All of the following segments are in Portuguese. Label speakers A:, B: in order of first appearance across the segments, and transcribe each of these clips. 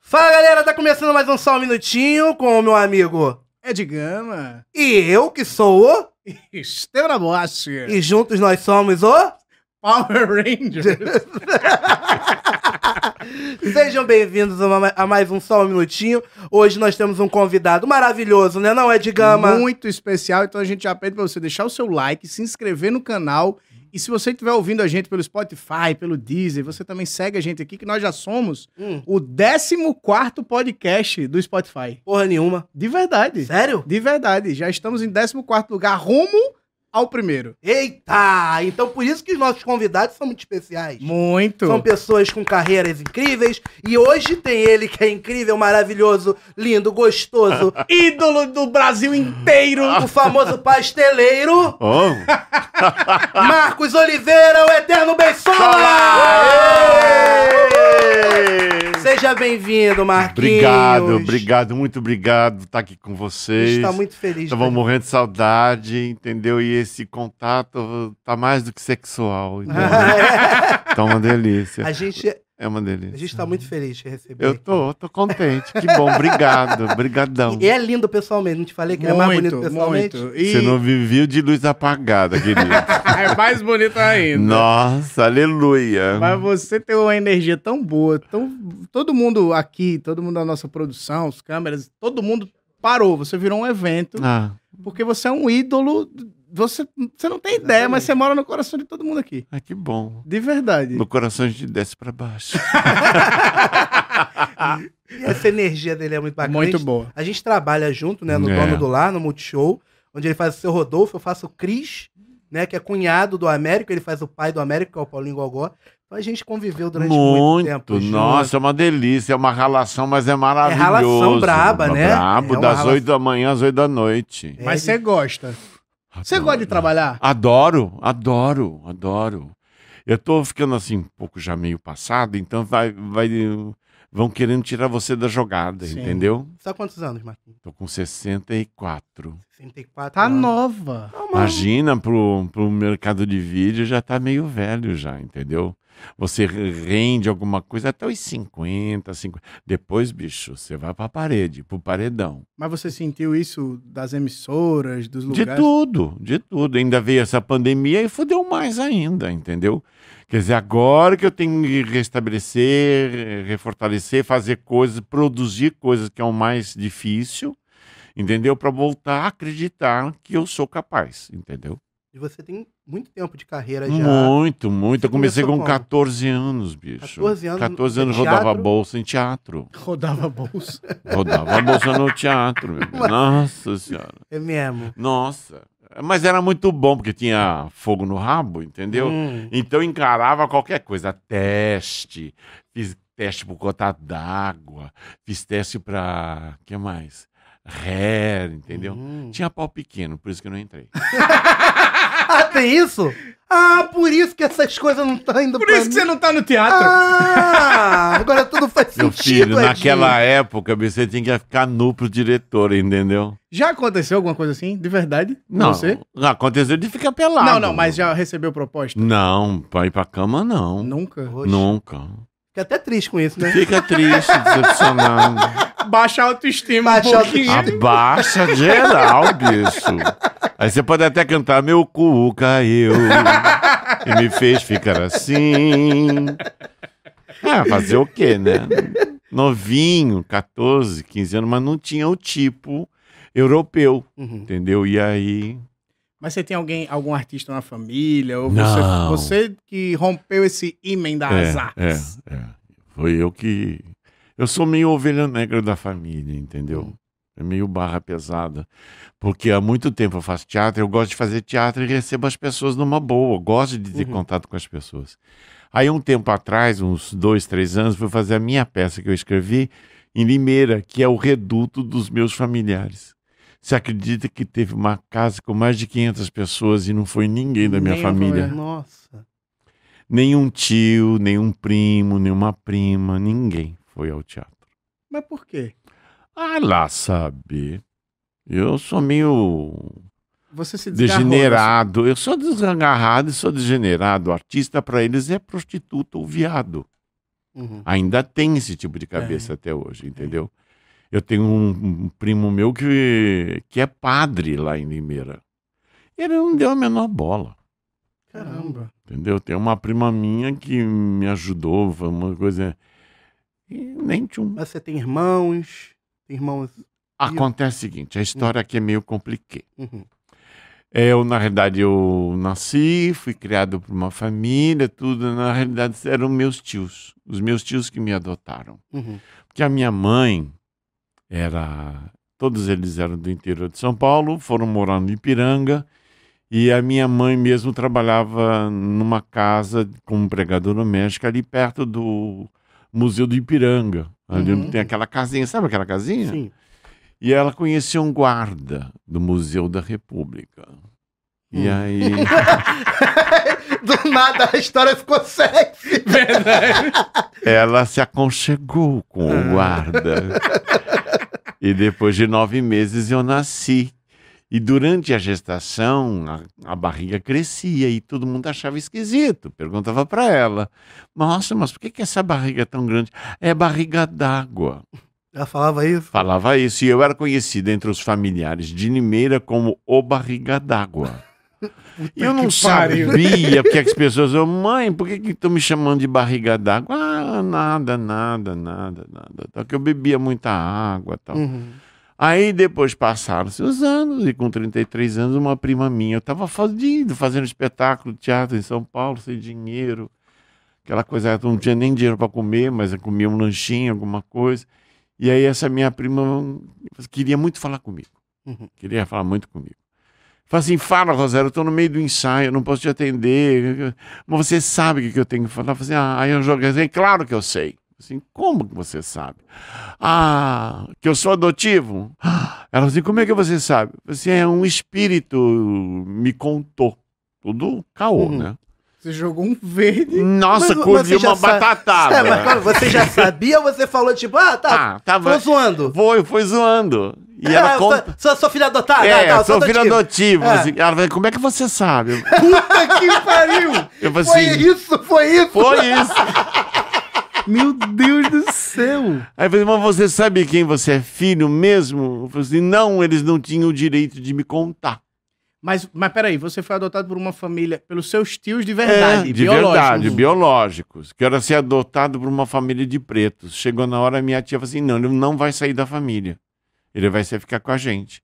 A: Fala galera, tá começando mais um Só um Minutinho com o meu amigo
B: É de gama.
A: e eu, que sou o.
B: Esteban Bosch.
A: E juntos nós somos o.
B: Power Rangers.
A: Sejam bem-vindos a ma- a mais um Só um Minutinho. Hoje nós temos um convidado maravilhoso, né, não, Ed Gama?
B: Muito especial. Então a gente já pede pra você deixar o seu like, se inscrever no canal. E se você estiver ouvindo a gente pelo Spotify, pelo Deezer, você também segue a gente aqui, que nós já somos
A: Hum,
B: o 14 podcast do Spotify.
A: porra nenhuma.
B: De verdade.
A: Sério?
B: De verdade. Já estamos em 14 lugar, rumo ao primeiro.
A: Eita! Então por isso que os nossos convidados são muito especiais.
B: Muito.
A: São pessoas com carreiras incríveis. E hoje tem ele que é incrível, maravilhoso, lindo, gostoso.
B: Ídolo do Brasil inteiro.
A: o famoso pasteleiro,
C: Oh, Ah.
A: Marcos Oliveira, o eterno Beisola! Seja bem-vindo, Marquinhos.
C: obrigado, obrigado, muito obrigado por estar aqui
A: A
C: com
A: gente
C: vocês.
A: tá muito feliz.
C: Tava morrendo de saudade, entendeu? E esse contato tá mais do que sexual, entendeu? tá uma delícia.
A: a, gente,
C: É uma
A: a
C: delícia.
A: gente tá muito feliz de receber.
C: Eu tô, tô contente. Que bom, obrigado, obrigadão.
A: E é lindo pessoalmente, não te falei que ele é mais bonito pessoalmente?
B: E
C: Você não viveu de luz apagada, querido.
B: é mais bonito ainda.
C: Nossa, aleluia.
B: Mas você tem uma energia tão boa, tão... todo mundo aqui, todo mundo da nossa produção, as câmeras, todo mundo parou. Você virou um evento,
C: Ah,
B: porque você é um ídolo. Você, você não tem ideia, mas você mora no coração de todo mundo aqui.
C: ah, que bom.
B: De verdade.
C: Meu coração já desce pra baixo.
A: E essa energia dele é muito bacana. A
B: Muito
A: gente-
B: boa.
A: A gente trabalha junto, né, no
C: É.
A: Dono do Lar, no Multishow, onde ele faz o seu Rodolfo, eu faço o Cris, né, que é cunhado do Américo, ele faz o pai do Américo, que é o Paulinho Gogó. Então a gente conviveu durante muito, tempo. junto.
C: Nossa, é uma delícia, é uma ralação, mas é maravilhoso.
A: É ralação braba,
C: Uma
A: né?
C: Brabo,
A: É uma
C: das
A: rala-
C: 8 da manhã às 8 da noite.
A: É,
B: Mas
A: ele-
B: você gosta. Você gosta de trabalhar?
C: Adoro, adoro, adoro. Eu tô ficando assim um pouco já meio passado, então vai, vai vão querendo tirar você da jogada,
B: Sim.
C: entendeu?
A: Você tá quantos anos, Marquinhos?
C: Tô com 64.
A: 64
B: Tá
A: anos.
B: nova.
C: Imagina pro, pro mercado de vídeo já tá meio velho já, entendeu? Você rende alguma coisa até os 50, 50. Depois, bicho, você vai pra parede, pro paredão.
B: Mas você sentiu isso das emissoras, dos
C: De
B: lugares?
C: tudo, de tudo. Ainda veio essa pandemia e fudeu mais ainda, entendeu? Quer dizer, agora que eu tenho que restabelecer, eh, refortalecer, fazer coisas, produzir coisas que é o mais difícil, entendeu? Para voltar a acreditar que eu sou capaz, entendeu?
A: E você tem muito tempo de carreira já.
C: Muito, muito.
A: Você
C: Eu comecei
A: começou
C: com
A: como?
C: 14 anos, bicho.
A: 14 anos
C: 14
A: no
C: anos rodava
A: teatro?
C: bolsa em teatro.
B: Rodava bolsa.
C: Rodava bolsa no teatro, meu. Deus. Nossa Senhora.
A: É mesmo.
C: Nossa. Mas era muito bom, porque tinha fogo no rabo, entendeu?
A: Hum.
C: Então encarava qualquer coisa. Teste. Fiz teste por gota d'água. Fiz teste pra. que mais? Ré, entendeu?
A: Hum.
C: Tinha pau pequeno, por isso que eu não entrei.
A: Ah, tem isso? Ah, por isso que essas coisas não estão indo
B: Por isso que você não tá no teatro.
A: Ah, agora tudo faz
C: é Meu
A: sentido, é
C: filho,
A: Edinho.
C: naquela época, você tinha que ficar nu pro diretor, entendeu?
B: Já aconteceu alguma coisa assim? De verdade? Com
C: Não.
B: Você?
C: Aconteceu de ficar pelado.
B: Não, não, mas já recebeu proposta?
C: Não, pra ir pra cama, não.
B: Nunca.
A: Poxa,
C: Nunca.
A: Fiquei até triste com isso, né?
C: Fica triste, decepcionado.
B: Baixa a autoestima
A: Baixa a
B: um pouquinho.
C: Abaixa geral, bicho. Aí você pode até cantar Meu cu caiu e me fez ficar assim. Ah, fazer o quê, né? Novinho, 14, 15 anos, mas não tinha o tipo europeu,
A: Uhum.
C: entendeu? E aí...
B: Mas você tem alguém, algum artista na família? Ou
C: Não.
B: Você, você que rompeu esse ímã das
C: é,
B: artes.
C: é. Foi eu que... Eu sou meio ovelha negra da família,
B: Hum.
C: entendeu? É meio barra pesada. Porque há muito tempo eu faço teatro, eu gosto de fazer teatro e recebo as pessoas numa boa. eu Gosto de ter
A: Uhum.
C: contato com as pessoas. Aí, um tempo atrás, uns dois, três anos, fui fazer a minha peça que eu escrevi em Limeira, que é o reduto dos meus familiares. Você acredita que teve uma casa com mais de 500 pessoas e não foi ninguém da minha
B: Nenhum
C: família?
B: familiar.
A: Nossa.
C: Nenhum tio, nenhum primo, nenhuma prima, ninguém foi ao teatro.
B: Mas por quê?
C: Ah lá, sabe? Eu sou meio
B: Você se desgarrou.
C: Degenerado. Eu sou desagarrado e sou degenerado. Artista, pra eles, é prostituta ou viado.
A: Uhum.
C: Ainda tem esse tipo de cabeça até hoje, entendeu? Eu tenho um, um primo meu que, que é padre lá em Limeira. Ele não deu a menor bola,
A: Caramba.
C: entendeu? Tem uma prima minha que me ajudou, foi uma coisa. E nem tinha um.
A: Mas você tem irmãos? Tem irmãos.
C: Acontece o seguinte: a história aqui é meio complicada. É,
A: Uhum.
C: Eu, na realidade, eu nasci, fui criado por uma família, tudo. Na realidade, eram meus tios. Os meus tios que me adotaram.
A: Uhum.
C: Porque a minha mãe era. Todos eles eram do interior de São Paulo, foram morar no Ipiranga. E a minha mãe mesmo trabalhava numa casa como pregadora doméstica ali perto do Museu do Ipiranga. Ali
B: Uhum.
C: onde tem aquela casinha, sabe aquela casinha?
A: Sim.
C: E ela conheceu um guarda do Museu da República. E
A: Hum.
C: aí.
A: Do nada a história ficou sexy.
C: Ela se aconchegou com o guarda. e depois de nove meses eu nasci. E durante a gestação, a, a barriga crescia e todo mundo achava esquisito. Perguntava para ela: Nossa, mas por que, que essa barriga é tão grande? É barriga d'água.
A: Ela falava isso?
C: Falava isso e eu era conhecido entre os familiares de Limeira como o barriga d'água. E eu
B: que
C: não
B: pariu.
C: sabia porque é as pessoas eu mãe, por que que estão me chamando de barriga d'água? Ah, nada, nada, nada, nada. Tal que eu bebia muita água, tal.
B: Hum.
A: Uhum.
C: Aí depois passaram-se os anos e com 33 anos uma prima minha, eu estava fazendo, fazendo espetáculo, teatro em São Paulo, sem dinheiro. Aquela coisa, eu não tinha nem dinheiro para comer, mas eu comia um lanchinho, alguma coisa. E aí essa minha prima hum, queria muito falar comigo.
A: Uhum.
C: Queria falar muito comigo. Falei assim, fala, Rosário, eu estou no meio do ensaio, eu não posso te atender. Mas você sabe o que que eu tenho que falar? Eu Falei assim, ah, aí eu joguei assim, claro que eu sei. Assim, como que você sabe? Ah, que eu sou adotivo? Ah, Ela assim, como é que você sabe? Você é um espírito me contou. Tudo caô,
A: Uhum.
C: né?
B: Você jogou um verde.
C: Nossa,
A: Mas-
C: comi
A: mas você
C: uma
A: já sabe-
C: batatada.
A: É, mas calma, você já sabia ou você falou tipo, ah, tá,
C: Ah, tava.
A: tô zoando.
C: Foi, foi zoando. E
A: É,
C: ela
A: eu
C: conta.
A: sou, sou, sou filha adotada.
C: É,
A: tá, tá, eu
C: sou filho
A: adotivo.
C: adotivo.
A: É.
C: assim. Ela falou, como é que você sabe? Eu-
B: Puta que pariu!
C: Eu
A: Foi
C: falei assim,
A: isso, foi isso.
C: foi isso.
B: Meu Deus do céu!
C: Aí eu falei, mas você sabe quem você é filho mesmo? Eu falei assim, não, eles não tinham o direito de me contar.
B: Mas, mas peraí, você foi adotado por uma família, pelos seus tios de verdade,
C: É, de
B: biológicos.
C: verdade, biológicos. Que era ser adotado por uma família de pretos. Chegou na hora, minha tia falou assim: não, ele não vai sair da família. Ele vai ser ficar com a gente.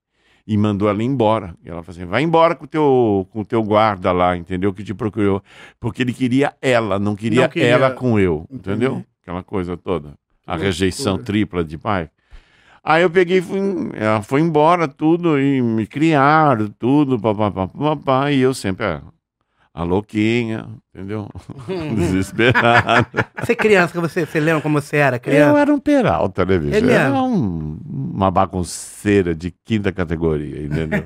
C: E mandou ela embora. E ela falou assim: vai embora com teu, o com teu guarda lá, entendeu? Que te procurou. Porque ele queria ela, não queria,
B: Não queria.
C: ela com eu, entendeu?
B: Entendi.
C: Aquela coisa toda. A
B: Que
C: rejeição
B: loucura.
C: tripla de pai. Aí eu peguei, e fui, ela foi embora, tudo, e me criaram, tudo, papapá, papapá, e eu sempre, ah, a louquinha, entendeu? Desesperada.
A: Você é criança, que você, você lembra como você era
C: eu
A: criança?
C: era um peralta, né, bicho?
A: Ele
C: Eu
A: é.
C: era um- uma bagunceira de quinta categoria, entendeu?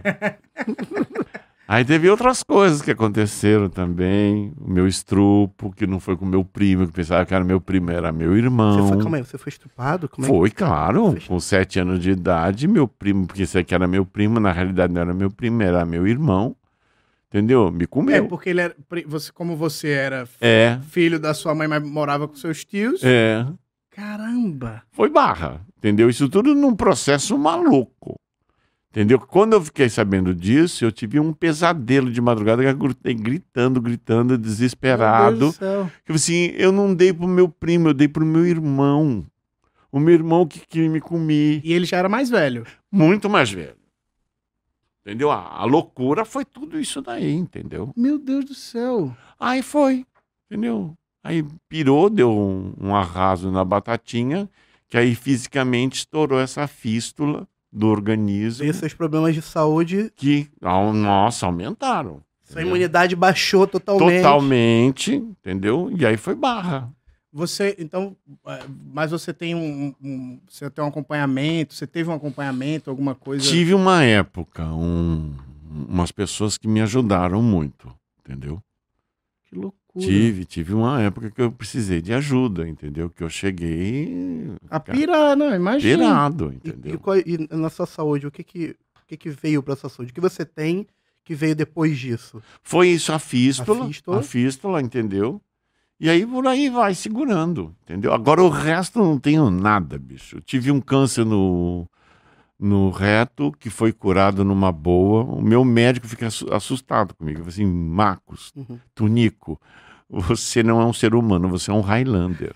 C: Aí teve outras coisas que aconteceram também. O meu estrupo, que não foi com meu primo, que pensava que era meu primo, era meu irmão.
A: Você foi, calma aí, você foi estrupado? Como é que-
C: Foi, claro.
A: Fechou.
C: Com sete anos de idade, meu primo, porque esse aqui era meu primo, na realidade não era meu primo, era meu irmão. Entendeu? Me
B: É,
C: comeu.
B: porque ele era, pri- você, como você era f-
C: É,
B: filho da sua mãe, mas morava com seus tios.
C: é.
B: Caramba!
C: Foi barra. Entendeu? Isso tudo num processo maluco. Entendeu? Quando eu fiquei sabendo disso, eu tive um pesadelo de madrugada que eu gritei gritando, gritando,
B: Meu Deus
C: desesperado.
B: do céu.
C: Tipo assim, eu não dei pro meu primo, eu dei pro meu irmão. O meu irmão que queria me comer.
B: E ele já era mais velho.
C: muito mais velho. Entendeu? A, a loucura foi tudo isso daí, entendeu?
B: Meu Deus do céu!
C: Aí foi, entendeu? Aí pirou, deu um, um arraso na batatinha, que aí fisicamente estourou essa fístula do organismo
A: E seus problemas de saúde,
C: que, au- nossa, aumentaram.
A: sua
C: Entendeu?
A: imunidade baixou totalmente.
C: Totalmente, entendeu? E aí foi barra.
B: Você, então, é, mas você tem um, um- você tem um acompanhamento, você teve um acompanhamento, alguma coisa?
C: Tive uma época, um- umas pessoas que me ajudaram muito, entendeu?
B: Que loucura!
C: Tive, tive uma época que eu precisei de ajuda, entendeu? Que eu cheguei
B: A pirar, não, imagina.
C: pirado,
A: E, e
C: entendeu?
A: qual- e na sua saúde, o que que, o que, que veio pra sua saúde? O que você tem que veio depois disso?
C: Foi isso, a fístula,
A: A
C: a
A: fístula.
C: fístula. entendeu? E aí por aí vai segurando, entendeu? Agora o resto eu não tenho nada, bicho. Eu tive um câncer no, no reto que foi curado numa boa. O meu médico fica assu- assustado comigo. Ele falou assim, Marcos,
A: Uhum.
C: Tunico, você não é um ser humano, você é um Highlander.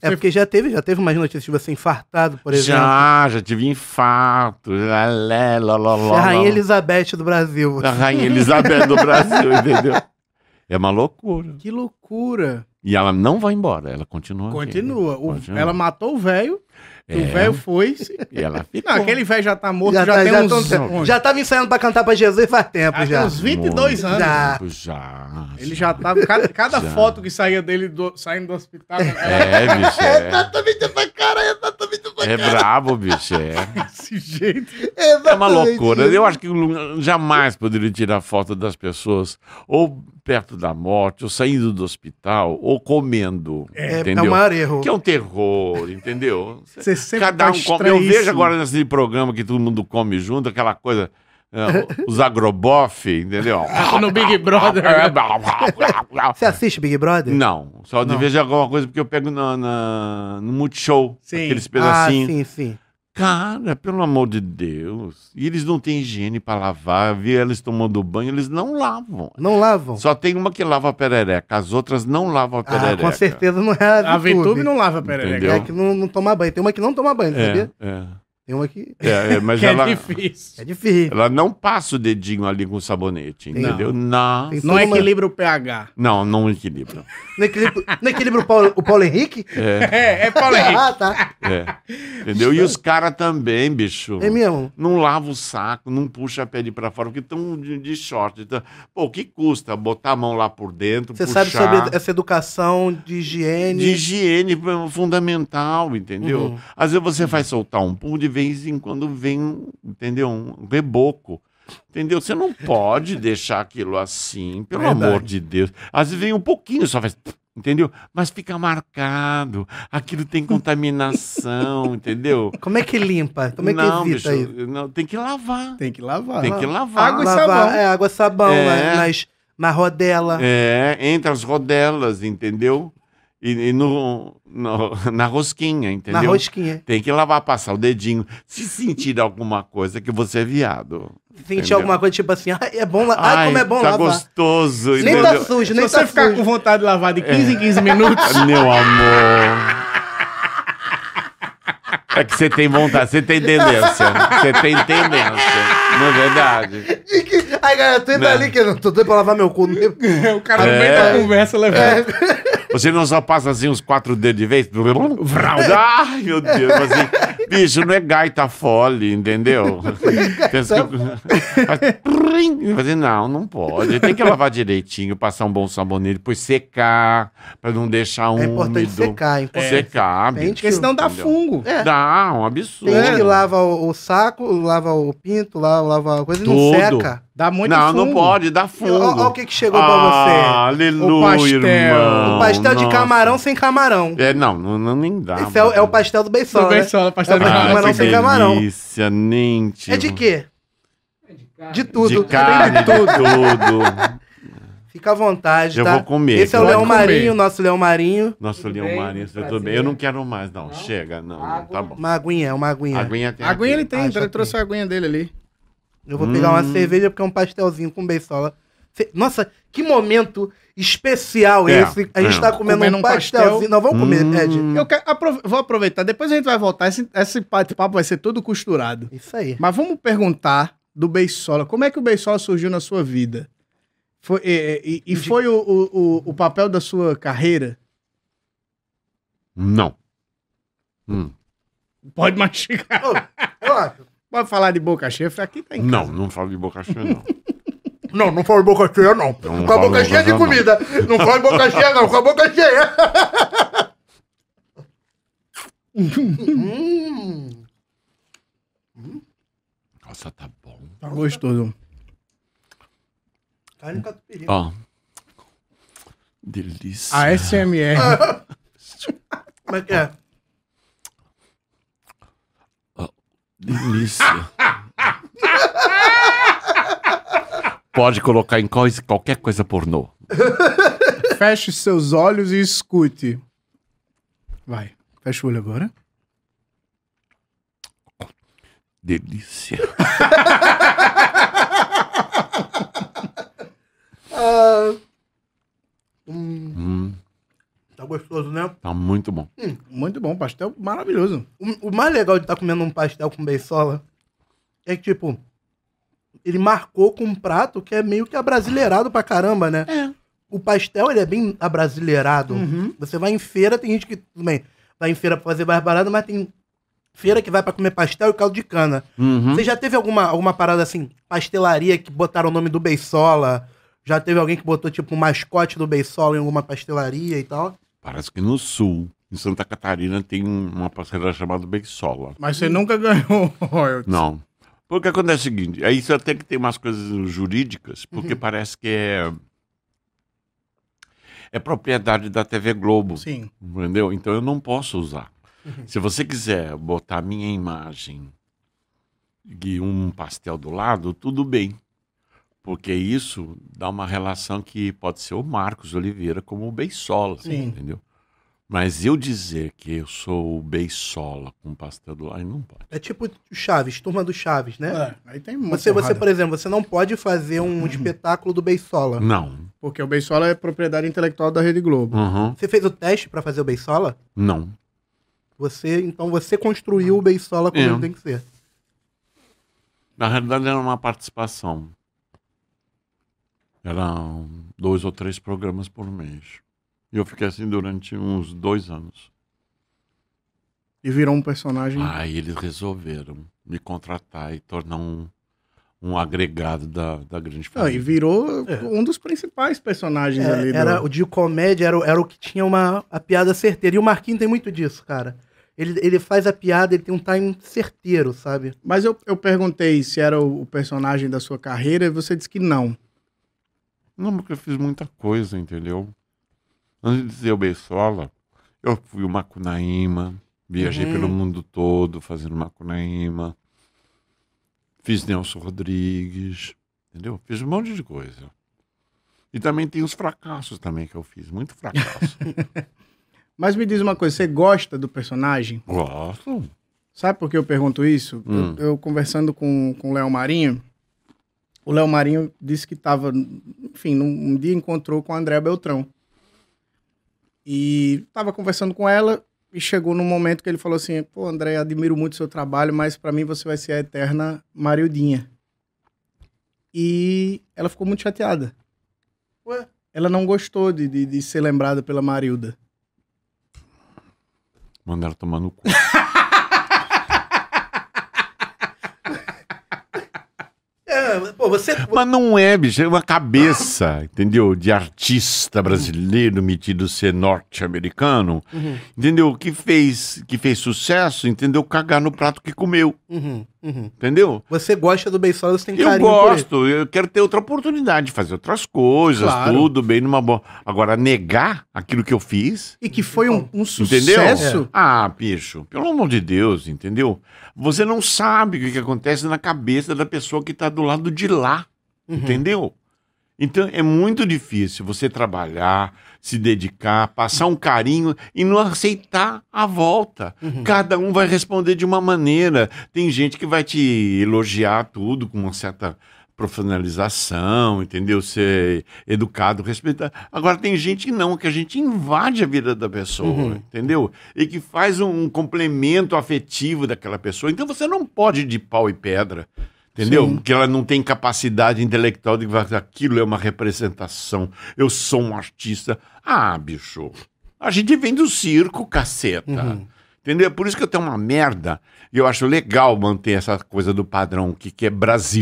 A: É porque já teve, já teve umas notícias de você infartado, por exemplo.
C: já, já tive infarto,
A: Você
C: lalé,
A: é
C: laloló,
A: a Rainha
C: laló.
A: Elizabeth do Brasil.
C: A Rainha Elizabeth do Brasil, entendeu? É uma loucura.
B: Que loucura.
C: E ela não vai embora, ela continua. aqui.
B: Continua. O-
C: Continua.
B: ela matou o velho,
C: É,
B: o velho foi. se-
C: E ela fica.
B: Não, aquele velho já tá morto, já,
A: tá-
B: tem
A: já
B: uns,
A: tá-
B: uns-
A: Já tava ensaiando pra cantar pra Jesus faz tempo
B: já
A: já.
B: tem uns 22 anos.
A: Já.
C: Já.
B: Ele já tava. Cada, cada
C: Já.
B: foto que saía dele do- saindo do hospital, era
C: É, bicho. É
B: Tá,
C: exatamente essa cara, é exatamente essa cara. É brabo, bicho. É,
B: desse jeito.
C: é uma loucura. Eu acho que jamais poderia tirar foto das pessoas ou perto da morte, ou saindo do hospital, ou comendo.
A: É, é
C: entendeu?
A: o maior erro.
C: Que é um terror, entendeu?
B: Você sempre
C: Cada
B: tá
C: um come. Eu vejo
B: estranhíssimo.
C: agora nesse programa que todo mundo come junto, aquela coisa. é, os agrobof, entendeu?
B: Tá No Big Brother.
A: Você assiste Big Brother?
C: Não, um só de
A: Não.
C: vejo alguma coisa porque eu pego na, na- no Multishow,
B: Sim.
C: aqueles
A: Ah,
C: pedacinhos.
A: sim, sim.
C: Cara, pelo amor de Deus. E eles não têm higiene pra lavar. Eu Vi eles tomando banho, eles não lavam.
A: Não lavam?
C: Só tem uma que lava a perereca, as outras não lavam a
A: Ah,
C: perereca.
A: com certeza não é a
B: A Vitube
A: Vitube.
B: não lava perereca.
C: Entendeu?
A: É que não, não toma banho. Tem uma que não toma banho,
C: É,
A: sabia?
C: é,
A: Tem uma que
C: é, é, mas
B: Que
C: ela,
B: é difícil.
A: é difícil.
C: ela não passa o dedinho ali com o sabonete,
A: Tem-
C: entendeu? Não.
A: Tem-
B: Não
A: Toma.
B: equilibra o pH.
C: Não, não equilibra.
A: No equilíbrio, no equilíbrio o, Paulo, o Paulo Henrique?
C: É,
B: É, é Paulo Henrique.
A: Ah, tá.
C: é. Entendeu? E os caras também, bicho.
A: É mesmo.
C: não lava o saco, não puxa a pele pra fora, porque estão de, de short. Então, pô, o que custa botar a mão lá por dentro,
A: Você
C: puxar?
A: sabe sobre essa educação de higiene.
C: De higiene é fundamental, entendeu?
A: Uhum.
C: Às vezes você faz soltar um pum, de vez em quando vem, um, entendeu? Um reboco. Entendeu? Você não pode deixar aquilo assim, pelo
B: Verdade.
C: amor de Deus. Às vezes vem um pouquinho, só faz. Entendeu? Mas fica marcado. Aquilo tem contaminação, entendeu?
A: Como é que limpa? Como é que
C: não,
A: evita
C: bicho,
A: isso?
C: não, tem que lavar.
B: Tem que lavar.
C: Tem que lavar.
B: Água e
A: Lavar,
B: sabão.
A: É, água e sabão,
C: É.
A: na- nas, na rodela.
C: É, entre as rodelas, entendeu? E, e no, no- na rosquinha,
A: Na
C: entendeu?
A: rosquinha.
C: Tem que lavar, passar o dedinho. Se sentir alguma coisa, que você é viado.
A: Sentir
C: Entendeu?
A: alguma coisa tipo assim, ah, é bom la... Ai, como é bom
C: tá
A: lavar.
C: gostoso,
A: Nem
C: entendeu?
A: tá sujo,
B: Se
A: nem
B: você
A: tá
B: ficar
A: sujo.
B: com vontade de lavar
C: É.
B: de 15 em 15 minutos,
C: Meu amor. É que você tem vontade, você tem tendência. Você tem tendência, não é verdade?
A: Ai, cara, tu ainda
C: Né?
A: ali que eu não tô doido pra lavar meu cu. não tem-
B: o cara no
C: É.
B: meio da conversa levanta.
C: Você não só passa assim uns quatro dedos de vez? Vrau. Ai, meu Deus. mas Assim, bicho, não é gaita fole, entendeu? Pensa que... Faz prim, e faz assim, não, não pode. Tem que lavar direitinho, passar um bom sabonete, depois secar, pra não deixar
A: É
C: úmido.
A: importante secar, é importante.
C: Secar,
A: Tem
C: bicho.
B: Porque senão dá
C: Entendeu?
B: fungo.
A: É.
C: Dá, um absurdo.
A: Tem que lava o, o saco, lava o pinto, la- lava a coisa e não
C: Tudo.
A: seca.
B: Dá muito
C: não,
B: fungo.
C: não pode, dá fungo.
A: Olha o que, que chegou
C: Ah,
A: pra você.
C: Aleluia,
B: O pastel.
C: irmão.
A: O pastel de
C: Nossa.
A: camarão sem camarão.
C: É, não, não, não nem dá.
A: Esse é, o- é o pastel do
B: Tudo
A: Beisola,
B: bem,
A: né?
B: só pastel de
A: Ah,
B: camarão.
A: camarão
C: que
A: sem camarão.
C: delícia, nem tio.
A: É de quê? De tudo.
C: De carne, de tudo.
A: Fica à vontade,
C: Eu
A: tá?
C: vou comer,
A: Esse é o
C: pode
A: Leão
B: comer.
A: Marinho, nosso Leão Marinho.
C: Nossa,
D: Tudo
C: Leão
D: bem?
C: Marinho, você
D: Prazer.
C: tudo bem? Eu não quero mais, não. Chega, não, não,
D: Água.
C: tá bom.
A: Uma aguinha, uma aguinha.
C: Aguinha tem.
B: A aguinha ele
C: aqui.
B: tem,
A: Ah,
B: então
A: já
B: ele trouxe
A: tem.
B: a aguinha dele ali.
A: Eu vou pegar uma
C: Hum.
A: cerveja porque é um pastelzinho com beisola. Fe- Nossa, que momento especial
C: É,
A: esse. A gente
C: é.
A: tá comendo,
B: Comendo
A: um
B: um pastel.
A: pastelzinho. Nós vamos comer,
C: Hum.
A: Ed.
B: Eu quero- apro- vou aproveitar, depois a gente vai voltar. Esse, esse bate-papo vai ser todo costurado.
A: Isso aí.
B: Mas vamos perguntar do Beisola. Como é que o Beisola surgiu na sua vida? Foi, e e- e foi o, o, o- o papel da sua carreira?
C: Não. Hum.
B: Pode mastigar. Pode falar de boca cheia. Aqui tá em casa.
C: Não, não falo de boca cheia, não.
A: Não, não fala boca cheia, não.
C: Não Com a falo boca cheia de boca cheia,
A: comida. Não fala boca cheia, não. Com a boca cheia.
C: Nossa, tá bom.
B: Tá gostoso.
A: Carne catupiry.
C: Ó. Delícia.
B: A SMR.
A: Como é que é?
C: Delícia. Pode colocar em quais- qualquer coisa pornô.
B: Feche seus olhos e escute. Vai. Fecha o olho agora.
C: Delícia. Hum,
A: Tá gostoso, né?
C: tá muito bom.
B: Muito bom, pastel maravilhoso.
A: O, o mais legal de estar comendo um pastel com beisola é que, tipo, ele marcou com um prato que é meio que abrasileirado pra caramba, né? É. Hum. O pastel, ele é bem abrasileirado.
B: Uhum.
A: Você vai em feira, tem gente que tudo bem, vai em feira pra fazer mais barato, mas tem feira que vai pra comer pastel e caldo de cana.
C: Uhum.
A: Você já teve alguma, alguma parada assim, pastelaria que botaram o nome do beisola? Já teve alguém que botou, tipo, o mascote do beisola em alguma pastelaria e tal?
C: Parece que no sul, em Santa Catarina, tem um, uma parceira chamada Beisola.
B: Mas você nunca ganhou royalties.
C: Não. Porque acontece o seguinte, é isso até que tem umas coisas jurídicas, porque parece que é é propriedade da TV Globo,
B: Sim.
C: entendeu? Então eu não posso usar.
B: Uhum.
C: Se você quiser botar minha imagem e um pastel do lado, tudo bem. Porque isso dá uma relação que pode ser o Marcos Oliveira como o Beisola,
B: Sim.
C: entendeu? Mas eu dizer que eu sou o Beisola com pastel do lado, aí não pode.
A: É tipo o Chaves, turma do Chaves, né?
B: É, aí tem muito.
A: Você, você, por exemplo, você não pode fazer um espetáculo do
B: Ah.
A: Beisola.
C: Não,
B: Porque o Beisola é propriedade intelectual da Rede Globo.
C: Uhum.
A: Você fez o teste pra fazer o Beisola?
C: Não.
A: Você, então você construiu o Beisola como
C: É.
A: ele tem que ser.
C: Na realidade era uma participação. Eram dois ou três programas por mês. E eu fiquei assim durante uns dois anos.
B: E virou um personagem.
C: Aí eles resolveram me contratar e tornar um, um agregado da, da grande
B: Não, e
C: família.
B: virou
A: É.
B: um dos principais personagens ali.
A: É,
B: do-
A: era, o de comédia era, o- era o que tinha uma a piada certeira. E o Marquinhos tem muito disso, cara. Ele, ele faz a piada, ele tem um time certeiro, sabe?
B: Mas eu, eu perguntei se era o, o personagem da sua carreira e você disse que não.
C: Não, porque eu fiz muita coisa, entendeu? Antes de dizer o Beisola, eu fui o Macunaíma, viajei
A: Uhum.
C: pelo mundo todo fazendo Macunaíma, fiz Nelson Rodrigues, entendeu? Fiz um monte de coisa. E também tem os fracassos também que eu fiz, muito fracasso.
B: Mas me diz uma coisa, você gosta do personagem?
C: Gosto.
B: Sabe por que eu pergunto isso?
C: Hum.
B: Eu, eu conversando com, com o Léo Marinho, o Léo Marinho disse que estava, enfim, num, um dia encontrou com a Andréa Beltrão. E estava conversando com ela e chegou num momento que ele falou assim, pô, André, admiro muito o seu trabalho, mas para mim você vai ser a eterna Marildinha. E ela ficou muito chateada.
A: Ué?
B: Ela não gostou de, de, de ser lembrada pela Marilda.
C: Mandaram tomar no cu.
A: É, pô, você.
C: Mas não é, bicho, é uma cabeça, entendeu? De artista brasileiro metido ser norte-americano.
A: Uhum,
C: entendeu? Que fez, que fez sucesso, entendeu? Cagar no prato que comeu,
A: uhum, uhum.
C: entendeu?
A: Você gosta do Beisola, você tem
C: Eu
A: carinho por
C: gosto, eu quero ter outra oportunidade, fazer outras coisas,
B: Claro.
C: tudo bem, numa boa. Agora, negar aquilo que eu fiz,
B: E que foi um, um
C: entendeu?
B: sucesso.
C: Ah, bicho, pelo amor de Deus, entendeu? Você não sabe o que, que acontece na cabeça da pessoa que está do lado de lá.
A: ele. Uhum.
C: Entendeu? Então é muito difícil você trabalhar, se dedicar, passar um carinho e não aceitar a volta.
A: Uhum.
C: Cada um vai responder de uma maneira. Tem gente que vai te elogiar tudo com uma certa profissionalização, entendeu? Ser educado, respeitar. Agora tem gente que não, que a gente invade a vida da pessoa,
A: Uhum.
C: entendeu? E que faz um, um complemento afetivo daquela pessoa. Então você não pode ir de pau e pedra. Entendeu?
B: Sim.
C: Porque ela não tem capacidade intelectual de falar que aquilo é uma representação. Eu sou um artista. Ah, bicho. A gente vem do circo, caceta.
A: Uhum.
C: Entendeu? É Por isso que eu tenho uma merda. E eu acho legal manter essa coisa do padrão que, que é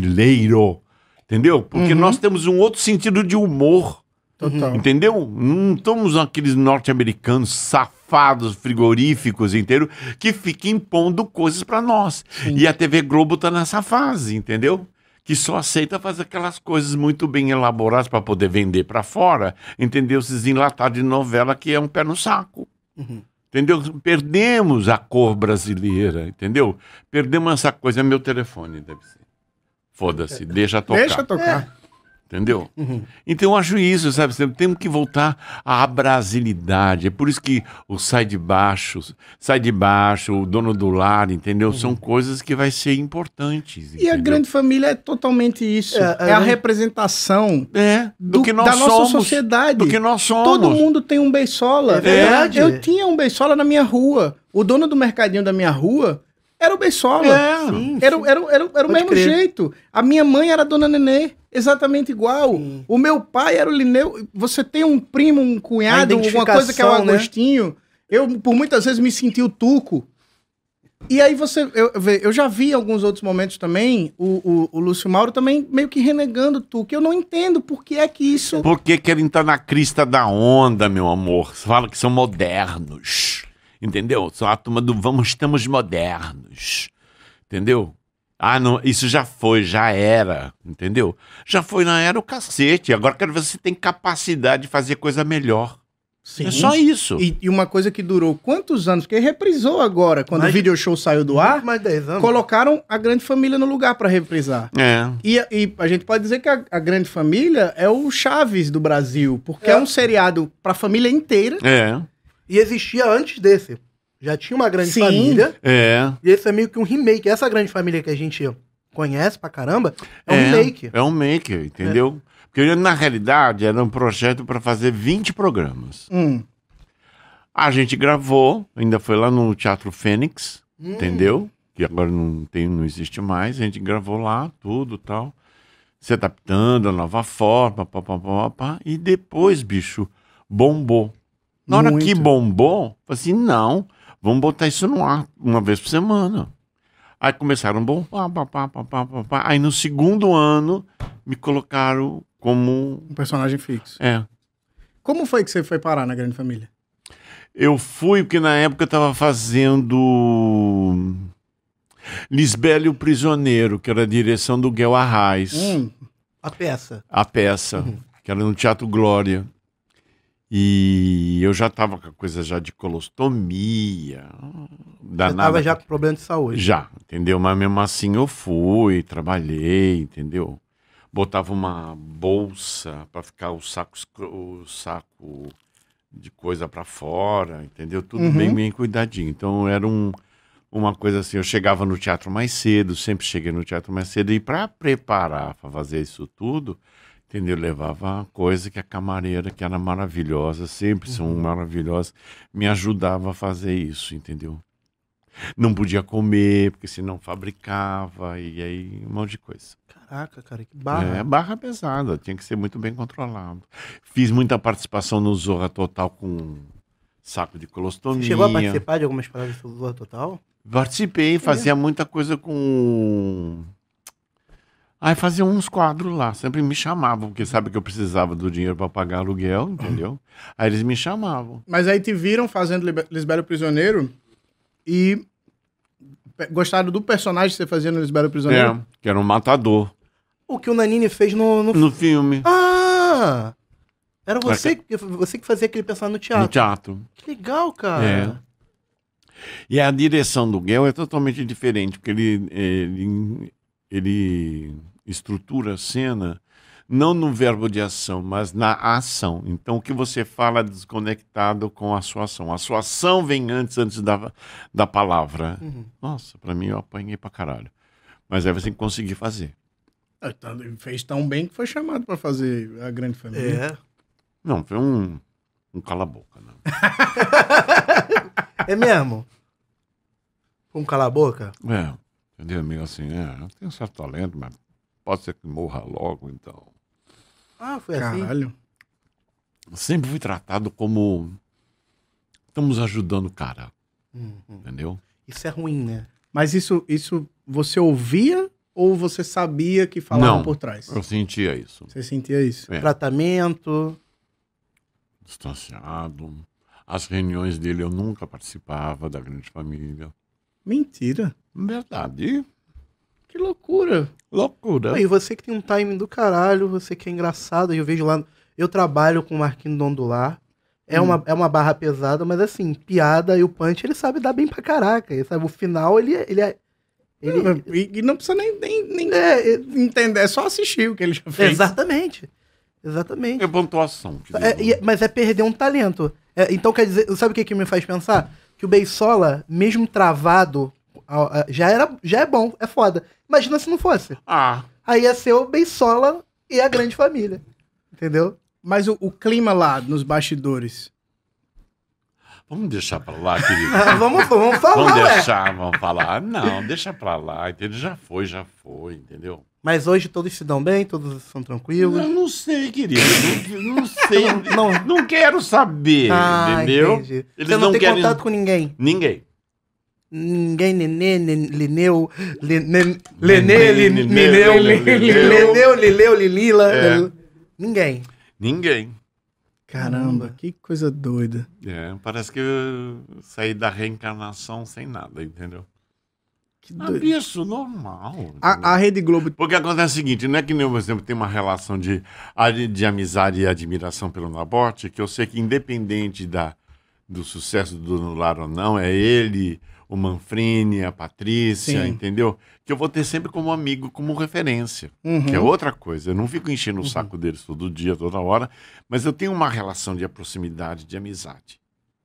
C: brasileiro. Entendeu? Porque
B: Uhum.
C: nós temos um outro sentido de humor.
B: Total.
C: Uhum. Entendeu? Não estamos aqueles norte-americanos safados, frigoríficos, inteiro, que ficam impondo coisas para nós. E a TV Globo tá nessa fase, entendeu? Que só aceita fazer aquelas coisas muito bem elaboradas para poder vender para fora, entendeu? Esses enlatados de novela que é um pé no saco.
A: Uhum.
C: Entendeu? Perdemos a cor brasileira, entendeu? Perdemos essa coisa. É meu telefone, deve ser. Foda-se, deixa tocar.
B: Deixa tocar.
C: Entendeu?
B: Uhum.
C: Então eu acho isso, sabe? Sempre Temos que voltar à brasilidade. É por isso que o sai de baixo, sai de baixo, o dono do lar, entendeu? São coisas que vai ser importantes.
B: Uhum. E a
C: entendeu?
B: grande família é totalmente isso.
A: É,
B: É,
A: é
B: a
A: um-
B: representação
C: É, do,
B: do-
C: que
B: da
C: nós
B: nossa
C: somos.
B: sociedade.
C: Do que nós somos.
B: Todo mundo tem um beisola.
A: É verdade.
B: Eu tinha um beisola na minha rua. O dono do mercadinho da minha rua era o beisola.
C: É.
A: Sim,
B: Era,
A: sim.
B: era, era, era o
A: Pode
B: mesmo
A: crer.
B: jeito. A minha mãe era a dona Nenê, exatamente igual.
A: Sim.
B: O meu pai era o Lineu. Você tem um primo, um cunhado,
A: A
B: alguma coisa que é o
A: identificação, né?
B: Agostinho. Eu, por muitas vezes, me senti o Tuco. E aí você. Eu, vê, eu já vi em alguns outros momentos também o, o, o Lúcio Mauro também meio que renegando o Tuco. Eu não entendo por que é que isso.
C: Por que querem estar na crista da onda, meu amor? Fala que são modernos. Entendeu? São a turma do vamos, estamos modernos. Entendeu? Ah, não, isso já foi, já era, entendeu? Já foi na era o cacete. Agora quero ver se tem capacidade de fazer coisa melhor.
B: Sim.
C: É só isso.
B: E, e uma coisa que durou quantos anos? Porque reprisou agora, quando
A: Mas-
B: o video show saiu do ar,
A: Mais 10 anos.
B: colocaram a grande família no lugar pra reprisar.
C: É.
B: E, e a gente pode dizer que a, a grande família é o Chaves do Brasil, porque é,
A: É.
B: um seriado pra família inteira.
C: É.
A: E existia antes desse. Já tinha uma grande
B: Sim.
A: família.
C: É.
A: E esse é meio que um remake. Essa grande família que a gente conhece pra caramba é um remake.
C: É um make, entendeu? Porque na realidade era um projeto para fazer 20 programas.
B: Hum.
C: A gente gravou, ainda foi lá no Teatro Fênix,
A: Hum.
C: entendeu? Que agora não, tem, não existe mais. A gente gravou lá, tudo tal. Se adaptando a nova forma, pá, pá, pá, pá, pá. E depois, bicho, bombou. Na hora
B: Muito.
C: que bombou, falei assim, não, vamos botar isso no ar uma vez por semana. Aí começaram a bombar, pá, pá, pá, pá, pá, pá. Aí no segundo ano, me colocaram como...
B: Um personagem fixo.
C: É,
B: Como foi que você foi parar na grande família?
C: Eu fui porque na época eu tava fazendo Lisbélio Prisioneiro, que era a direção do Guel Arraes,
B: Hum.
A: A peça.
C: a peça,
A: Uhum.
C: que era no Teatro Glória. E eu já tava com a coisa já de colostomia,
A: Eu tava
C: danada.
A: já com problema de saúde.
C: Tá Já, entendeu? Mas mesmo assim eu fui, trabalhei, entendeu? Botava uma bolsa para ficar o saco, escro- o saco de coisa para fora, entendeu? Tudo
B: Uhum.
C: bem, bem cuidadinho. Então era um, uma coisa assim, eu chegava no teatro mais cedo, sempre cheguei no teatro mais cedo e para preparar para fazer isso tudo, entendeu? Levava a coisa que a camareira, que era maravilhosa, sempre são maravilhosas, me ajudava a fazer isso, entendeu? Não podia comer, porque senão fabricava, e aí um monte de coisa.
A: Caraca, cara, que
C: É,
A: barra.
C: barra pesada, tinha que ser muito bem controlado. Fiz muita participação no Zorra Total com um saco de colostomia.
A: Você chegou a participar É de algumas paradas do Zorra Total?
C: Participei, fazia muita coisa com. Aí fazia uns quadros lá, sempre me chamavam, porque sabe que eu precisava do dinheiro para pagar aluguel,
A: Uhum.
C: entendeu? Aí eles me chamavam.
B: Mas aí te viram fazendo Libe- Lisbelo Prisioneiro e pe- gostaram do personagem que você fazia no Lisbelo Prisioneiro?
C: É, que era um matador
A: O que o Nanini fez no. no-
C: no filme,
A: Ah! Era você, que, você que fazia aquele personagem no
C: no
A: Ah, teatro.
C: teatro.
A: Que legal, cara.
C: É. E a direção do Guel é totalmente diferente, porque ele, ele, ele estrutura a cena não no verbo de ação, mas na ação. Então, o que você fala é desconectado com a sua ação. A sua ação vem antes, antes da, da palavra.
A: Uhum.
C: Nossa, pra mim eu apanhei pra caralho. Mas aí você conseguiu fazer.
B: É, tá- Fez tão bem que foi chamado pra fazer a grande família.
A: É.
C: Não, foi um, um cala-boca. Né?
A: É mesmo? Vamos calar a boca?
C: É, entendeu? Meio assim, é, eu tenho certo talento, mas pode ser que morra logo, então.
A: Ah,
B: É,
A: foi assim.
B: Caralho.
C: sempre fui tratado como estamos ajudando o cara,
A: Uhum.
C: entendeu?
A: Isso é ruim, né?
B: Mas isso, isso você ouvia ou você sabia que falavam
C: Não.
B: por trás?
C: Eu sentia isso,
B: Você sentia isso?
C: É.
A: Tratamento.
C: distanciado. As reuniões dele eu nunca participava da grande família.
B: Mentira.
C: Verdade.
B: Que loucura.
C: Loucura.
A: Pô, E você que tem um timing do caralho, você que é engraçado, eu vejo lá. Eu trabalho com o Marquinhos Dondular. É, uma, é uma barra pesada, mas assim, piada e o punch ele sabe dar bem pra caraca. Ele sabe, o final ele, ele,
B: É,
A: Ele-
B: E, e não precisa nem, nem, nem
A: É, é-
B: entender, é só assistir o que ele já fez.
A: exatamente. Exatamente.
C: É pontuação. que
A: É,
C: digo.
A: e- mas é perder um talento. É, então, quer dizer, sabe o que, que me faz pensar? Que o Beisola, mesmo travado, a- a- já, era, já é bom, é foda. Imagina se não fosse.
C: Ah,
A: Aí ia ser o Beisola e a grande família. Entendeu?
B: Mas o, o clima lá, nos bastidores.
C: vamos deixar pra lá, querido.
A: Ah, vamos, vamos falar,
C: Vamos
A: ué.
C: deixar, vamos falar. Ah, Não, deixa pra lá, entendeu? Já foi, já foi, entendeu?
A: Mas hoje todos se dão bem, todos são
C: Eu
A: tranquilos.
C: não sei, querido. Não, não sei. não,
A: Não.
C: não quero saber,
A: Ah,
C: entendeu?
A: entendi.
C: Eles
A: Você não,
C: não
A: tem
C: querem-
A: contato com ninguém.
C: Ninguém.
A: Ninguém, nenê, nen- lineu, lene-
C: Nenê,
A: lenê, lin-
C: nenê,
A: lineu,
C: lenê,
A: lin-
C: lineu.
A: leneu, lileu, lilila.
C: É.
A: lil- Ninguém.
C: Ninguém.
B: Caramba,
A: Hum.
B: que coisa doida.
C: É, parece que eu saí da reencarnação sem nada, entendeu?
B: Que
C: Ah,
B: doido.
C: isso, normal. entendeu?
B: A, a Rede Globo.
C: Porque acontece o seguinte, não é que nem, eu, por exemplo, tem uma relação de, ali de amizade e admiração pelo Nabote, que eu sei que independente da, do sucesso do Nular ou não, é ele, o Manfrini, a Patrícia,
B: Sim.
C: entendeu? Que eu vou ter sempre como amigo, como referência.
B: Uhum.
A: Hum.
C: Que é outra coisa. Eu não fico enchendo
A: Uhum.
C: o saco deles todo dia, toda hora, mas eu tenho uma relação de proximidade, de amizade.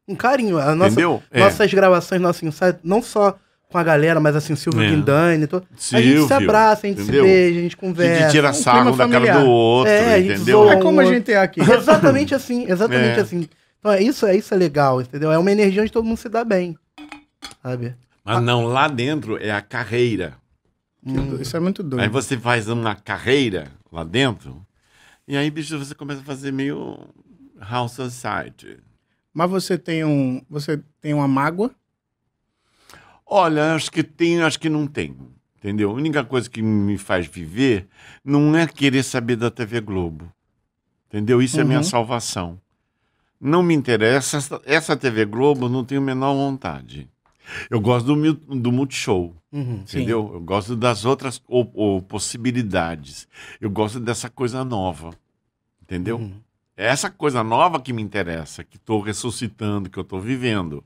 A: Um carinho. A nossa,
C: entendeu? É.
A: Nossas gravações, nosso ensaio, não só com a galera, mas assim, o Silvio
C: É.
A: Guindani. to-
C: é,
A: A gente se
C: Silvio,
A: abraça, a gente
C: entendeu?
A: se beija, a gente
C: A gente
A: conversa. um
C: tira sarro um
B: clima
C: da cara
B: familiar.
C: do outro,
A: É, a gente
C: entendeu?
A: zoa.
B: É como a gente é aqui.
A: Exatamente assim, exatamente
C: É.
A: assim. Então é isso, é isso é legal, entendeu? É uma energia onde todo mundo se dá bem. Sabe?
C: Mas não, lá dentro é a carreira.
A: Hum.
B: Isso é muito
C: Aí
B: doido.
C: você faz uma carreira lá dentro, e aí, bicho, você começa a fazer meio house society.
B: Mas você tem um. Você tem uma mágoa?
C: Olha, acho que tem, acho que não tem. Entendeu? A única coisa que me faz viver não é querer saber da TV Globo. Entendeu? Isso é minha
B: Uhum.
C: salvação. Não me interessa. Essa, essa TV Globo eu não tenho a menor vontade. Eu gosto do, mil- do Multishow.
A: Uhum.
B: Sim.
C: Entendeu? Eu gosto das outras o- o possibilidades. Eu gosto dessa coisa nova. Entendeu?
A: Uhum.
C: É essa coisa nova que me interessa, que estou ressuscitando, que eu estou vivendo.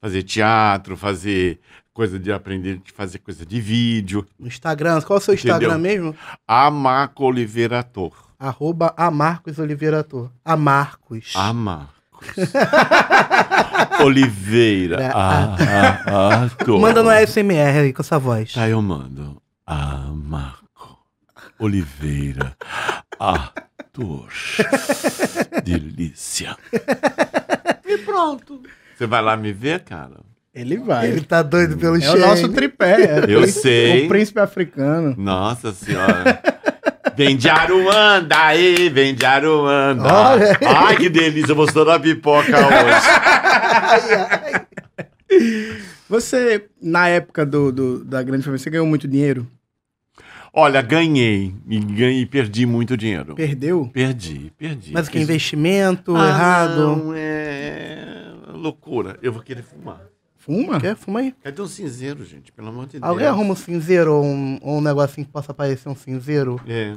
C: Fazer teatro, fazer coisa de aprender, de fazer coisa de vídeo.
A: No Instagram, qual é o seu Instagram mesmo?
C: Amaco Oliveira Ator.
A: Arroba Amarcos Oliveira Ator. Amarcos.
C: Amarcos. Oliveira Ah, a- a- Ator.
A: Manda no ASMR aí com essa voz.
C: Tá, eu mando. Amarco Oliveira Ator. Delícia.
A: E pronto.
C: Você vai lá me ver, cara?
B: Ele vai.
A: Ele tá doido pelo
B: É o nosso tripé. é o
C: Eu
B: prín-
C: sei.
B: O príncipe africano.
C: Nossa senhora. Vem de Aruanda, aí, vem de Aruanda.
A: Olha.
C: Ai, que delícia, eu vou estourar pipoca hoje.
B: Você, na época do, do- da grande família, você ganhou muito dinheiro?
C: Olha, ganhei e, ganhei, e perdi muito dinheiro.
B: Perdeu?
C: Perdi, perdi.
A: Mas que
C: Isso-
A: investimento
C: Ah,
A: errado.
C: Não, é loucura. Eu vou querer fumar.
B: Fuma?
A: Quer? Fuma aí.
C: Cadê um cinzeiro, gente? Pelo amor de Deus.
A: Alguém arruma um cinzeiro ou um, ou um negocinho que possa parecer um cinzeiro?
C: É.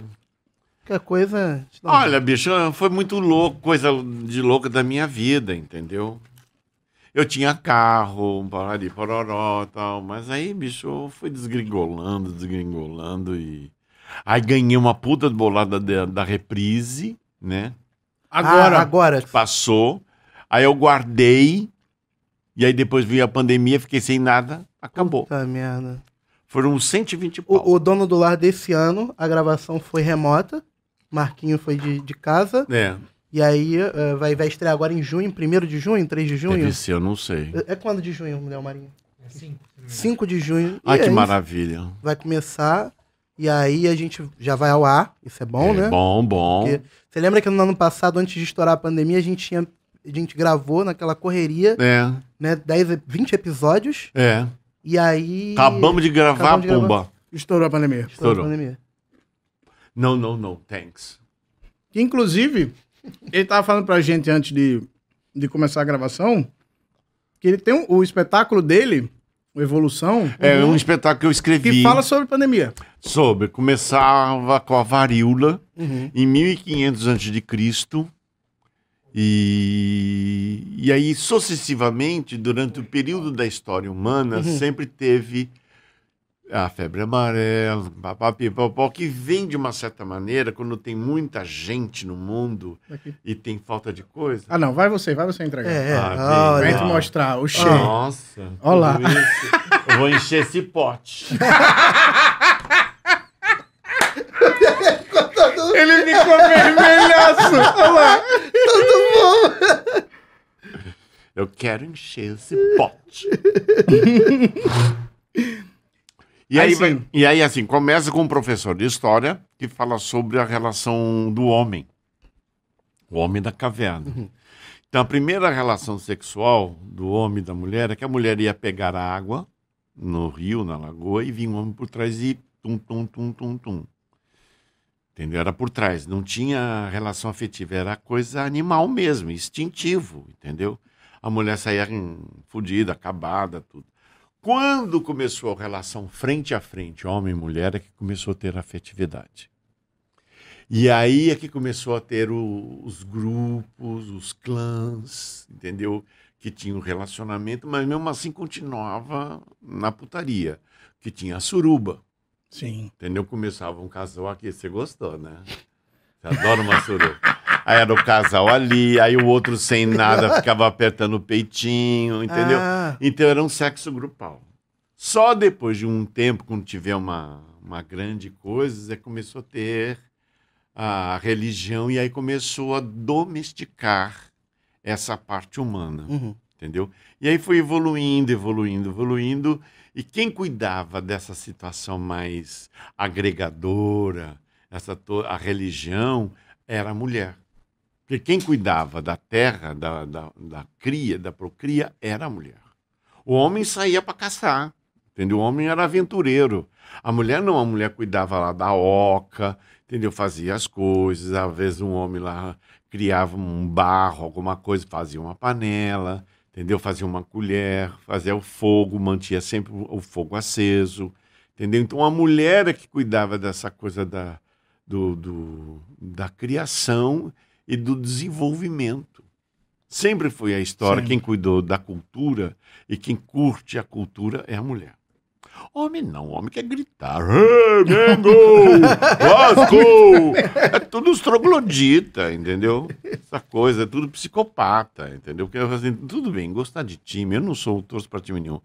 A: Qualquer coisa. te dá um-
C: Olha, bicho, foi muito louco, coisa de louca da minha vida, entendeu? Eu tinha carro, parari, pororó tal, mas aí, bicho, eu fui desgringolando, desgringolando e. Aí ganhei uma puta bolada da, da reprise, né?
A: Ah,
B: Agora.
A: agora.
C: Tipo, Passou, aí eu guardei, e aí depois veio a pandemia, fiquei sem nada, acabou.
A: Puta merda.
C: Foram 120 pau.
A: O, o dono do lar desse ano, a gravação foi remota. Marquinho foi de, de casa.
C: É,
A: E aí eh, vai, vai estrear agora em junho, 1 de junho, 3 de junho.
C: deve ser, eu não sei.
A: É é quando de junho, Léo Marinho? 5 de junho. E é
C: Ai, Ah, que
A: aí
C: maravilha.
A: Vai começar. E aí a gente já vai ao ar. Isso é bom,
C: É,
A: né?
C: Bom, bom.
A: Porque Você lembra que no ano passado, antes de estourar a pandemia, a gente tinha. A gente gravou naquela correria,
C: É,
A: né? 10, e- 20 episódios.
C: é.
A: E aí.
C: Acabamos de gravar,
A: Acabamos de gravar.
C: Pumba.
B: Estourou a pandemia.
A: Estourou
C: Estourou.
A: a pandemia.
C: Não, não, não. Thanks.
B: Que, inclusive, ele tava falando pra gente antes de, de começar a gravação que ele tem um- o espetáculo dele, o Evolução,
C: É
A: Uhum.
C: um espetáculo que eu escrevi
B: que fala sobre pandemia.
C: sobre. Começava com a varíola
A: Uhum.
C: em 1500 a.C. E, e aí, sucessivamente, durante o período da história humana, sempre teve a febre amarela, papapipopó, que vem de uma certa maneira, quando tem muita gente no mundo
B: Aqui.
C: e tem falta de coisa.
B: Ah, não, vai você, vai você entregar.
A: É,
C: Ah,
A: ah,
C: bem,
B: Vai
A: olha.
B: te mostrar o cheiro.
C: Nossa. tudo
B: Olá.
C: isso. Eu vou encher esse pote.
B: Ele ficou vermelhaço. Olha lá.
C: Eu quero encher esse pote. E
B: Aí
C: aí,
B: sim.
C: vai- e aí, assim, começa com um professor de história que fala sobre a relação do homem. O homem da caverna. Então, a primeira relação sexual do homem e da mulher é que a mulher ia pegar a água no rio, na lagoa, e vinha o homem por trás e tum, tum, tum, tum, tum. Entendeu? Era por trás. Não tinha relação afetiva. Era coisa animal mesmo, instintivo, entendeu? A mulher saía hum, fudida, acabada, tudo. Quando começou a relação frente a frente, homem e mulher, é que começou a ter afetividade. E aí é que começou a ter o- os grupos, os clãs, entendeu? Que tinham relacionamento, mas mesmo assim continuava na putaria. Que tinha a suruba,
B: Sim.
C: entendeu? Começava um casal aqui, você gostou, né? Você adora uma suruba. Aí era o casal ali, aí o outro sem nada ficava apertando o peitinho, entendeu?
A: Ah,
C: Então era um sexo grupal. Só depois de um tempo, quando tiver uma, uma grande coisa, é que começou a ter a religião e aí começou a domesticar essa parte humana,
A: uhum.
C: entendeu? E aí foi evoluindo, evoluindo, evoluindo. E quem cuidava dessa situação mais agregadora, essa to- a religião, era a mulher. Porque quem cuidava da terra, da, da, da cria, da procria, era a mulher. O homem saía para caçar, entendeu? O homem era aventureiro. A mulher não, a mulher cuidava lá da oca, entendeu? Fazia as coisas, às vezes um homem lá criava um barro, alguma coisa, fazia uma panela, entendeu? Fazia uma colher, fazia o fogo, mantinha sempre o o fogo aceso, entendeu? Então a mulher é que cuidava dessa coisa da, do, do- da criação e do desenvolvimento. Sempre foi a história,
B: Sim.
C: quem cuidou da cultura e quem curte a cultura é a mulher. Homem não, homem quer gritar. "Ê, Mengo! Vasco! É tudo os troglodita, entendeu? Essa coisa, é tudo psicopata, entendeu? Porque eu falo assim, tudo bem, gostar de time, eu não sou torço para time nenhum.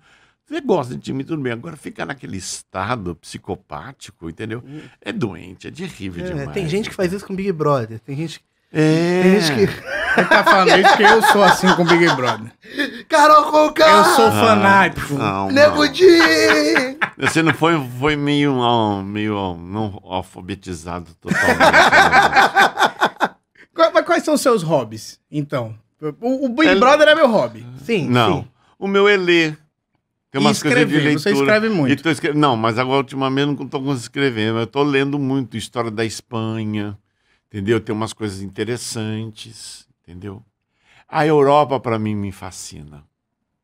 C: Você gosta de time, tudo bem. Agora ficar naquele estado psicopático, entendeu? É doente, é terrível
A: É,
C: demais.
A: tem gente que faz isso com Big Brother. Tem gente,
C: É.
A: tem gente
B: Ele tá falando isso que eu sou assim com o Big Brother.
A: que. Carol Conká!
B: Eu sou fanático.
C: Ah, Não,
A: Nego
C: um não.
A: Di!
C: Você não foi, foi meio, ó, meio ó, não alfabetizado totalmente. né?
B: Qu- Mas quais são os seus hobbies, então? O, o Big
C: Ele-
B: Brother é meu hobby.
A: Sim,
C: Não.
A: sim.
C: O meu é ler. Tem
B: E
C: umas coisas de
B: escrever,
C: leitura.
B: você escreve muito.
C: E tô escre- Não, mas agora ultimamente eu não estou conseguindo escrever. mas Eu estou lendo muito história da Espanha, entendeu? Tem umas coisas interessantes, entendeu? A Europa, para mim, me fascina.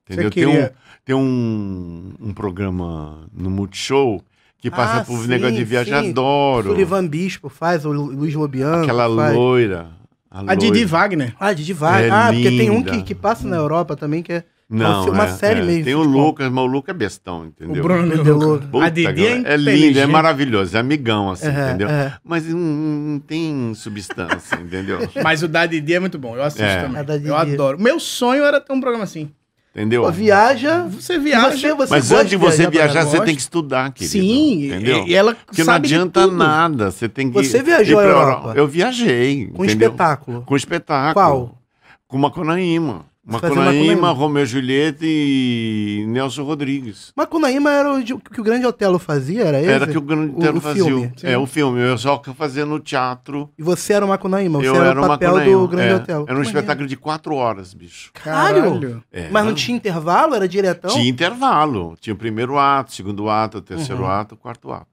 C: Entendeu? Tem, um,
B: queria-
C: tem um, um programa no Multishow que passa
A: Ah,
C: por
A: sim,
C: negócio de viagem.
A: sim.
C: Adoro.
A: Sullivan Bispo faz, o Lu- Luiz Lobiano.
C: Aquela
A: faz.
C: loira. um
B: A Didi Wagner.
A: Ah, de Vai.
C: É
A: ah, porque tem um
C: linda.
A: que, que passa na Europa também, que é.
C: Não,
A: Nossa, uma
C: é,
A: série
C: é.
A: mesmo,
C: Tem o
A: futebol.
C: Lucas, mas o Lucas é bestão, entendeu?
B: tipo. O Bruno
A: Meu
B: Deluca.
A: Deus.
B: A Didi é,
C: galera, é lindo, é
B: inteligente.
C: maravilhoso, é amigão, assim,
A: é,
C: entendeu?
A: é.
C: Mas não, não tem substância, entendeu?
B: Mas o da Didi é muito bom, eu assisto
C: É.
B: também.
A: A da Didi.
B: Eu adoro. Meu sonho era ter um programa assim.
C: Entendeu?
A: Pô, viaja.
B: Você
A: Você, é
B: viaja.
A: você
C: Mas
A: gosta
C: antes de você
A: pra
C: viajar,
A: caramba.
C: você
B: gosto.
C: tem que estudar, querido.
B: Sim, e-
C: entendeu?
B: e ela
C: Porque não
B: sabe de
C: adianta
B: tudo.
C: nada, você tem que...
A: Você viajou
C: ir pra
A: à Europa?
C: Eu viajei,
A: Com Um
C: entendeu?
A: espetáculo.
C: Com espetáculo.
A: Qual?
C: Com Macunaíma.
A: fazia
C: Macunaíma,
A: Macunaíma?
C: Romeu e Julieta e Nelson Rodrigues.
A: Macunaíma era o de- o que o grande Otelo fazia, era esse?
C: Era que o Grande
A: O-
C: Teatro
A: o
C: Brasil.
A: filme,
C: É, o filme. Eu só que eu fazia no teatro.
A: E você era o Macunaíma, Então você
C: eu
A: era,
C: era
A: o
C: uma
A: papel do grande
C: é,
A: Otelo.
C: Era um
A: Que maneiro.
C: espetáculo de quatro horas, bicho.
A: Caralho.
C: É,
A: Mas não tinha intervalo? Era diretão?
C: Tinha intervalo. Tinha o primeiro ato, segundo ato, terceiro
A: Uhum.
C: ato, quarto ato.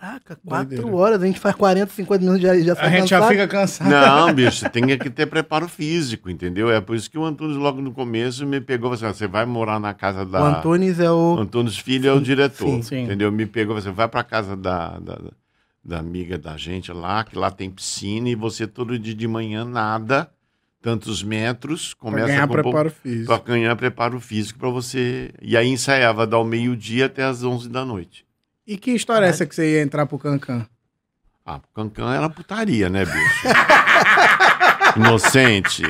A: Caraca, quatro
B: Doideira.
A: horas, a gente faz 40, 50 minutos, já, já
B: A
A: sai
B: gente já
A: cansado.
B: fica cansado.
C: Não, bicho, tem que ter preparo físico, entendeu? É por isso que o Antunes, logo no começo, me pegou e falou assim: você vai morar na casa
A: O
C: da.
A: Antunes é
C: O
A: o...
C: Antônio Filho é o diretor,
A: sim,
B: sim.
C: entendeu? Me pegou e falou assim, vai pra casa da, da, da amiga da gente lá, que lá tem piscina, e você todo dia de manhã nada, tantos metros,
B: Pra
C: começa
B: ganhar
C: com um pouco-
B: preparo físico.
C: pra ganhar preparo físico pra você... E aí ensaiava, dá o meio-dia até as 11 da noite.
B: E que história é essa que você ia entrar pro Cancan?
C: Ah, o Cancan era putaria, né, bicho? Inocente.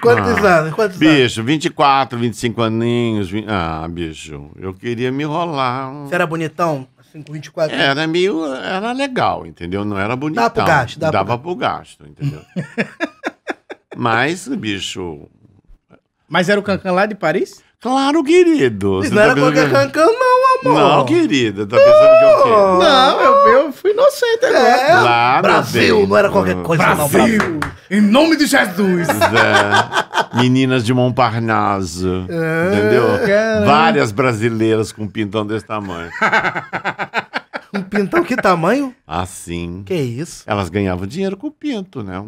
A: Quantos
C: Ah,
A: anos? Quantos anos?
C: Bicho, 24, 25 aninhos. vin- Ah, bicho, eu queria me rolar.
A: Você era bonitão? Assim, com 24 anos?
C: Era meio. Era legal, entendeu? Não era bonitão.
A: pro gasto, dá pro
C: Dava pro gasto, entendeu? Mas, bicho.
B: Mas era o Cancan lá de Paris?
C: Claro, querido.
A: Isso
C: Você
A: não
C: tá
A: era
C: pensando
A: qualquer
C: que-
A: cancão, não, amor.
C: Não, querida. Tá pensando que eu quero.
B: Não, eu, eu fui inocente agora.
A: É,
C: Claro,
A: Brasil,
C: bem.
A: não era qualquer coisa, não.
B: Brasil! Em nome de Jesus!
C: É. Meninas de Montparnasse.
B: É,
C: entendeu?
B: caramba.
C: Várias brasileiras com um pintão desse tamanho.
A: Um pintão que tamanho?
C: Assim.
A: Que isso?
C: Elas ganhavam dinheiro com o pinto, né?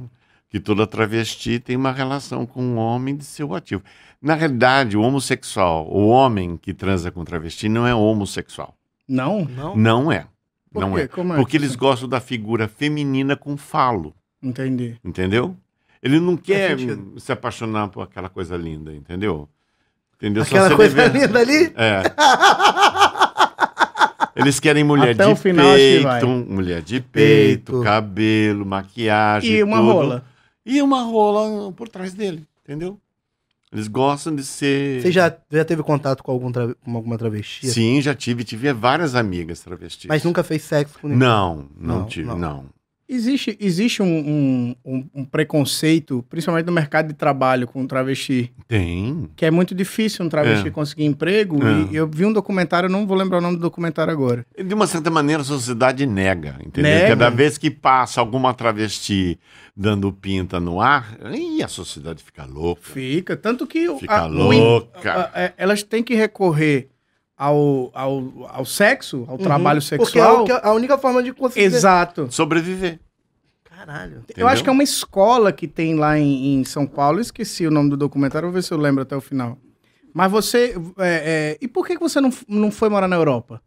C: Que toda travesti tem uma relação com o homem de seu ativo. Na realidade, o homossexual, o homem que transa com travesti, não é homossexual.
B: Não?
A: Não?
C: Não é.
B: Por
C: não
B: quê?
C: é.
B: Como é?
C: Porque eles gostam da figura feminina com falo.
B: Entendi.
C: Entendeu? Ele não quer
A: sentido.
C: se apaixonar por aquela coisa linda, entendeu? Entendeu? Só
A: Aquela
C: você
A: coisa
C: deve-
A: linda ali?
C: É. Eles querem mulher
B: Até
C: de
B: o final, acho que vai.
C: peito, mulher de peito,
A: Peito.
C: cabelo, maquiagem.
B: E uma
C: tudo.
B: rola.
C: E uma rola por trás dele, entendeu? Eles gostam de ser.
A: Você já, já teve contato com, algum tra- com alguma travesti?
C: Sim, já tive. Tive várias amigas travestis.
A: Mas nunca fez sexo com ninguém?
C: Não, não,
A: Não,
C: tive,
A: não.
C: não.
B: Existe, existe um, um- um- um preconceito, principalmente no mercado de trabalho com travesti,
C: Tem.
B: que é muito difícil um travesti
C: É.
B: conseguir emprego.
C: É.
B: E eu vi um documentário, eu não vou lembrar o nome do documentário agora.
C: De uma certa maneira, a sociedade nega, entendeu?
B: Nega.
C: Cada vez que passa alguma travesti dando pinta no ar, aí a sociedade fica louca.
B: Fica, tanto que o-
C: Fica
B: a- o in-
C: louca.
B: a- é, elas têm que recorrer ao, ao, ao sexo, ao
A: Uhum.
B: trabalho
A: Porque é
B: sexual.
A: o que- a única forma de conseguir...
B: Exato.
C: Sobreviver.
A: Caralho.
B: Eu
C: entendeu?
B: acho que é uma escola que tem lá em, em São Paulo. Eu Esqueci o nome do documentário, vou ver se eu lembro até o final. Mas você. é, é, e por que que você não, f- não foi morar na Europa?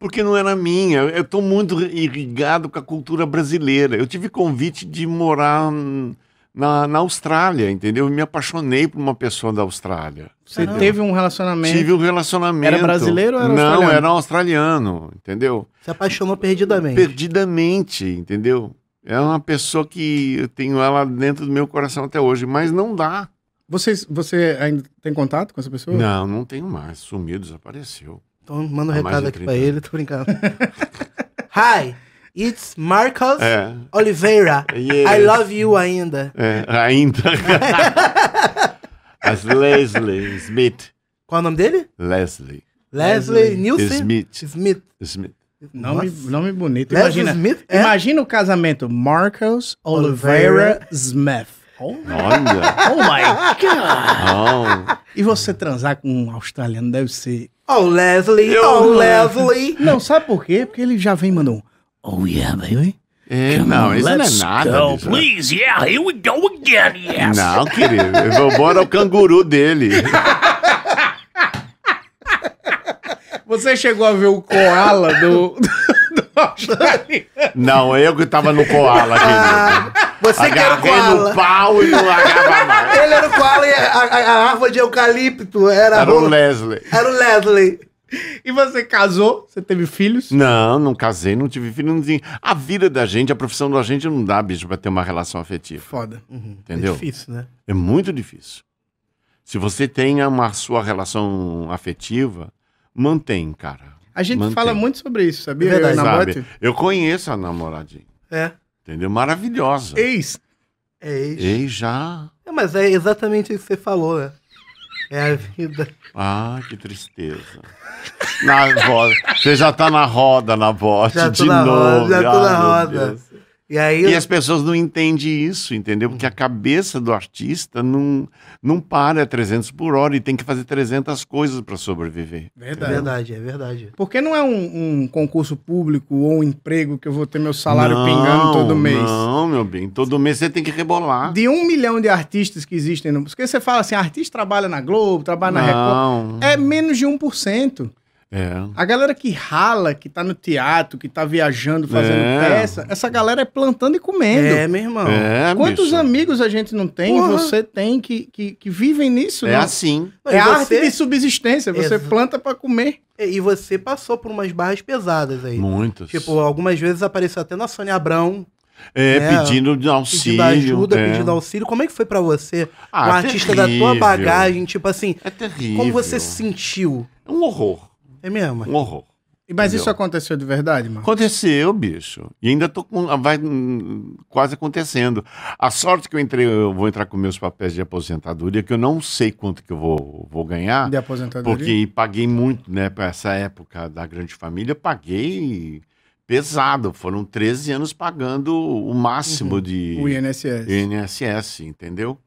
C: Porque não era minha. Eu estou muito irrigado com a cultura brasileira. Eu tive convite de morar hum, na, na Austrália, entendeu? Eu me apaixonei por uma pessoa da Austrália.
B: Você
C: entendeu?
B: teve um relacionamento.
C: Tive um relacionamento.
B: Era brasileiro ou era
C: Não,
B: australiano?
C: era um australiano, entendeu?
A: Se apaixonou perdidamente.
C: Perdidamente, entendeu? É uma pessoa que eu tenho ela dentro do meu coração até hoje, mas não dá.
B: Vocês, você ainda tem contato com essa pessoa?
C: Não, não tenho mais. Sumiu, desapareceu.
A: Então manda um
C: Há mais
A: recado
C: de
A: aqui
C: 30
A: pra ele, tô brincando. Hi, it's Marcos
C: É.
A: Oliveira.
C: Yeah.
A: I love you ainda.
C: É, ainda. As Leslie Smith.
A: Qual é o nome dele?
C: Leslie
A: Leslie Nielsen
C: Smith.
A: Smith.
C: Smith.
B: Nome,
A: Nossa.
B: nome bonito.
A: Leslie
B: Imagina,
A: Smith é-
B: imagina o casamento. Marcos
A: Oliveira
B: Oliveira Smith. Oh,
C: Olha.
B: oh my God!
C: Não.
B: E você transar com um australiano deve ser.
A: Oh, Leslie. Oh, Leslie.
B: Não, sabe por quê? Porque ele já vem e mandou um. Oh yeah, baby.
C: É,
B: Come
C: não,
B: on,
C: isso não é
B: let's
C: nada.
B: go,
C: bicho.
D: Please, yeah, here we go again, yes.
C: Não, querido. Eu vou embora o canguru dele.
B: Você chegou a ver o koala do, do australiano?
C: Não, é eu que tava no koala, querido.
A: Você que era o
C: Agarrei no
A: koala.
C: pau e não agarrava mais.
A: Ele era o koala e a, a- a árvore de eucalipto era,
C: Era o
A: o,
C: Leslie.
A: era o Leslie.
B: E você casou? Você teve filhos?
C: Não, não casei, não tive filho, não tinha. A vida da gente, a profissão da gente não dá, bicho, pra ter uma relação afetiva.
B: Foda.
C: Entendeu?
A: É difícil, né?
C: É muito difícil. Se você tem uma sua relação afetiva, mantém, cara.
B: A gente
C: Mantém.
B: fala muito sobre isso,
A: É
B: sabia?
A: verdade.
B: Eu e a
C: Sabe?
B: Nabote?
C: Eu conheço a namoradinha,
A: É.
C: entendeu? Maravilhosa.
B: Ex.
A: É isso.
C: Ei, já.
A: É, mas é exatamente isso que você falou, né? É a vida.
C: Ah, que tristeza. Na roda. Você já tá na roda, na bote,
A: Já tô
C: de
A: na roda,
C: novo.
A: já tô
C: Ah,
A: na
C: meu
A: roda.
C: Deus.
A: E aí.
C: E é as pessoas não entendem isso, entendeu? Porque a cabeça do artista não, não para a 300 por hora e tem que fazer 300 coisas para sobreviver.
A: É
B: Verdade.
A: verdade, é verdade.
B: Porque não é um, um concurso público ou um emprego que eu vou ter meu salário
C: Não,
B: pingando todo mês.
C: Não, meu bem. Todo mês você tem que rebolar.
B: De um milhão de artistas que existem no. Porque você fala assim, artista trabalha na Globo, trabalha na Record.
C: não.
B: É menos de 1%.
C: É.
B: A galera que rala, que tá no teatro, que tá viajando, fazendo
C: É.
B: peça, essa galera é plantando e comendo.
A: É, meu irmão.
C: É,
B: Quantos
C: bicho.
B: amigos a gente não tem,
A: Porra.
B: você tem, que, que, que vivem nisso,
C: É
B: né?
C: assim.
A: Não,
B: É
A: e,
B: arte
A: você,
B: de subsistência, você
A: Exa-
B: planta pra comer.
A: e você passou por umas barras pesadas aí.
C: Muitos.
A: Tipo, algumas vezes apareceu até na Sônia Abrão,
C: é,
A: né,
C: pedindo de auxílio.
A: pedindo ajuda,
C: é.
A: pedindo auxílio. Como é que foi pra você?
C: Ah,
A: um artista da tua
C: terrível.
A: bagagem, tipo assim,
C: É terrível.
A: como você se sentiu?
C: É um horror.
A: É mesmo?
C: Um horror.
B: Mas
C: Entendeu?
B: isso aconteceu de verdade, mano?
C: Aconteceu, bicho. E ainda tô com. Vai hum, quase acontecendo. A sorte que eu entrei, eu vou entrar com meus papéis de aposentadoria, que eu não sei quanto que eu vou, vou ganhar.
B: De aposentadoria?
C: Porque paguei muito, né? Para essa época da grande família, paguei pesado. Foram 13 anos pagando o máximo de
B: Uhum. O INSS.
C: INSS, entendeu?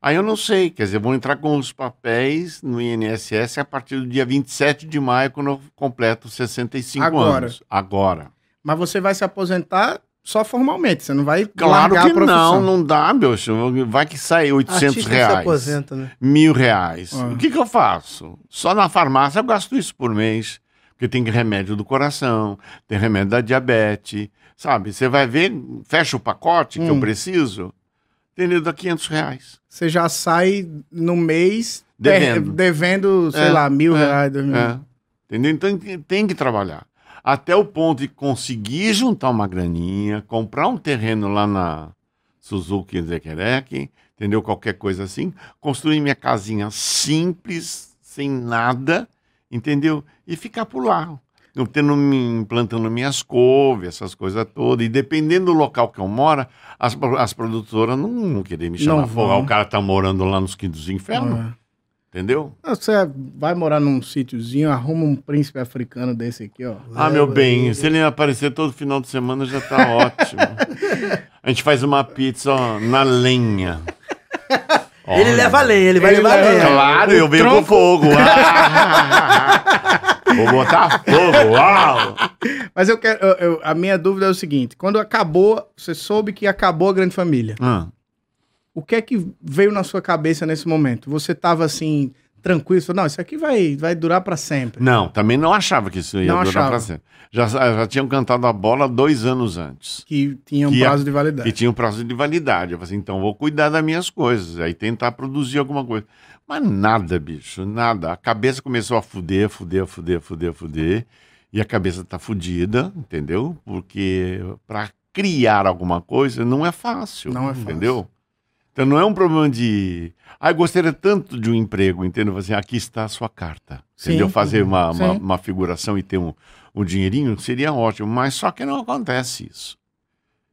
C: Aí eu não sei, quer dizer, vou entrar com os papéis no INSS a partir do dia 27 de maio, quando eu completo 65
B: Agora.
C: anos. Agora.
B: Mas você vai se aposentar só formalmente, você não vai
C: Claro
B: largar
C: que
B: a profissão.
C: não, não dá, meu senhor. Vai que sai 800
A: Artista se
C: reais.
A: aposenta, né?
C: mil reais.
B: Ah.
C: O que, que eu faço? Só na farmácia eu gasto isso por mês. Porque tem remédio do coração, tem remédio da diabetes, sabe? Você vai ver, fecha o pacote que eu
B: Hum.
C: preciso, entendeu? Dá 500 reais.
B: Você já sai no mês
C: Devendo.
B: ter- devendo, sei
C: É,
B: lá, mil
C: é,
B: reais, dois mil.
C: É. Entendeu? Então tem- tem que trabalhar. Até o ponto de conseguir juntar uma graninha, comprar um terreno lá na Suzuki Zequerec, entendeu? Qualquer coisa assim. Construir minha casinha simples, sem nada, entendeu? E ficar por lá. Eu tendo, mi- plantando minhas couves, essas coisas todas. E dependendo do local que eu moro, as, pro- as produtoras não, não querem me
B: Não
C: chamar. Pô,
B: vão.
C: o cara tá morando lá nos quintos do
B: Ah.
C: inferno, entendeu?
B: Ah, Você vai morar num sítiozinho, arruma um príncipe africano desse aqui, ó.
C: Ah, meu bem, se ele aparecer todo final de semana já tá ótimo. A gente faz uma pizza ó, na lenha.
A: Ele leva a lenha, ele vai
B: Ele
A: levar a
B: leva-
A: lenha.
C: Claro, eu venho com fogo. Ah! vou botar fogo. Uau!
B: Mas eu quero. eu- eu- a minha dúvida é o seguinte: quando acabou, você soube que acabou a grande família.
C: Ah,
B: O que é que veio na sua cabeça nesse momento? Você tava assim, tranquilo, você falou, não, isso aqui vai, vai durar pra sempre.
C: Não, também não achava que isso ia
B: Não
C: durar
B: achava.
C: pra sempre. Já, já tinham cantado a bola dois anos antes.
B: Que tinha um
C: Que a-
B: prazo de validade.
C: E tinha um prazo de validade. Eu falei assim, então vou cuidar das minhas coisas, aí tentar produzir alguma coisa. Mas nada, bicho, nada. A cabeça começou a fuder, fuder, fuder, fuder, fuder. E a cabeça tá fudida, entendeu? Porque para criar alguma coisa não é fácil.
B: Não é fácil.
C: Entendeu? Então não é um problema de. Ah, eu gostaria tanto de um emprego, entendeu? Assim, aqui está a sua carta.
B: Sim.
C: Entendeu? Fazer
A: Uhum.
C: uma, uma,
B: Sim.
C: uma figuração e ter um, um dinheirinho seria ótimo, mas só que não acontece isso.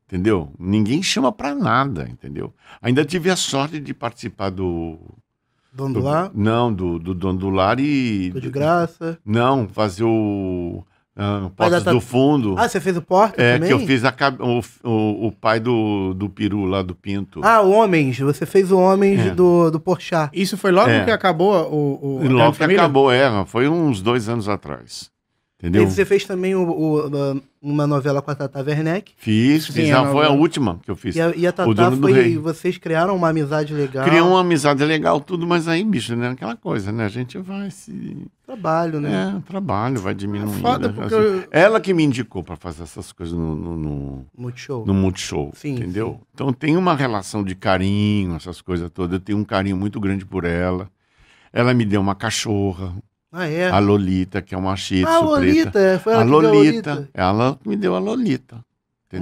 C: Entendeu? Ninguém chama pra nada, entendeu? Ainda tive a sorte de participar do.
A: Dono
C: do
A: do lar,
C: Não, do, do Dono do Lar e.
A: tô de graça.
C: Não, fazer o.
A: Vai
C: ah,
A: dar
C: Portas
A: ta-
C: do Fundo.
A: Ah, você fez o Porta
C: é,
A: também?
C: que eu fiz a cab- o, o, o pai do, do Peru lá, do Pinto.
A: Ah, Homens. Você fez o Homens
C: É.
A: do, do Porchat.
B: Isso foi logo
C: É.
B: que acabou o. o a
C: E
B: grande
C: Logo que
B: família?
C: acabou, é, foi uns dois anos atrás.
A: E
C: Entendeu?
A: você fez também o- o- uma novela com a Tata Werneck.
C: Fiz,
B: Sim,
C: fiz.
B: é
C: ah,
B: uma
C: foi a
B: boa.
C: última que eu fiz.
A: E a, e a
C: O
A: Tatá
C: Dono do
A: foi.
C: Rei.
A: Vocês criaram uma amizade legal.
C: Criou uma amizade legal, tudo, mas aí, bicho, né? Aquela coisa, né? A gente vai se.
A: Trabalho, né?
C: É, trabalho, vai
A: É
C: diminuindo.
B: Foda,
C: né?
B: porque
C: Assim,
B: eu-
C: Ela que me indicou pra fazer essas coisas no, no, no,
A: Muito show.
C: no Multishow,
A: Sim,
C: entendeu? Então tem uma relação de carinho, essas coisas todas. Eu tenho um carinho muito grande por ela. Ela me deu uma cachorra,
A: Ah, é.
C: a Lolita, que é uma shih
A: Ah, a
C: tzu preta.
A: Lolita. é, Foi ela
C: A
A: que deu a
C: Lolita, ela me deu a Lolita,
A: Uma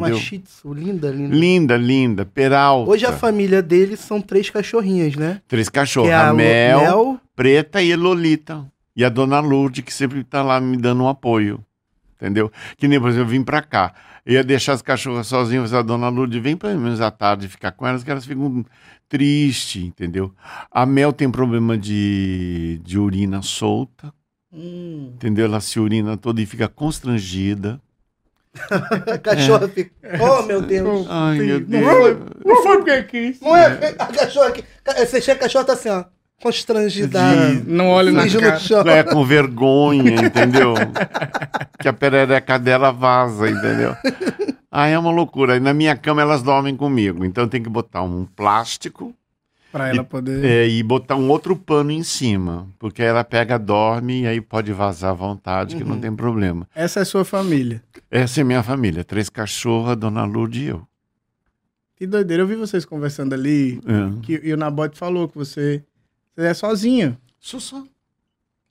C: entendeu?
A: shih tzu, linda, linda.
C: Linda, linda, Peralta.
A: Hoje a família deles são três cachorrinhas, né?
C: Três
A: Que
C: cachorros,
A: é
C: a,
A: a Lo-
C: Mel,
A: Mel,
C: Preta e Lolita. E a dona Lourdes, que sempre tá lá me dando um apoio. Entendeu? Que nem, por exemplo, eu vim pra cá. Eu ia deixar as cachorras sozinhas, mas a dona Lourdes vem pelo menos à tarde ficar com elas, que elas ficam tristes, entendeu? A Mel tem problema de, de urina solta,
B: Hum.
C: entendeu? Ela se urina toda e fica constrangida.
A: a
C: É.
A: cachorra fica. Oh, meu Deus.
C: Ai,
B: Sim.
C: meu
B: Não
C: Deus.
B: foi- Não foi porque quis.
A: Não é? A cachorra aqui. Você chega, a cachorra tá assim, ó. Constrangida.
B: É, Não olha na
A: Fingindo
B: cara.
A: no chão.
C: É, com vergonha, entendeu? que a perereca dela vaza, entendeu? Ah, é uma loucura. E na minha cama elas dormem comigo. Então tem que botar um plástico
B: Pra ela poder.
C: É, e botar um outro pano em cima. Porque aí ela pega, dorme e aí pode vazar à vontade, que não tem problema.
B: Essa é sua família.
C: Essa é minha família. Três cachorras, Dona Lourdes e eu.
B: Que doideira. Eu vi vocês conversando ali
C: É.
B: que, e o Nabote falou que você, você é sozinho.
C: Sou só.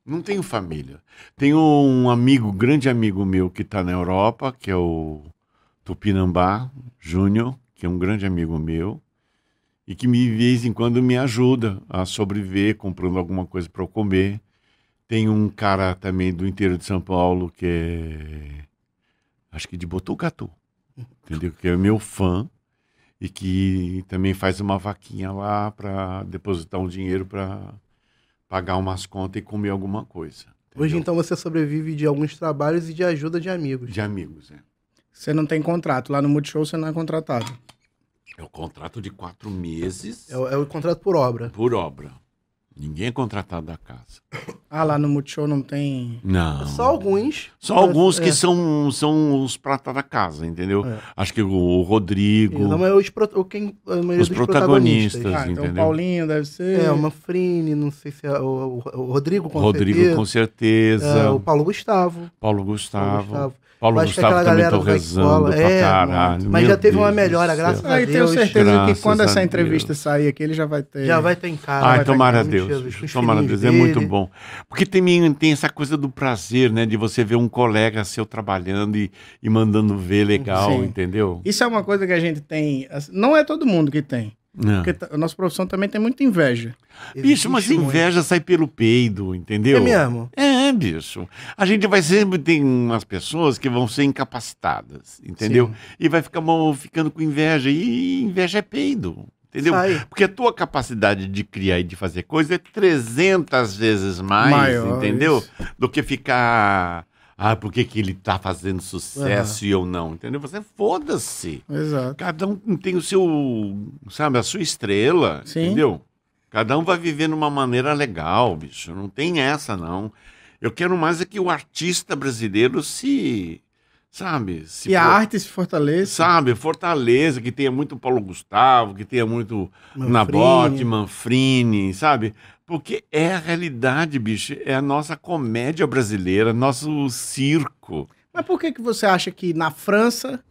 C: Não tenho família. Tenho um amigo, grande amigo meu que está na Europa, que é o Tupinambá Júnior, que é um grande amigo meu, e que me, de vez em quando me ajuda a sobreviver, comprando alguma coisa para eu comer. Tem um cara também do interior de São Paulo que é. Acho que de Botucatu. Entendeu? Que é meu fã e que também faz uma vaquinha lá para depositar um dinheiro para pagar umas contas e comer alguma coisa.
A: Hoje,
C: entendeu?
A: então, você sobrevive de alguns trabalhos e de ajuda de amigos.
C: De amigos, é.
B: Você não tem contrato. Lá no Multishow você não é contratado.
C: É o contrato de quatro meses
A: É, o- é o contrato por obra.
C: por obra. Ninguém é contratado da casa.
B: Ah, lá no Multishow não tem.
C: Não.
A: Só alguns.
C: Só alguns que
A: É.
C: são, são os prata da casa, entendeu?
A: É.
C: Acho que o Rodrigo,
A: Não, mas os, pro- o quem, a maioria
C: Os
A: dos
C: protagonistas.
A: protagonistas.
B: Ah, então
C: entendeu?
B: o Paulinho deve ser.
A: É, o Manfrini, não sei se é o, o- o Rodrigo,
C: o
A: com
C: Rodrigo
A: certeza.
C: com certeza,
A: É, o Paulo Gustavo.
C: Paulo
A: Paulo
C: Gustavo.
A: Gustavo.
C: Paulo
A: Eu acho que
C: Gustavo
A: aquela
C: também
A: galera
C: tô
A: da
C: rezando
A: escola-
C: pra
A: é,
C: caralho.
A: mas
C: Meu
A: já teve uma
C: Deus do
A: melhora,
C: céu.
A: graças
B: Ah,
A: a
B: e tenho
A: Deus.
B: certeza que
C: Graças
B: quando
C: a
B: essa
C: Deus.
B: entrevista sair aqui, ele já vai ter.
A: Já vai estar em casa.
C: É. Ai,
A: vai tá em
C: tomara
A: casa,
C: Deus.
A: Jesus, com os
C: tomara
A: filhinhos
C: Deus. É muito
A: dele.
C: bom. Porque tem, tem essa coisa do prazer, né? De você ver um colega seu trabalhando e, e mandando ver legal,
B: Sim.
C: entendeu?
B: Isso é uma coisa que a gente tem. assim, Não é todo mundo que tem.
C: Não.
B: Porque t- a nossa profissão também tem muita inveja.
A: Existe
C: É. Bicho, mas
A: muito.
C: inveja sai pelo peido, entendeu?
A: É mesmo?
C: É, bicho. A gente vai sempre tem umas pessoas que vão ser incapacitadas, entendeu?
B: Sim.
C: E vai ficar mal- ficando com inveja. E inveja é peido, entendeu?
A: Sai.
C: Porque a tua capacidade de criar e de fazer coisa é 300 vezes mais,
B: Maior,
C: entendeu?
B: isso.
C: Do que ficar. Ah, por que, que ele tá fazendo sucesso e eu não? Entendeu? Você foda-se.
B: Exato.
C: Cada um tem o seu. Sabe, a sua estrela.
B: Sim.
C: Entendeu? Cada um vai viver de uma maneira legal, bicho. Não tem essa, não. Eu quero mais é que o artista brasileiro se. Sabe? Se
B: e a
C: pro-
B: arte é se fortalece.
C: Sabe, Fortaleza, que tenha muito Paulo Gustavo, que tenha muito
A: Manfrini.
C: Nabote, Manfrini, sabe? Porque é a realidade, bicho. É a nossa comédia brasileira, nosso circo.
B: Mas por que, que você acha que na França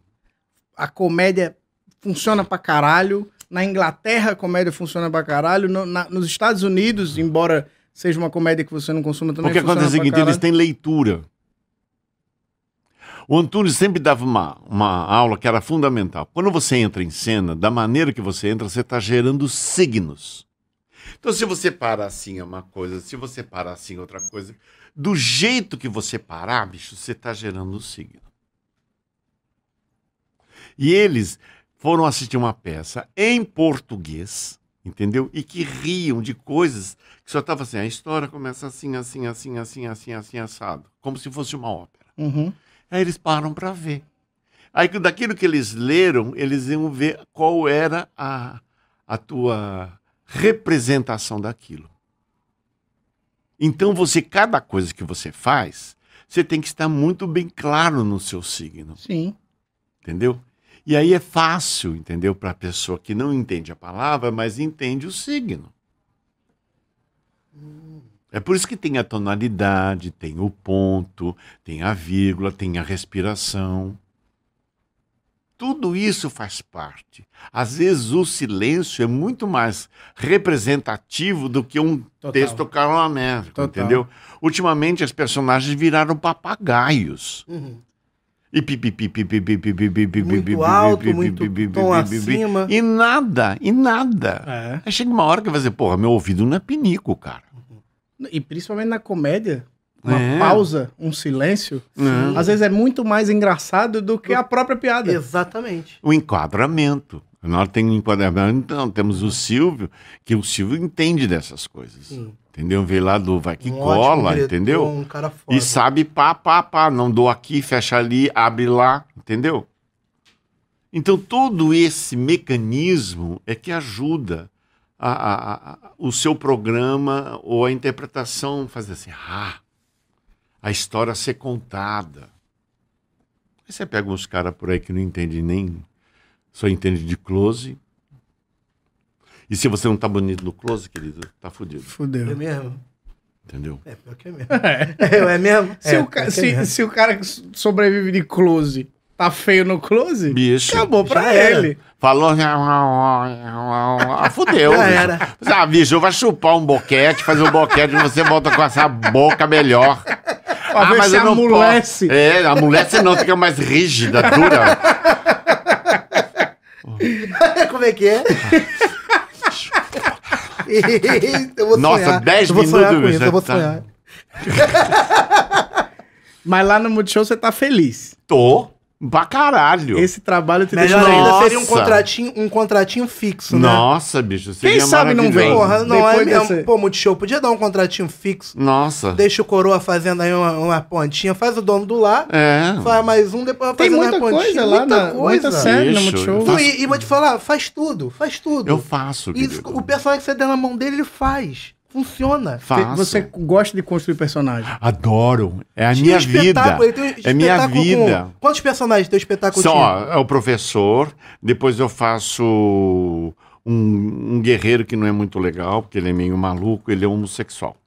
B: a comédia funciona pra caralho? Na Inglaterra a comédia funciona pra caralho? no- na- nos Estados Unidos, embora seja uma comédia que você não consuma também
C: Porque
B: funciona
C: acontece o
B: pra
C: seguinte,
B: caralho?
C: eles têm leitura. O Antunes sempre dava uma, uma aula que era fundamental. Quando você entra em cena, da maneira que você entra, você está gerando signos. Então, se você para assim é uma coisa, se você para assim é outra coisa, do jeito que você parar, bicho, você está gerando um signo. E eles foram assistir uma peça em português, entendeu? E que riam de coisas que só estava assim, a história começa assim, assim, assim, assim, assim, assim, assado. Como se fosse uma ópera.
B: Uhum.
C: Aí eles param para ver. Aí que daquilo que eles leram, eles iam ver qual era a, a tua representação daquilo. Então você, cada coisa que você faz, você tem que estar muito bem claro no seu signo
B: Sim.
C: entendeu? E aí é fácil, entendeu? Para a pessoa que não entende a palavra, mas entende o signo. É por isso que tem a tonalidade, tem o ponto, tem a vírgula, tem a respiração. Tudo isso faz parte. Às vezes o silêncio é muito mais representativo do que um
B: Total.
C: texto calamérico,
B: Total.
C: entendeu? Ultimamente as personagens viraram papagaios.
A: Uhum.
C: E pipi, pipi, pipi, pipi, pipi, pipi, pipi,
A: Muito alto,
C: pipi,
A: muito
C: pipi,
A: tom
C: pipi, pipi.
A: acima.
C: E nada, e nada.
B: É.
C: Aí chega uma hora que vai dizer, porra, meu ouvido não é pinico, cara.
B: E principalmente na comédia, uma
C: É. Hum.
B: pausa, um silêncio,
C: Não.
B: às vezes é muito mais engraçado do que a própria piada.
A: Exatamente.
C: O enquadramento. Na hora que tem um enquadramento, então temos o Silvio, que o Silvio entende dessas coisas.
A: Sim.
C: Entendeu? Veio lá do vai que
A: Um ótimo
C: cola,
A: diretor,
C: entendeu?
A: Um cara foda.
C: E sabe pá, pá, pá, não dou aqui, fecha ali, abre lá, entendeu? Então todo esse mecanismo é que ajuda a- a- a- a- o seu programa ou a interpretação fazer assim, ah, a história ser contada. Aí você pega uns caras por aí que não entende nem, só entende de close, E se você não tá bonito no close, querido, tá fudido.
A: É
B: Fudeu.
A: mesmo?
C: Entendeu?
A: É, pior que é mesmo. É, é mesmo?
B: Se,
A: é,
B: o ca-
A: pior que é
B: se-
A: mesmo.
B: se o cara que so- sobrevive de close tá feio no close,
C: Bicho.
B: acabou pra
A: já era.
B: ele.
C: Falou. Ah, fudeu.
A: Já
C: bicho.
A: era.
C: Ah, bicho, vai chupar um boquete, fazer um boquete, você volta com essa boca melhor. Ah,
B: Pra ver se amolece.
C: posso. É, amolece não, fica mais rígida, dura.
A: Como é que é? Eita, eu vou
C: Nossa,
A: sonhar.
C: 10
A: eu vou sonhar
C: minutos,
A: com isso,
C: já
A: eu vou
C: tá.
A: sonhar.
B: Mas lá no Multishow você tá feliz.
C: Tô pra caralho.
B: Esse trabalho te
A: Melhor
B: deixa
C: Nossa.
A: ainda seria um contratinho, um contratinho fixo, né?
C: Nossa, bicho, seria
B: Quem sabe não vem?
C: maravilhoso.
A: Porra, não é
B: Depois
A: mesmo.
B: desse-
A: Pô, Multishow, podia dar um contratinho fixo.
C: Nossa.
A: Deixa o Coroa fazendo aí uma, uma pontinha, faz o dono do lar,
C: É.
A: faz mais um, depois vai
B: Tem
A: fazendo
B: muita
A: uma pontinha.
B: coisa lá,
A: muita
B: na, muita série no
C: Bicho,
B: Multishow.
A: Tu, e, e vou te falar, faz tudo, faz tudo.
C: Eu faço,
A: E
C: querido.
A: o personagem que você der na mão dele, ele faz. Funciona.
C: Faço.
B: Você gosta de construir personagem.
C: Adoro. É a
A: Tinha
C: minha
A: um espetáculo,
C: vida.
A: ele tem um
C: É minha
A: espetáculo com-
C: vida.
A: Quantos personagens teu espetáculo
C: São,
A: tinha?
C: ó, é o professor, depois eu faço um, um guerreiro que não é muito legal, porque ele é meio maluco, ele é homossexual.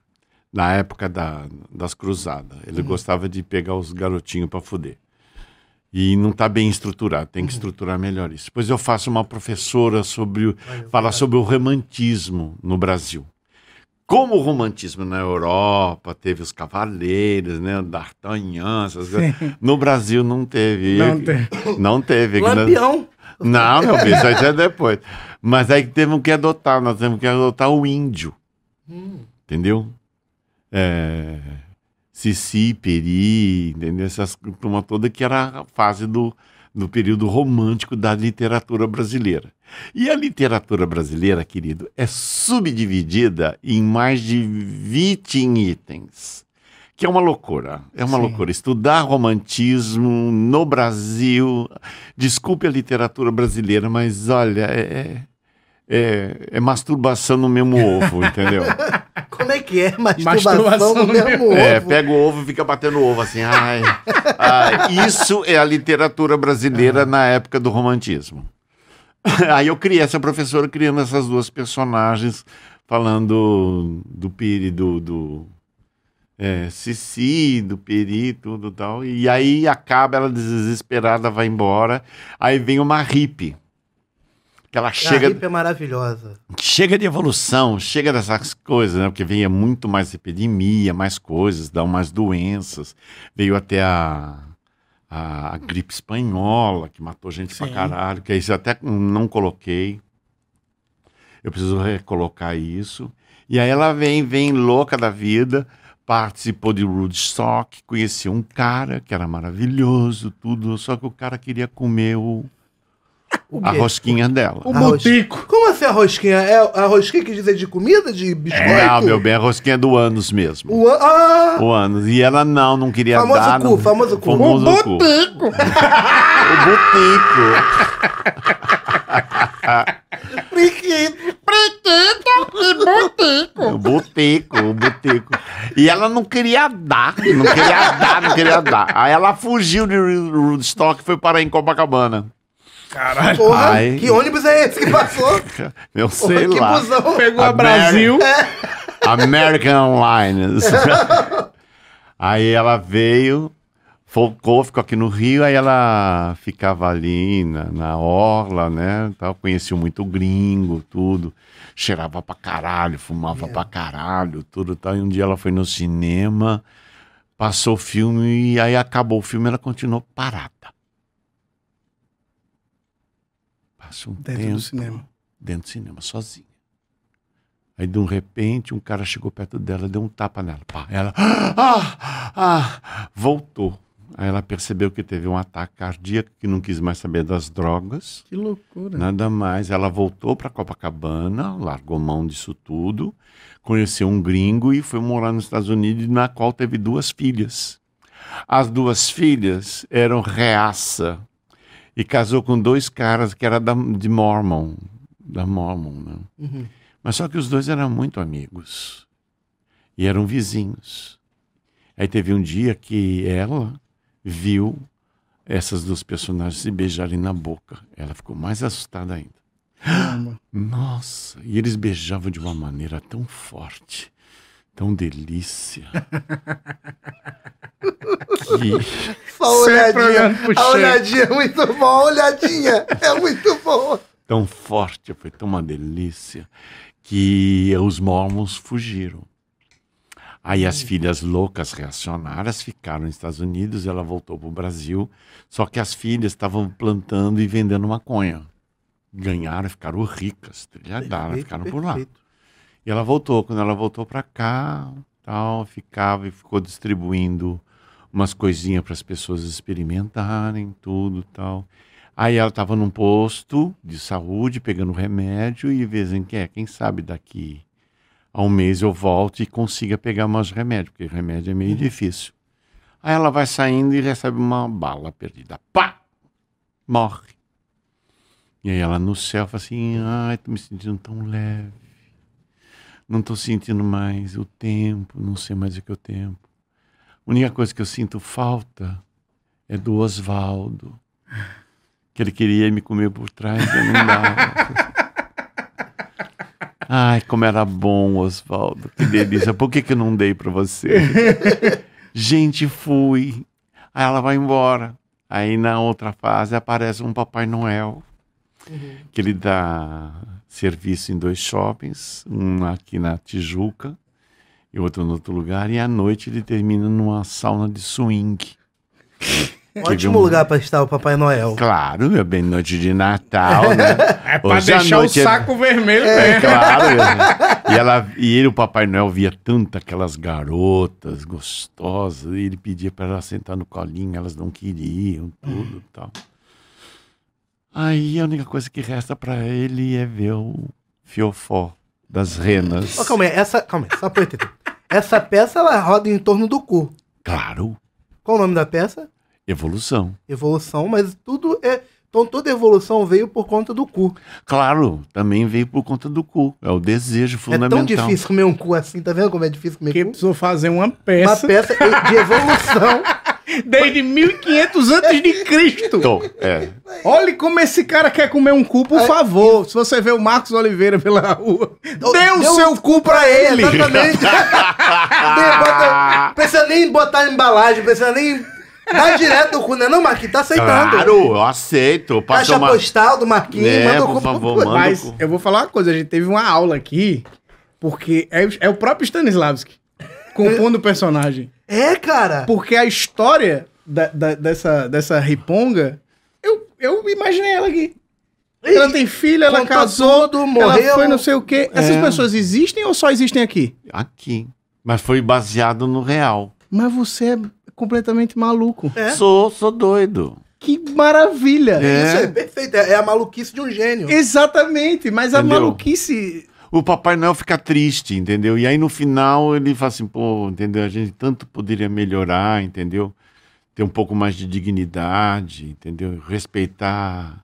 C: Na época da- das cruzadas. Ele gostava de pegar os garotinhos pra fuder. E não tá bem estruturado, tem que estruturar melhor isso. Depois eu faço uma professora sobre.
A: É
C: o- falar sobre o romantismo no Brasil. Como o romantismo na Europa teve os cavaleiros, né? D'Artagnan, essas coisas. No Brasil não teve.
B: Não tem.
C: Não teve.
A: Lampião.
C: Não, meu filho, isso aí é depois. Mas aí temos que adotar, nós temos que adotar o índio, entendeu? É... Sissi, Peri, entendeu? Essas turma toda que era a fase do, do período romântico da literatura brasileira. E a literatura brasileira, querido, é subdividida em mais de 20 itens. Que é uma loucura. É uma
B: Sim.
C: loucura. Estudar romantismo no Brasil. Desculpe a literatura brasileira, mas olha, é, é, é- é masturbação no mesmo ovo, entendeu?
A: Como é que é?
B: Masturbação
A: Masturbação no
B: no
A: mesmo ovo.
C: É, pega o ovo e fica batendo o ovo assim. Ai, ai. isso é a literatura
A: Ah.
C: brasileira na época do romantismo. Aí eu criei essa professora criando essas duas personagens, falando do Piri, do, do é, Cici, do Peri, tudo tal. E aí acaba, ela desesperada, vai embora. Aí vem uma hippie. Que ela
A: Chega... A
C: chega
A: Ripa é maravilhosa.
C: chega de evolução, chega dessas coisas, né? Porque vinha muito mais epidemia, mais coisas, dá mais doenças. Veio até a, a, a gripe espanhola, que matou gente pra
B: Sim.
C: caralho, que isso eu até não coloquei. Eu preciso recolocar isso. E aí ela vem, vem louca da vida, participou de Woodstock, conheceu um cara que era maravilhoso, tudo, só que o cara queria comer o,
A: O
C: a
A: quê?
C: rosquinha dela.
B: O
A: Arroz.
B: Botico.
A: Como assim a rosquinha? É a rosquinha que dizer de comida, de biscoito?
C: Não, Ah, meu bem, a rosquinha é do ânus mesmo.
A: O an- ah,
C: O ânus. E ela não, não queria
A: famoso
C: dar.
A: cu,
C: não-
A: famoso cu.
C: Famoso
B: O
C: cu. Um O botico.
A: Priquito.
C: O botico, o botico. um E ela não queria dar. Não queria dar, não queria dar. Aí ela fugiu de Woodstock e foi parar em Copacabana.
B: Caralho.
A: Porra,
C: Ai.
A: que ônibus é esse que passou?
C: Eu sei
A: Porra, que
C: lá.
A: busão.
B: Pegou a
C: América.
B: Brasil.
C: American Airlines. aí ela veio, focou, ficou aqui no Rio, aí ela ficava ali na, na orla, né? Tal, conheceu muito gringo, tudo. Cheirava pra caralho, fumava
B: É.
C: pra caralho, tudo tal. E um dia ela foi no cinema, passou o filme e aí acabou o filme, ela continuou parada. Passou um
B: Dentro do
C: tempo
B: cinema.
C: dentro do cinema, sozinha. Aí, de um repente, um cara chegou perto dela, deu um tapa nela. Pá. Ela ah, ah, voltou. Aí ela percebeu que teve um ataque cardíaco, que não quis mais saber das drogas,
B: Que loucura.
C: nada mais. Ela voltou para Copacabana, largou mão disso tudo, conheceu um gringo e foi morar nos Estados Unidos, na qual teve duas filhas. As duas filhas eram reaça e casou com dois caras que era da, de Mormon, da Mormon, né?
A: Uhum.
C: Mas só que os dois eram muito amigos. E eram vizinhos. Aí teve um dia que ela viu essas duas personagens se beijarem na boca. Ela ficou mais assustada ainda.
B: Caramba.
C: Nossa, e eles beijavam de uma maneira tão forte, tão delícia. que...
A: Só a
B: Sempre
A: olhadinha.
B: olhando pro
A: A
B: chão.
A: olhadinha é muito bom, a olhadinha é muito bom.
C: tão forte, foi tão uma delícia, que os mormons fugiram. Aí as
A: Hum.
C: filhas loucas reacionárias ficaram nos Estados Unidos, ela voltou para o Brasil, só que as filhas estavam plantando e vendendo maconha. Ganharam, ficaram ricas, trilhadaram, ficaram por lá.
A: Perfeito.
C: E ela voltou. Quando ela voltou para cá, tal, ficava e ficou distribuindo umas coisinhas para as pessoas experimentarem, tudo tal. Aí ela estava num posto de saúde, pegando remédio e vezem que é, quem sabe daqui a um mês eu volto e consiga pegar mais remédio, porque remédio é meio difícil. Aí ela vai saindo e recebe uma bala perdida. Pá! Morre. E aí ela no céu fala assim, ai, tô me sentindo tão leve não estou sentindo mais o tempo, não sei mais o que é o tempo. A única coisa que eu sinto falta é do Oswaldo, que ele queria me comer por trás e eu não dava. Ai, como era bom, Oswaldo, que delícia. Por que, que eu não dei para você? Gente, fui. Aí ela vai embora. Aí na outra fase aparece um Papai Noel que ele dá serviço em dois shoppings, um aqui na Tijuca e outro em outro lugar, e à noite ele termina numa sauna de swing.
A: Ótimo
C: um-
A: lugar pra estar o Papai Noel.
C: Claro, meu bem, noite de Natal, né?
B: É pra
C: Hoje à
B: deixar o
C: noite é-
B: saco vermelho
C: É
B: mesmo.
C: claro. né? E, ela, e ele, o Papai Noel, via tanto aquelas garotas gostosas, e ele pedia para elas sentar no colinho, elas não queriam,
B: Hum.
C: tudo e tal. Aí a única coisa que resta para ele é ver o fiofó das renas.
A: Ó, calma aí, essa. Calma aí, só pra eu entender. Essa peça ela roda em torno do cu.
C: Claro,
A: Qual o nome da peça?
C: evolução.
A: Evolução, mas tudo é. Então toda evolução veio por conta do cu. É
C: Claro, também veio por conta do cu. É o desejo
A: É
C: fundamental.
A: tão difícil comer um cu assim, tá vendo como é difícil comer
B: Porque
A: cu?
B: precisou fazer uma
A: Uma
B: peça
A: peça de evolução.
B: desde 1500 antes de Cristo.
C: Tô, é.
B: Olha como esse cara quer comer um cu, por favor. Se você vê o Marcos Oliveira pela rua, dê o
A: deu
B: seu cu pra ele.
A: Exatamente. Nem bota- precisa nem botar embalagem, precisa nem. Dá direto o cu, né? Não, Marquinhos, tá aceitando.
C: Claro, eu aceito. Passa
A: Caixa
C: uma...
A: postal do Marquinhos,
C: É,
A: manda o
C: por
A: cu pro
C: favor,
A: cu.
C: manda.
B: Mas
C: Manda o cu.
B: eu vou falar uma coisa, a gente teve uma aula aqui, porque é, é o próprio Stanislavski compondo o personagem.
A: É, cara.
B: Porque a história da- da- dessa, dessa riponga, eu, eu imaginei ela aqui. Ela tem filha, ela
A: Contou
B: casou,
A: tudo,
B: ela
A: morreu.
B: foi não sei o quê. Essas
C: É.
B: pessoas existem ou só existem aqui?
C: Aqui. Mas foi baseado no real.
B: Mas você é completamente maluco.
A: É.
C: Sou, sou doido.
B: Que maravilha!
A: Isso é
C: É.
A: perfeito. É é a maluquice de um gênio.
B: Exatamente, mas a
C: Entendeu?
B: maluquice.
C: O Papai Noel fica triste, entendeu? E aí no final ele fala assim, pô, entendeu? A gente tanto poderia melhorar, entendeu? Ter um pouco mais de dignidade, entendeu? Respeitar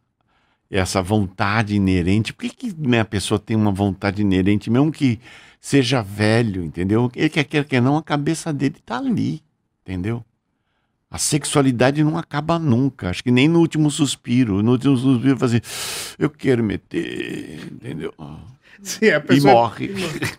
C: essa vontade inerente. Por que, que né, a pessoa tem uma vontade inerente, mesmo que seja velho, entendeu? Ele quer quer que não, a cabeça dele tá ali, entendeu? A sexualidade não acaba nunca. Acho que nem no último suspiro. No último suspiro, fazer, eu quero meter, entendeu?
B: Se a
C: E
B: pessoa,
C: morre.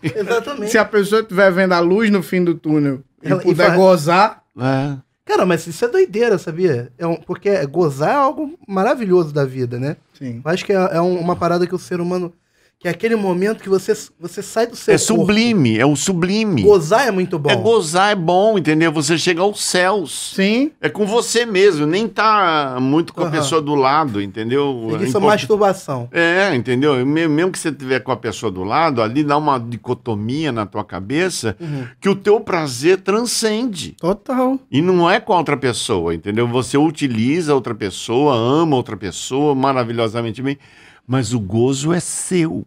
A: Exatamente.
B: se a pessoa estiver vendo a luz no fim do túnel e
A: Ela- e
B: puder
A: vai-
B: gozar,
C: É.
A: Cara, mas isso é doideira, sabia? É um- porque gozar é algo maravilhoso da vida, né?
B: sim.
A: Eu acho que é, é um- uma parada que o ser humano. Que é aquele momento que você, você sai do seu.
C: É
A: corpo.
C: sublime, é o sublime.
A: Gozar é muito bom.
C: É gozar, é bom, entendeu? Você chega aos céus.
B: Sim.
C: É com você mesmo, nem tá muito com a
A: Aham.
C: pessoa do lado, entendeu?
A: Isso é
C: Import-
A: masturbação.
C: É, entendeu? E me- Mesmo que você estiver com a pessoa do lado, ali dá uma dicotomia na tua cabeça
A: Uhum.
C: que o teu prazer transcende.
B: Total.
C: E não é com a outra pessoa, entendeu? Você utiliza outra pessoa, ama outra pessoa maravilhosamente bem, mas o gozo é seu.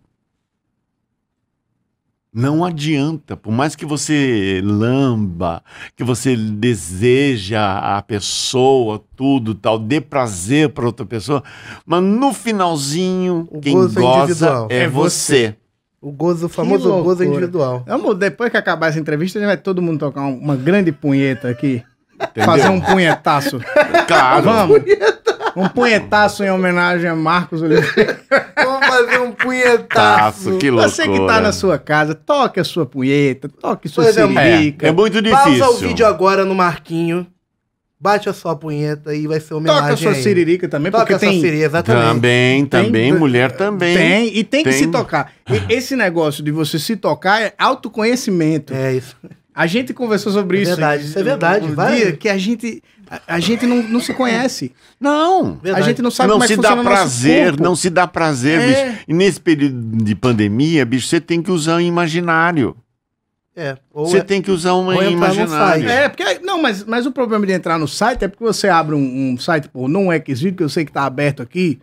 C: Não adianta, por mais que você lamba, que você deseja a pessoa, tudo tal, dê prazer para outra pessoa, mas no finalzinho,
A: O
C: quem
A: gozo é
C: goza
A: individual.
C: é,
B: É
C: você.
A: O gozo, o famoso gozo
B: loucura.
A: individual.
B: Amor, depois que acabar essa entrevista, a gente vai todo mundo tocar um- uma grande punheta aqui.
C: Entendeu?
B: Fazer um punhetaço.
C: Claro.
B: Vamos. Um punhetaço em homenagem a Marcos Oliveira.
A: Vamos fazer um punhetaço.
C: Taço, que loucura.
B: Você que tá na sua casa, toque a sua punheta, toque sua
A: Pois é,
B: siririca.
C: É, é muito difícil.
A: Pausa o vídeo agora no Marquinho. Bate a sua punheta e vai ser homenagem.
B: toca a sua
A: a ele.
B: siririca também,
A: Toca
B: porque
A: a sua
B: tem,
A: siririca, exatamente.
C: Também,
B: Tem-
C: também, mulher também.
B: Tem, e tem, que
C: Tem.
B: se tocar. E esse negócio de você se tocar é autoconhecimento.
A: É isso.
B: A gente conversou sobre
A: É
B: isso.
A: verdade, isso é verdade,
B: um
A: vai.
B: dia que a gente, a, a gente não, não se conhece.
C: Não.
A: Verdade.
B: A gente não sabe
C: não
B: como é
C: se
B: que
C: dá
B: funciona o nosso
C: prazer,
B: corpo.
C: não se dá prazer,
B: É.
C: bicho. E nesse período de pandemia, bicho, você tem que usar um imaginário.
A: É. Ou
B: tá
C: Você
A: é-
C: tem que usar um
B: então
A: ou entrar no
C: imaginário.
A: site.
B: É, porque. Não, mas, mas o problema de entrar no site é porque você abre um, um site, pô, não é que esse vídeo, que eu sei que tá aberto aqui.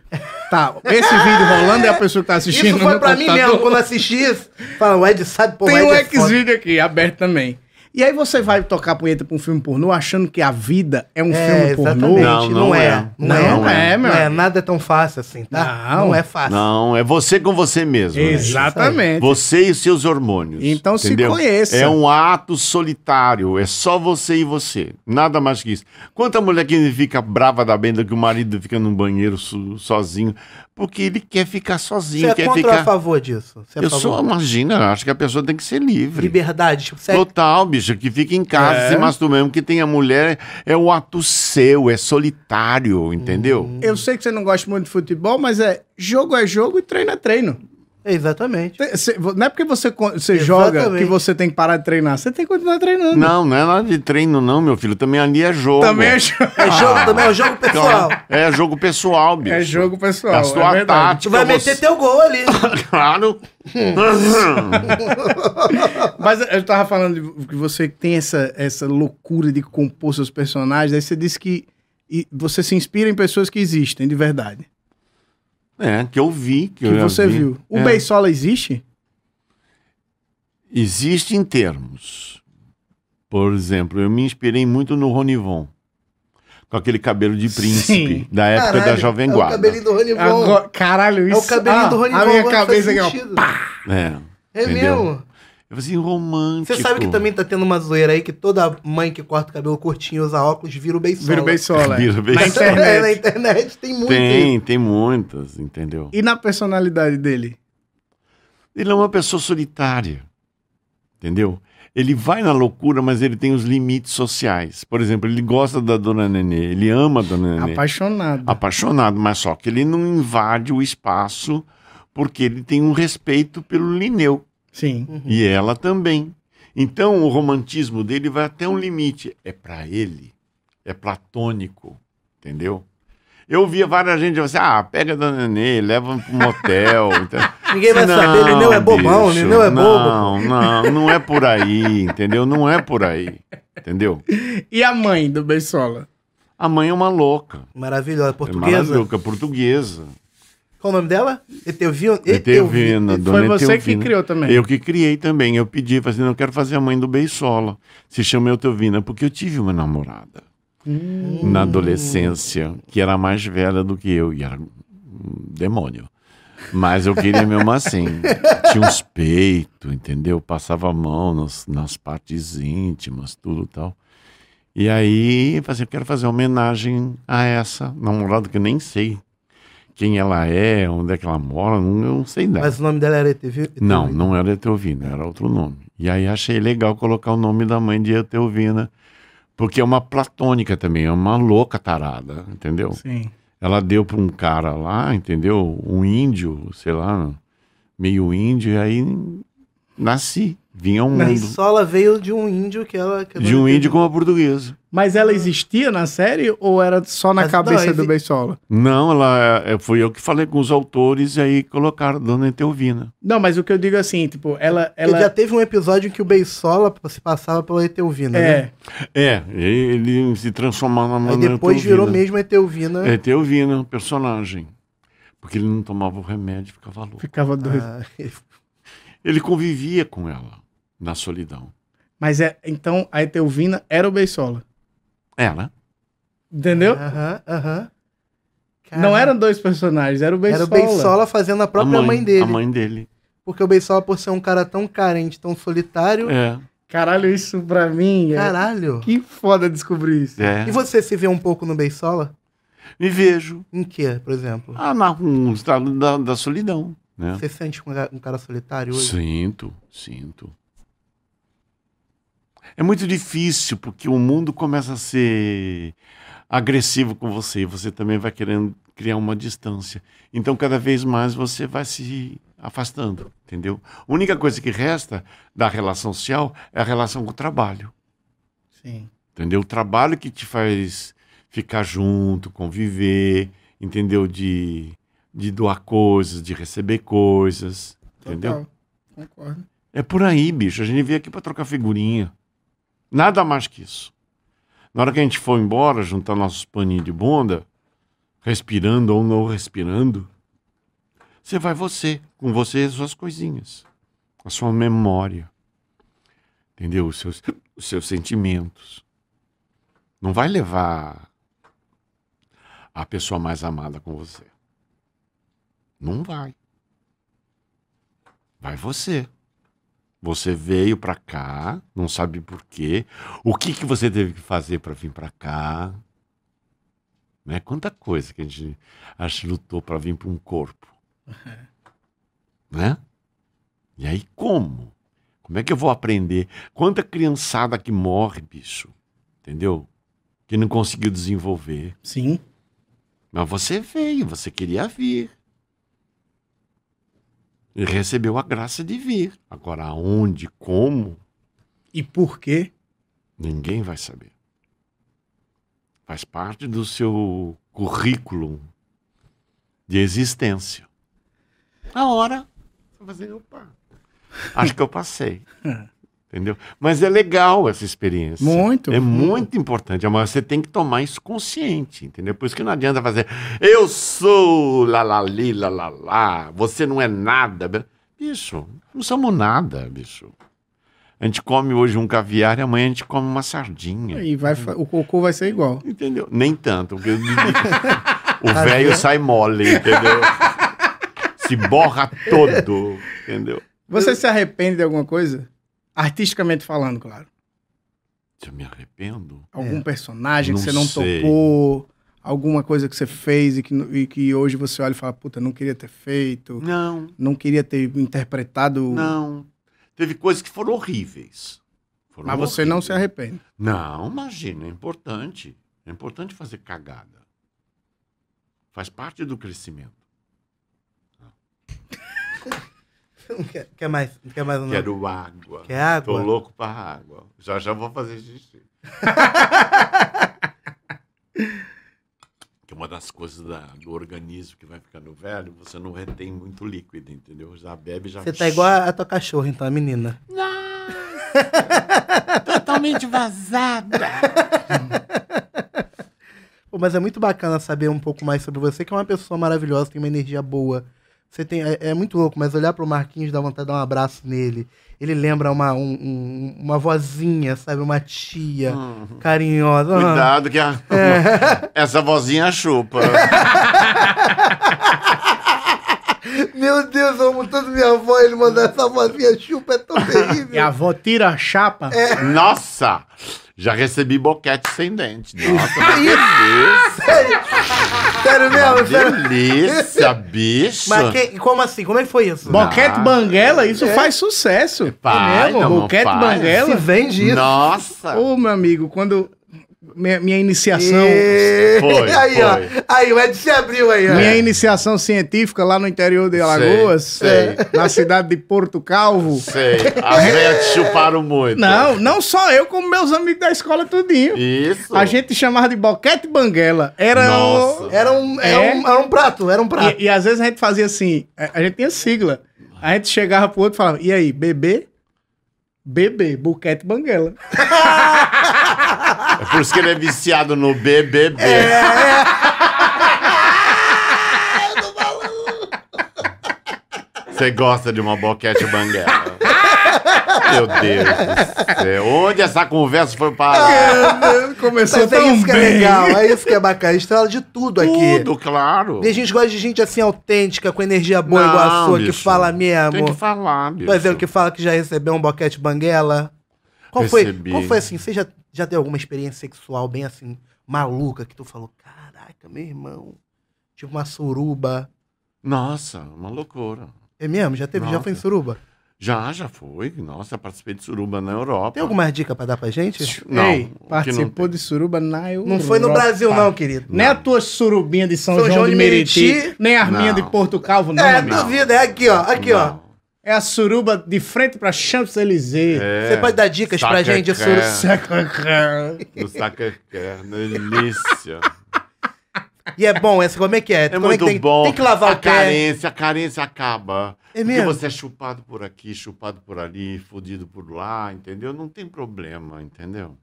B: Tá, esse vídeo rolando é a pessoa que tá assistindo.
A: Isso foi
B: no
A: pra mim
B: computador.
A: mesmo, quando eu assisti isso. Fala, o Ed sabe, pô, o
B: Tem
A: Ed
B: um
A: é foda.
B: X-Video aqui, aberto também. E aí você vai tocar a punheta pra um filme pornô achando que a vida é um
A: É,
B: filme pornô?
A: exatamente.
C: Não,
A: Não,
C: não
A: é.
C: é.
A: Não, é.
B: Não é, meu
A: Não é,
B: amigo.
A: nada é tão fácil assim, tá?
B: Não.
A: Não, é fácil.
C: Não, é você com você mesmo. né?
B: Exatamente.
C: Você e seus hormônios.
B: Então se
C: entendeu?
B: conheça.
C: É um ato solitário. É só você e você. Nada mais que isso. Quanta mulher que fica brava da benda que o marido fica no banheiro so- sozinho, porque ele quer ficar
A: Você
C: sozinho,
A: é
C: quer
A: contra ou a
C: ficar.
A: favor disso? Você é a
C: Eu
A: favor?
C: sou, imagina, eu acho que a pessoa tem que ser livre.
A: Liberdade, tipo, sério.
C: Total, bicho, que fica em casa,
B: É.
C: se masturba mesmo, que tem a mulher, é o ato seu, é solitário, entendeu?
B: Eu sei que você não gosta muito de futebol, mas é jogo é jogo e treino é treino.
A: Exatamente.
B: Te- cê- vo- não é porque você, co- você joga
A: Exatamente.
B: que você tem que parar de treinar. Você tem que continuar treinando.
C: Não, não é nada de treino, não, meu filho. Também ali é jogo.
B: Também é jogo,
C: Ah,
A: É jogo também, é um jogo
C: Então,
A: pessoal.
C: é jogo pessoal, bicho.
B: é jogo pessoal.
C: pessoal. A sua
B: é verdade.
C: tática.
A: Tu vai meter
C: você-
A: teu gol
C: É
A: ali.
C: Claro.
B: Mas eu tava falando de- que você tem essa, essa loucura de compor seus personagens. Aí você disse que e você se inspira em pessoas que existem, de verdade.
C: é, que eu vi.
B: Que
C: Que, eu já
B: você
C: vi.
B: viu.
A: Um
B: O
C: É.
B: Beisola existe?
C: Existe em termos. Por exemplo, eu me inspirei muito no Ronivon. Com aquele cabelo de príncipe,
B: Sim.
C: da época da
A: Caralho,
C: Jovem
A: É o
C: Guarda.
A: cabelinho do Ronivon.
B: Agora- caralho,
A: É
B: isso.
A: o cabelinho
B: ah,
A: do Ronivon.
B: A minha
A: agora faz
B: cabeça aqui, ó.
A: sentido.
C: É.
A: É
C: Entendeu?
A: mesmo.
C: Eu falei assim, romântico.
A: Você sabe
C: Tipo-
A: que também tá tendo uma zoeira aí que toda mãe que corta o cabelo curtinho e usa óculos vira o beiçola.
B: Vira o Beisola.
C: Vira o
B: Na
C: Beisola.
A: É, na
B: internet.
A: internet tem muito. isso.
C: Tem, tem muitas, entendeu?
B: E na personalidade dele?
C: Ele é uma pessoa solitária, entendeu? Ele vai na loucura, mas ele tem os limites sociais. Por exemplo, ele gosta da Dona Nenê, ele ama a Dona Nenê.
B: Apaixonado.
C: Apaixonado, mas só que ele não invade o espaço porque ele tem um respeito pelo Lineu.
B: Sim.
A: Uhum.
C: E ela também. Então o romantismo dele vai até um limite. É pra ele. É platônico. Entendeu? Eu via várias gente assim, ah, pega a Dona Nenê, leva pro motel. entendeu?
A: Ninguém vai saber, ele não é bobão,
C: bicho,
A: ele não é bobo.
C: Não, não, não é por aí, entendeu? Não é por aí, entendeu?
B: E a mãe do Beisola?
C: A mãe é uma louca.
A: Maravilhosa,
C: É
A: portuguesa.
C: maravilhosa, portuguesa.
A: Qual o nome dela? Etelvina?
C: Etelvina, dona
B: Foi você que
C: Etelvina.
B: criou também.
C: Eu que criei também. Eu pedi, falei assim, não quero fazer a mãe do Beisola. Se chama Etelvina, porque eu tive uma namorada
B: Hum.
C: na adolescência que era mais velha do que eu e era um demônio. Mas eu queria mesmo assim. Tinha uns peitos, entendeu? Passava a mão nas, nas partes íntimas, tudo tal. E aí, eu falei assim, eu quero fazer uma homenagem a essa namorada que eu nem sei quem ela é, onde é que ela mora, não, eu não sei nada.
A: Mas é o nome dela era Etelvina?
C: Não, não era Etelvina, era outro nome. E aí achei legal colocar o nome da mãe de Etelvina, porque é uma platônica também, é uma louca tarada, entendeu?
B: Sim.
C: Ela deu para um cara lá, entendeu? Um índio, sei lá, meio índio, e aí nasci, vinha ao mundo.
A: Sola veio de um índio que ela... Que
C: De um índio com uma portuguesa.
B: Mas ela existia na série ou era só na
A: Mas
B: cabeça
A: não,
B: do
A: exi-
B: Beisola?
C: Não, ela é, foi eu que falei com os autores e aí colocaram Dona Etelvina.
B: Não, mas o que eu digo assim, tipo, ela.
A: Ela...
B: ela
A: Já teve um episódio em que o Beisola se passava pela Etelvina, né?
B: é,
C: É, ele se transformava na
A: Aí
C: Dona
A: depois virou
C: Etelvina.
A: mesmo Etelvina.
C: É Teovina, o personagem. Porque ele não tomava o remédio, ficava louco.
B: ficava doido.
A: Ah,
C: Ele convivia com ela na solidão.
B: Mas é, então a Etelvina era o Beisola.
C: Ela?
B: Entendeu?
A: Aham, aham.
C: Ah,
B: Não eram dois personagens, era o Beisola.
A: Era o Beisola fazendo a própria mãe, dele.
C: A mãe dele.
A: Porque o Beisola, por ser um cara tão carente, tão solitário.
C: É,
B: Caralho, isso pra mim. É...
A: Caralho.
B: Que foda descobrir isso.
C: é.
A: E você se vê um pouco no Beisola?
C: Me vejo.
A: Em que, por exemplo?
C: Ah, na, um estado da, da solidão. Né?
A: Você sente um ga- um cara solitário hoje?
C: Sinto, sinto. É muito difícil, porque o mundo começa a ser agressivo com você e você também vai querendo criar uma distância. Então, cada vez mais você vai se afastando, entendeu? A única coisa que resta da relação social é a relação com o trabalho,
B: Sim.
C: entendeu? O trabalho que te faz ficar junto, conviver, entendeu? De, de doar coisas, de receber coisas, entendeu?
B: Total. Concordo.
C: É por aí, bicho. A gente veio aqui pra trocar figurinha. Nada mais que isso. Na hora que a gente for embora, juntar nossos paninhos de bunda, respirando ou não respirando, você vai você, com você as suas coisinhas, a sua memória, entendeu? Os seus, os seus sentimentos. Não vai levar a pessoa mais amada com você. Não vai. Vai você. Você veio pra cá, não sabe por quê. O que que você teve que fazer pra vir pra cá? Né? Quanta coisa que a gente, a gente lutou pra vir pra um corpo. Né? E aí como? Como é que eu vou aprender? Quanta criançada que morre, bicho. Entendeu? Que não conseguiu desenvolver.
B: Sim.
C: Mas você veio, você queria vir. E recebeu a graça de vir. Agora, aonde, como,
B: E por quê?
C: ninguém vai saber. Faz parte do seu currículo de existência. A hora, você vai dizer, opa, acho que eu passei. Entendeu? Mas é legal essa experiência.
B: Muito.
C: É muito importante, mas você tem que tomar isso consciente, entendeu? Por isso que não adianta fazer eu sou lalali, lalá, você não é nada. be-". Bicho, não somos nada, bicho. A gente come hoje um caviar e amanhã a gente come uma sardinha.
B: E vai, fa- o cocô vai ser igual.
C: Entendeu? Nem tanto, porque o velho sai mole, entendeu? Se borra todo, entendeu?
B: Você se arrepende de alguma coisa? Artisticamente falando, claro.
C: Se eu me arrependo.
B: Algum personagem que você
C: É. Não
B: não
C: sei.
B: tocou, alguma coisa que você fez e que, no- e que hoje você olha e fala, puta, não queria ter feito,
C: Não,
B: não queria ter interpretado.
C: não. Teve coisas que foram horríveis. Foram
B: mas você não se
C: horríveis.
B: arrepende.
C: Não, imagina, é importante. É importante fazer cagada. Faz parte do crescimento.
A: Quer, quer mais? Quer mais ou não?
C: Quero água.
A: Quer água?
C: Tô louco para água. Já já vou fazer xixi. que é uma das coisas da- do organismo que vai ficando velho, você não retém muito líquido, entendeu? Já bebe, já...
A: Você tá igual a, a tua cachorra, então, a menina.
C: Totalmente vazada.
A: Pô, mas é muito bacana saber um pouco mais sobre você, que é uma pessoa maravilhosa, tem uma energia boa. Você tem, é, é muito louco, mas olhar pro Marquinhos dá vontade de dar um abraço nele. Ele lembra uma, um- um- uma vozinha, sabe? Uma tia carinhosa. Ah,
C: Cuidado que a-
A: É.
C: essa vozinha chupa.
A: Meu Deus, eu amo tanto minha avó, ele mandar essa vozinha chupa, é tão
B: E a
A: terrível.
B: avó tira a chapa.
C: É. Nossa! Já recebi boquete sem dente. Nossa, que
A: Sério mesmo, sério.
C: delícia! Delícia, bicho!
A: Mas quem, como assim? Como é que foi isso?
B: Boquete
C: Ah.
B: Banguela, isso faz sucesso.
C: Faz,
B: é mesmo?
C: não,
B: Boquete
C: faz.
A: Se
B: Banguela.
A: vende isso.
C: Nossa!
A: Uh.
B: Ô, meu amigo, quando minha, minha iniciação,
C: É.
A: E-
C: Foi,
A: aí, ó.
C: foi.
A: Aí, o Ed se abriu aí, ó.
B: minha iniciação científica lá no interior de Alagoas,
C: sei.
B: na cidade de Porto Calvo.
C: Sei, as velhas te chuparam muito.
B: Não, não só eu, como meus amigos da escola tudinho.
C: Isso.
B: A gente chamava de boquete banguela. Era
C: Nossa.
B: o-
A: Era um, era,
B: É?
A: um, era um prato, era um prato.
B: E, e às vezes a gente fazia assim, a, a gente tinha sigla. A gente chegava pro outro e falava, e aí, bebê? Bebê, boquete banguela.
C: É por isso que ele é viciado no BBB.
A: É.
C: tá Você gosta de uma boquete banguela. Meu Deus do céu. Onde essa conversa foi parar?
B: Começou
A: Mas é
B: tão
A: isso que é
B: bem.
A: legal, é isso que é bacana. A gente fala de tudo aqui.
C: Tudo, claro.
A: E a gente gosta de gente assim autêntica, com energia boa,
C: Não,
A: igual a sua, que
C: bicho.
A: fala
C: Tem que
A: mesmo.
C: falar, bicho.
A: Por exemplo, que fala que já recebeu um boquete banguela. Qual foi,
C: Recebi.
A: qual foi assim? Você já, já teve alguma experiência sexual bem assim, maluca, que tu falou, caraca, meu irmão. Tipo uma suruba.
C: Nossa, uma loucura.
A: É mesmo? Já teve? Já
C: Nossa.
A: foi em suruba?
C: Já, já foi. Nossa, participei de suruba na Europa.
A: Tem alguma dica pra dar pra gente?
C: Não,
B: Ei,
C: o que não
B: participou
C: tem.
B: de suruba na Europa.
A: Não foi no Brasil, não, querido.
B: Nem a tua surubinha de São,
A: São
B: João,
A: João
B: de
A: de
B: Meriti,
A: Meriti.
B: nem a minha de
C: Não.
B: Porto Calvo, não.
A: É,
B: amigo.
A: duvido. É aqui, ó. Aqui, ó.
C: Não.
B: É a suruba de frente pra Champs-Élysées.
C: É.
B: é
A: Você pode dar dicas pra
C: Saca
A: gente? de
C: crã.
A: suru-
C: No sacaqué, é delícia.
A: E é bom essa? Como é que é?
C: É
A: Como
C: muito
A: que tem,
C: bom.
A: Tem que lavar
C: a
A: o pé.
C: carência, a carência acaba.
A: É mesmo?
C: Porque você é chupado por aqui, chupado por ali, fudido por lá, entendeu? Não tem problema, entendeu?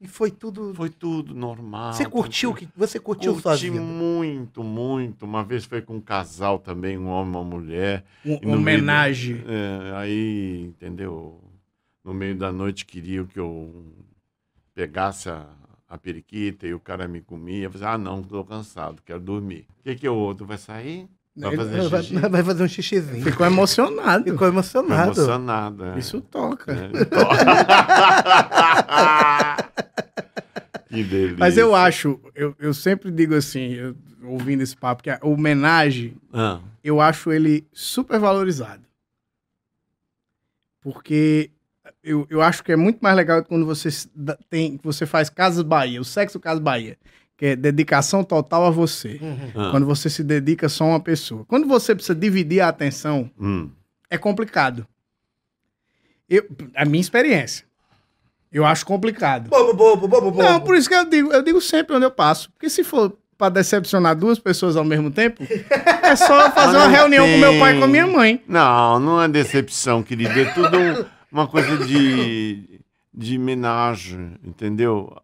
A: E foi tudo...
C: Foi tudo normal.
A: Você curtiu, o
C: tranquilo.
A: que você curtiu sua
C: Ah, Curti
A: vida?
C: muito, muito. Uma vez foi com um casal também, um homem e uma mulher. E
B: Um-
C: no
B: Homenagem.
C: meio- é, aí, entendeu? No meio da noite queriam que eu pegasse a, a periquita e o cara me comia. Eu falei, ah, não, tô cansado, quero dormir. O que, que é o outro? Vai sair? Vai fazer
A: Vai,
C: xixi?
A: vai fazer um xixizinho.
B: Ficou emocionado.
A: Ficou
C: Tô
A: emocionado.
C: emocionado. é.
B: Isso toca.
C: É, tô. que delícia.
B: Mas eu acho, eu, eu sempre digo assim, eu- ouvindo esse papo, que a homenagem,
C: Ah,
B: eu acho ele super valorizado. Porque eu, eu acho que é muito mais legal quando você se dá- tem, que você faz Casas Bahia, o sexo Casas Bahia, que é dedicação total a você.
A: Uhum.
C: ah,
B: Quando você se dedica só a uma pessoa. Quando você precisa dividir a atenção,
C: hum,
B: é complicado. Eu, a minha experiência. Eu acho complicado.
A: Bobo, bobo, bobo, bobo.
B: Não, por isso que eu digo, eu digo sempre onde eu passo. Porque se for pra decepcionar duas pessoas ao mesmo tempo, é só eu fazer
C: Mas
B: uma
C: não
B: reunião com meu
C: tem.
B: pai e com minha mãe.
C: Não, não é decepção, querido. É tudo um- uma coisa de, de homenagem, entendeu?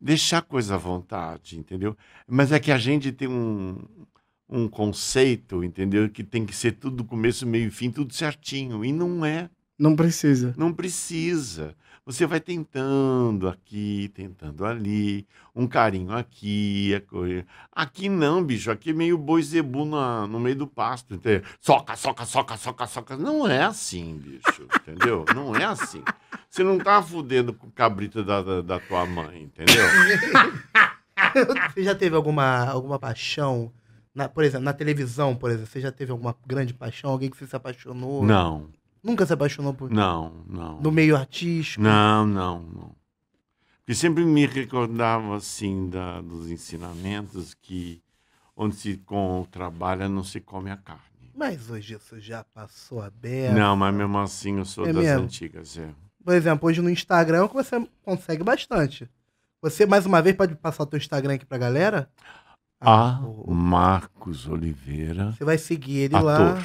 C: Deixar a coisa à vontade, entendeu? Mas é que a gente tem um, um conceito, entendeu? Que tem que ser tudo começo, meio e fim, tudo certinho. E não é.
B: Não precisa.
C: Não precisa. Você vai tentando aqui, tentando ali, um carinho aqui, a coisa- aqui não, bicho, aqui é meio boi zebu na, no meio do pasto, entendeu? Soca, soca, soca, soca, soca. Não é assim, bicho, entendeu? Não é assim. Você não tá fudendo com o cabrito da, da, da tua mãe, entendeu?
A: Você já teve alguma, alguma paixão? Na, por exemplo, na televisão, por exemplo, você já teve alguma grande paixão? Alguém que você se apaixonou?
C: Não,
A: Nunca se apaixonou por,
C: não, não.
A: no meio artístico?
C: Não, não, não. Porque sempre me recordava assim da, dos ensinamentos que onde se com, trabalha não se come a carne.
A: Mas hoje isso já passou aberto.
C: Não, mas mesmo assim eu sou
A: É
C: das
A: mesmo?
C: antigas. É.
A: Por exemplo, hoje no Instagram é o que você consegue bastante. Você, mais uma vez, pode passar o teu Instagram aqui pra galera?
C: A
A: Ah, o-
C: Ah, Marcos Oliveira,
A: Você vai seguir ele lá.
C: ator.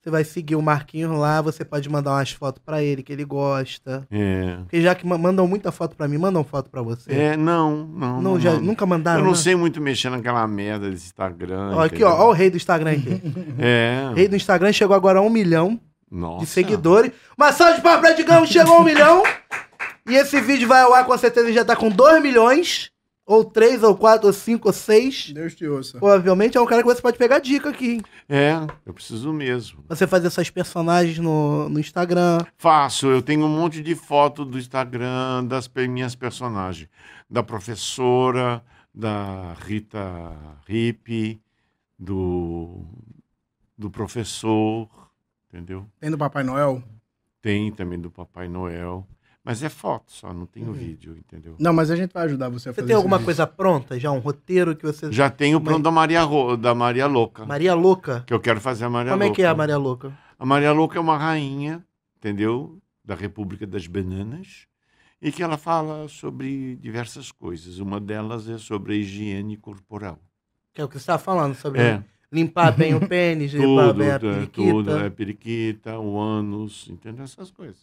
A: Você vai seguir o Marquinhos lá. Você pode mandar umas fotos pra ele que ele gosta.
C: É.
A: Porque já que ma- mandam muita foto pra mim, mandam foto pra você.
C: é, não, não.
A: Não, já, nunca mandaram.
C: eu não
A: né?
C: sei muito mexer naquela merda desse Instagram.
A: Ó, aqui, ó, ó o rei do Instagram aqui.
C: entendeu? É.
A: rei do Instagram chegou agora a um milhão
C: Nossa.
A: de seguidores. Uma salva de palmas pra Digão, chegou a um milhão. E esse vídeo vai ao ar, com certeza, ele já tá com 2 milhões. Ou 3, ou 4, ou 5, ou 6.
B: Deus te ouça.
A: Provavelmente é um cara que você pode pegar dica aqui, hein?
C: É, eu preciso mesmo.
A: Você fazer suas personagens no, no Instagram.
C: Faço, eu tenho um monte de foto do Instagram das pe- minhas personagens. Da professora, da Rita Ripe, do, do professor, entendeu?
B: Tem do Papai Noel?
C: Tem também do Papai Noel. Mas é foto só, não
A: Uhum.
C: tem o vídeo, entendeu?
B: Não, mas a gente vai ajudar você a
A: Você
B: fazer
A: tem
B: esse
A: alguma
B: vídeo.
A: coisa pronta? Já um roteiro que você.
C: Já tem o
A: Mas-
C: plano da Maria, Ro- da Maria Louca,
A: Maria Louca?
C: que eu quero fazer a Maria
A: Como
C: Louca.
A: é que é a Maria Louca?
C: A Maria Louca é uma rainha, entendeu? Da República das Bananas, e que ela fala sobre diversas coisas. Uma delas é sobre a higiene corporal.
A: Que é o que você estava falando sobre
C: É,
A: limpar bem o pênis, limpar
C: tudo,
A: bem a
C: é,
A: periquita.
C: tudo, é periquita, o ânus, entendeu? Essas coisas.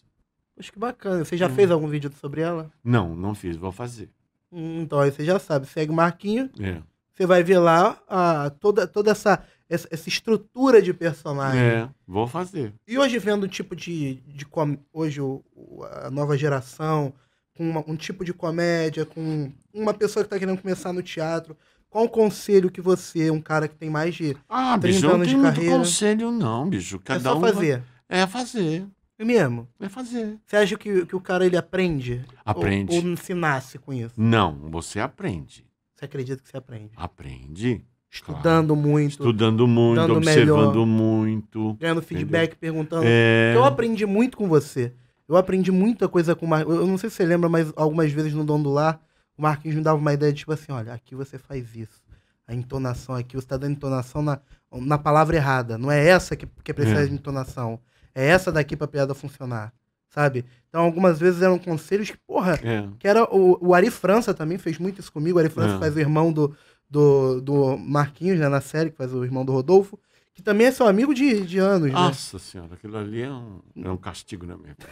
A: Poxa, que bacana. Você já
C: Hum.
A: fez algum vídeo sobre ela?
C: Não, não fiz, vou fazer.
A: Hum, Então, aí você já sabe. Segue o Marquinho,
C: É,
A: você vai ver lá a, toda, toda essa, essa, essa estrutura de personagem.
C: é vou fazer.
A: E hoje vendo o tipo de, de com... hoje o- o- a nova geração com uma- um tipo de comédia, com uma pessoa que tá querendo começar no teatro, qual o conselho que você, um cara que tem mais de
C: Ah,
A: 30
C: bicho, não
A: anos
C: tem
A: de
C: muito
A: carreira.
C: conselho não, bicho. Cada
A: é só
C: um vai-
A: fazer?
C: É fazer,
A: É mesmo?
C: é fazer.
A: Você acha que, que o cara ele aprende?
C: Aprende.
A: Ou, ou se nasce com isso?
C: Não, você aprende.
A: Você acredita que você aprende?
C: Aprende.
A: Estudando muito,
C: Estudando muito,
A: Dando
C: observando
A: melhor.
C: muito.
A: ganhando feedback, perguntando.
C: É.
A: Eu aprendi muito com você. Eu aprendi muita coisa com o Marquinhos. Eu não sei se você lembra, mas algumas vezes no Dono do Lar, o Marquinhos me dava uma ideia, tipo assim, olha, aqui você faz isso. A entonação aqui, você tá dando entonação na, na palavra errada. Não é essa que, que precisa
C: É.
A: de entonação. É essa daqui pra piada funcionar, sabe? Então, algumas vezes eram conselhos que, porra,
C: É.
A: que era o, o Ari França também fez muito isso comigo. O Ari França
C: Ah.
A: faz o irmão do, do, do Marquinhos, né, na série, que faz o irmão do Rodolfo, que também é seu amigo de, de anos, né?
C: Nossa senhora, aquilo ali é um, é um castigo na minha vida.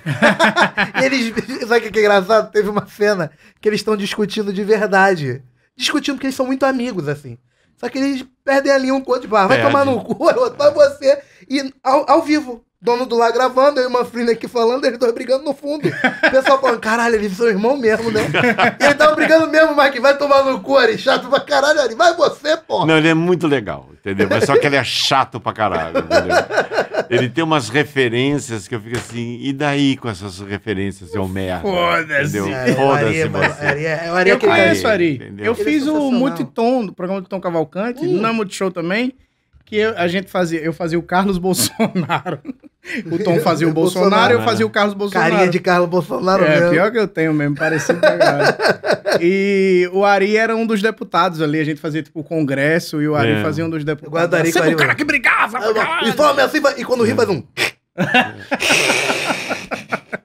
A: E Eles, sabe o que é engraçado? Teve uma cena que eles estão discutindo de verdade. Discutindo porque eles são muito amigos, assim. Só que eles perdem ali um conto de barra. Vai
C: Perde.
A: tomar no cu, outro vai você. E ao, ao vivo. Dono do lar gravando, eu e uma Frina aqui falando, eles dois brigando no fundo. O pessoal falando, caralho, eles são irmão mesmo, né? E eles estavam brigando mesmo, Mike, vai tomar no cu, Ari, chato pra caralho, Ari, vai você, porra.
C: Não, ele é muito legal, entendeu? Mas só que ele é chato pra caralho, entendeu? Ele tem umas referências que eu fico assim, e daí com essas referências, seu merda?
B: Foda-se.
C: entendeu?
A: É, o Ari,
C: Foda-se
A: é- o
C: você.
A: Ari é- o Ari é
B: eu
A: aquele
B: conheço,
A: cara-
B: Ari.
C: Entendeu?
B: Eu
A: Ele é
B: fiz o
A: sensacional.
B: Multitom, do programa do Tom Cavalcante,
A: Hum.
B: na Multishow também, que eu- a gente fazia, eu fazia o Carlos Bolsonaro. O Tom fazia o Bolsonaro,
A: Bolsonaro, né?
B: eu fazia o Carlos Bolsonaro.
A: Carinha de Carlos Bolsonaro
B: É,
A: mesmo.
B: pior que eu tenho mesmo, parecido pra caralho. E o Ari era um dos deputados ali, a gente fazia tipo o congresso e o Ari
C: É.
B: fazia um dos deputados.
A: guardo o Ari com
B: Sempre
A: Ari,
B: o cara
A: mano.
B: que brigava,
A: Ah,
B: pra
A: E
B: caralho.
A: some assim, vai- e quando ri faz um...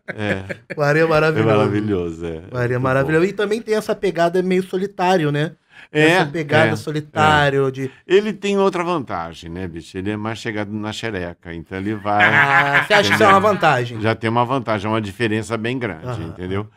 C: É,
A: O Ari é
C: é
A: maravilhoso.
C: maravilhoso, é.
A: O Ari é maravilhoso. E também tem essa pegada meio solitário, né?
C: É,
A: essa pegada
C: é,
A: solitário de...
C: Ele tem outra vantagem, né, bicho? Ele é mais chegado na xereca, então ele vai...
A: Ah, você acha que isso é uma vantagem?
C: Já tem uma vantagem, é uma diferença bem grande,
A: Aham.
C: entendeu?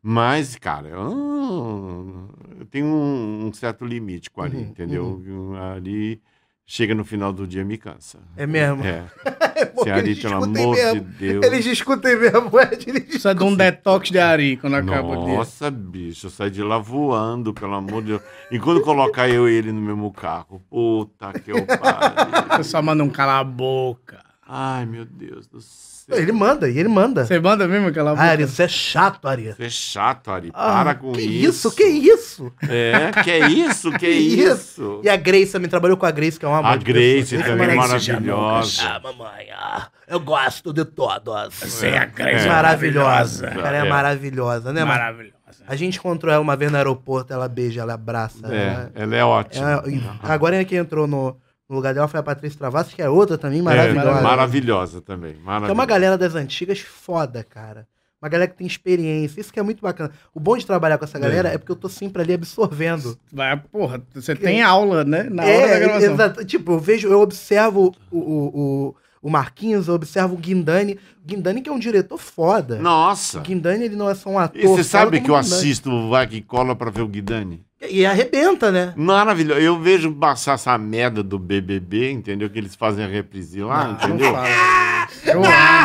C: Mas, cara, eu, não- eu tenho um, um certo limite com ali,
A: Uhum,
C: entendeu? Ali chega no final do dia e me cansa.
A: É mesmo?
C: É.
A: É porque
C: Se ali,
A: eles
C: pelo
A: discutem
C: amor de
A: mesmo.
C: Deus.
A: Eles discutem mesmo, Ed. Eles...
B: Precisa de um detox de Ari quando acaba o dia.
C: Nossa, bicho, eu saí de lá voando, pelo amor de Deus. E quando colocar eu e ele no mesmo carro, puta que eu
B: O
C: pariu.
B: pessoal manda um cala a boca.
C: Ai, meu Deus do céu.
A: Ele manda, e ele manda.
B: Você manda mesmo um cala a boca?
A: Ah, Ari, você é chato, Ari.
C: é Você é chato, Ari.
A: Ah,
C: Para com
A: que
C: isso.
A: Que isso?
C: É, que é isso, que, é isso.
A: E a Grace também trabalhou com a Grace, que é uma
C: A
A: amor de
C: Grace
A: pessoa.
C: também é
A: Grace
C: maravilhosa.
D: Ah, mamãe, ah, eu gosto de todos.
B: Você é a
A: é
B: grande
A: Maravilhosa. Ela é
C: É.
A: maravilhosa, né, Mar...
B: Maravilhosa.
A: A gente encontrou ela uma vez no aeroporto, ela beija, ela abraça.
C: É,
A: ela-
C: ela é ótima.
A: ela- Agora é que entrou no, no lugar dela foi a Patrícia Travassos, que é outra também maravilhosa.
C: É, maravilhosa também.
A: Que é
C: Maravilhosa.
A: uma galera das antigas foda, cara. Uma galera que tem experiência. Isso que é muito bacana. O bom de trabalhar com essa galera é, porque eu tô sempre ali absorvendo.
B: Vai, porra, você tem aula, né? Na hora
A: é,
B: da gravação.
A: exato. Tipo, eu vejo, eu observo o, o, o, o Marquinhos, eu observo o Guindani. O Guindani que é um diretor foda.
C: Nossa.
A: O Guindani, ele não é só um ator.
C: E você
A: foda
C: sabe
A: como
C: que eu
A: Guindani.
C: assisto o Vai que Cola pra ver o Guidani?
A: E arrebenta, né?
C: Maravilhoso. Eu vejo passar essa merda do BBB, entendeu? Que eles fazem a reprise lá,
B: Não
C: Ah, entendeu?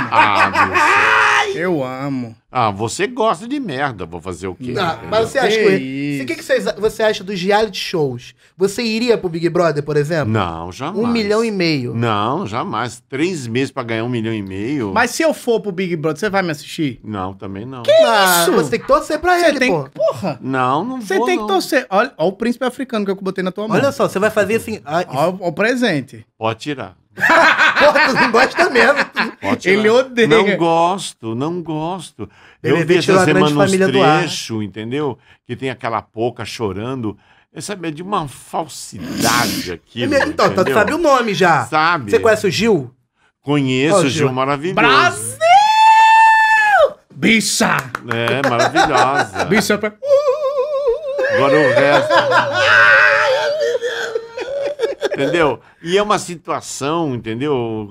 B: fala. Eu amo,
C: Ah, bicho.
B: eu amo.
C: ah, você gosta de merda, vou fazer o quê?
A: Ah,
C: entendeu?
A: mas você acha
B: Que
A: que. O que, que vocês- você acha dos reality shows? Você iria pro Big Brother, por exemplo?
C: Não, jamais.
A: Um milhão e meio.
C: Não, jamais. Três meses pra ganhar um milhão e meio?
B: Mas se eu for pro Big Brother, você vai me assistir?
C: Não, também não.
A: Ah,
B: isso?
A: Você tem que torcer pra
B: Você
A: ele,
B: tem
A: pô.
B: que. Porra!
C: Não, não
B: Você
C: vou,
B: tem que
C: não.
B: torcer. Olha, olha o príncipe africano que eu botei na tua mão.
A: Olha só, você vai fazer assim. ah, isso-
B: Olha o presente.
C: Pode tirar.
A: Porra, tu não gosta mesmo.
C: Pode tirar.
B: Ele odeia.
C: Não gosto, não gosto. eu
A: BBB
C: vi
A: tirou
C: essa
A: a Grande
C: semana uns
A: é Família do ar.
C: trechos, entendeu? Que tem aquela pouca chorando. É, sabe, é de uma falsidade aquilo,
A: Então, tu
C: entendeu?
A: sabe o nome já.
C: Sabe?
A: Você conhece o Gil?
C: Conheço
A: Ó,
C: o
A: Gil.
C: Gil Maravilhoso.
B: Brasil! Bicha!
C: É, maravilhosa.
B: Bicha pra.
C: Agora o resto. entendeu? E é uma situação, entendeu?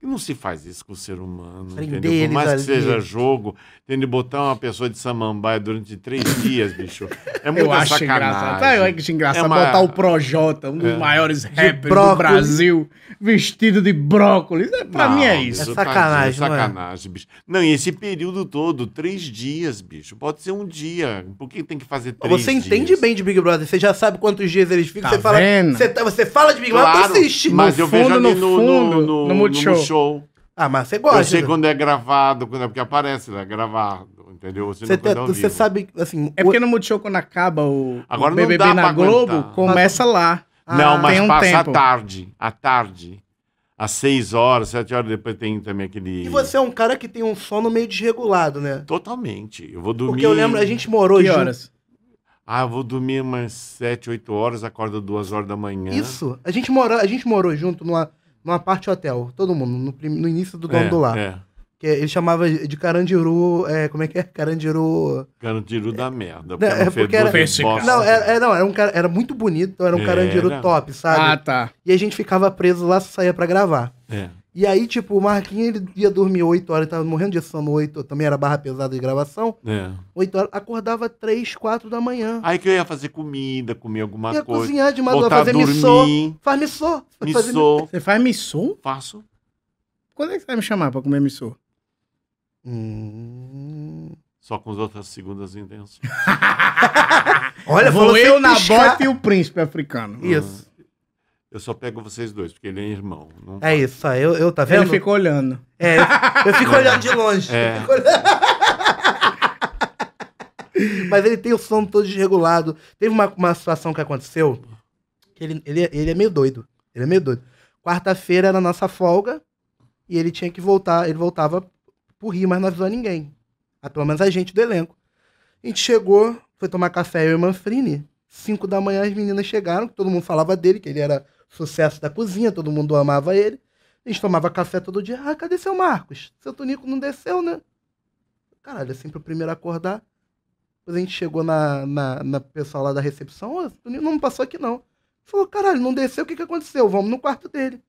C: Que não se faz isso com o ser humano,
A: Prender
C: entendeu? Por
A: eles
C: mais que
A: ali.
C: seja jogo, entendeu? Botar uma pessoa de samambaia durante três dias, bicho, é
B: Eu
C: muita
B: acho engraçado. Ah, eu
C: sacanagem.
B: acho engraçado
C: É uma-
B: botar o Projota, um dos
C: É.
B: maiores rappers do
A: brócolis.
B: Brasil, vestido de brócolis. É, Pra
C: Não,
B: mim é
C: bicho,
B: isso.
A: É
C: tadinho,
A: sacanagem, não é?
C: sacanagem, bicho. Não, e esse período todo, três dias, bicho. Pode ser um dia. Por que tem que fazer três
A: Você
C: dias?
A: entende bem de Big Brother, você já sabe quantos dias eles ficam,
B: Tá
A: você fala.
B: vendo?
A: Você, tá- você fala de Big Brother,
C: Claro,
A: tu assiste.
C: mas eu vejo
B: fundo,
C: ali
B: no
C: no,
B: fundo,
C: no, no,
B: no
C: no
B: Multishow.
C: Multishow.
A: Ah, mas você
C: Eu
A: gosta.
C: sei quando é gravado, quando é porque aparece, né? Gravado, entendeu? Você,
A: Você,
C: não quando
A: tá-
C: ao
A: você
C: vivo.
A: sabe, assim.
B: É
A: o-
B: porque no Multishow, quando acaba o,
C: Agora
B: o
C: não
B: BBB
C: dá
B: na
C: pra
B: Globo,
C: aguentar.
B: começa lá.
A: Ah,
C: Não, mas
B: tem um
C: passa
B: tempo.
C: à tarde. À tarde. Às seis horas, sete horas depois tem também aquele.
A: E você é um cara que tem um sono meio desregulado, né?
C: Totalmente. Eu vou dormir.
A: Porque eu lembro, a gente morou
B: Que
A: junto.
B: horas?
C: Ah, eu vou dormir umas sete, oito horas, acorda duas horas da manhã.
A: Isso. A gente morou, a gente morou junto numa, numa parte hotel, todo mundo, no, prim- no início do dono
C: É,
A: do lar.
C: É.
A: Que ele chamava de Carandiru. É, como é que é? Carandiru.
C: Garantido da merda.
A: Não, é
C: um
A: porque
C: fedor
A: era-
C: de
E: Esse
C: bosta.
E: Nossa. cara.
A: Não, era, era- não, era um cara. Era muito bonito, então era um
C: Era.
A: Carandiru top,
B: Ah,
A: sabe?
B: tá.
A: E a gente ficava preso lá, só saía pra gravar.
C: É.
A: E aí, tipo, o Marquinhos ele ia dormir 8 horas, ele tava morrendo de sono 8, também era barra pesada de gravação.
C: é.
A: 8 horas, acordava 3, 4 da manhã.
C: Aí que eu ia fazer comida, comer alguma
A: ia
C: coisa.
A: cozinhar de madrugada,
C: Voltar
A: fazer
C: a
A: missô.
C: dormir.
A: Faz missô. Faz- fazer-
C: Missou.
B: Você faz missô?
C: Faço.
B: Quando é que você vai me chamar pra comer missô?
A: Hum.
C: Só com as outras segundas intenções.
A: Olha,
B: Vou
A: falou
B: eu,
A: sem
B: na
A: piscar.
B: bota e o príncipe africano.
A: Isso.
C: Eu só pego vocês dois, porque ele é irmão. Não...
A: É isso, aí eu, eu tá
B: Ele
A: vendo?
B: ficou olhando.
A: É, eu fico olhando de longe.
C: É.
A: Eu fico olhando. Mas ele tem o sono todo desregulado. Teve uma, uma situação que aconteceu que ele, ele, ele é meio doido. Ele é meio doido. Quarta-feira era a nossa folga e ele tinha que voltar. Ele voltava pro Rio, mas não avisou ninguém. Ah, Pelo menos a gente do elenco. A gente chegou, foi tomar café eu e o Manfrini. Cinco da manhã as meninas chegaram, todo mundo falava dele, que ele era sucesso da cozinha, todo mundo amava ele. A gente tomava café todo dia. Ah, cadê seu Marcos? Seu Tonico não desceu, né? Caralho, assim pro primeiro acordar. Depois a gente chegou na, na, na pessoal lá da recepção. Ô, seu Tonico não passou aqui não. Falou, caralho, não desceu, o que, que aconteceu? Vamos no quarto dele.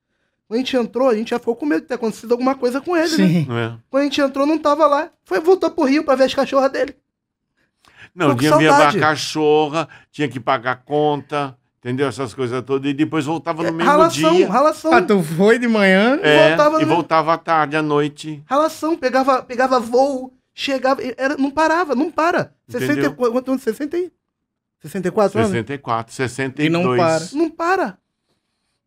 A: Quando a gente entrou, a gente já ficou com medo de ter acontecido alguma coisa com ele, né?
B: Sim.
C: Não, é?
A: Quando a gente entrou, não tava lá. Foi, voltou pro Rio pra ver as cachorras dele. Tô
C: não
A: com
C: tinha que levar
A: saudade.
C: a cachorra, tinha que pagar conta, entendeu? Essas coisas todas. E depois voltava
A: É,
C: no mesmo
A: Ralação,
C: dia. então-
A: ralação.
B: Ah, tu foi de manhã?
C: É,
A: voltava
C: e
A: no-
C: voltava à tarde, à noite.
A: Ralação, pegava, pegava voo, chegava. Era, não parava, não para. 60,
C: Entendeu?
A: quanto anos? 60 e- 64 anos?
C: 64, 62.
B: E não para.
A: Não né? para.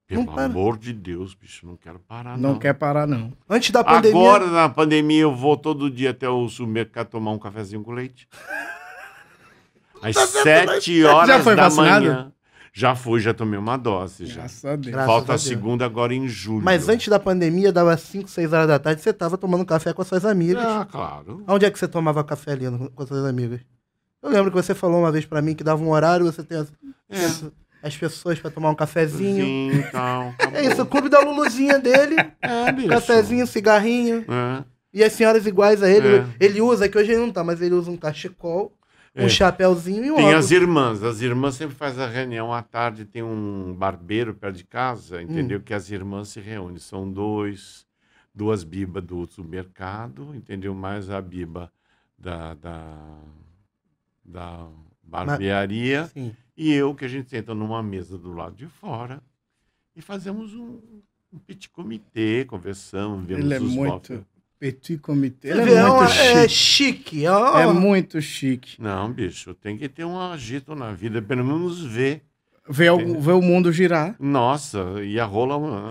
C: Pelo
A: não para.
C: amor de Deus, bicho, não quero parar, É, não.
B: Não quer parar, não.
A: Antes da pandemia.
C: Agora, na pandemia, eu vou todo dia até o supermercado tomar um cafezinho com leite. Às sete horas
B: Já foi
C: da
B: vacinado?
C: manhã. Já fui, já tomei uma dose, já.
B: Graças a Deus.
A: Graças
C: Falta
A: a
C: a
A: Deus.
C: segunda agora em julho.
A: Mas antes da pandemia, dava 5, 6 horas da tarde, você tava tomando café com as suas amigas.
C: Ah, claro.
A: Onde é que você tomava café, Lino, com as suas amigas? Eu lembro que você falou uma vez pra mim que dava um horário, você tem as,
C: É.
A: as pessoas pra tomar um cafezinho.
C: Sim, então. acabou.
A: É isso, o clube da Luluzinha dele,
C: É, bicho.
A: cafezinho, cigarrinho.
C: É.
A: E as senhoras iguais a ele.
C: É.
A: Ele usa, que hoje ele não tá, mas ele usa um cachecol, um
C: É.
A: chapéuzinho e um
C: Tem
A: óculos.
C: as irmãs. As irmãs sempre fazem a reunião à tarde. Tem um barbeiro perto de
A: Hum.
C: casa, entendeu? Que as irmãs se reúnem. São dois, duas bibas do supermercado, entendeu? Mais a biba da, da, da barbearia.
A: Sim.
C: E eu, que a gente senta numa mesa do lado de fora e fazemos um, um petit comitê, conversamos, vemos
B: Ele é
C: os
B: muito-
C: móveis.
B: Petit Comitê.
A: Ele
B: Ele
A: é,
B: é
A: uma-
B: muito
A: é
B: chique.
A: chique. É, uma-
B: É muito chique.
C: Não, bicho, tem que ter um agito na vida, pelo menos ver.
B: Ver o, ver o mundo girar.
C: Nossa, e a rola. mano.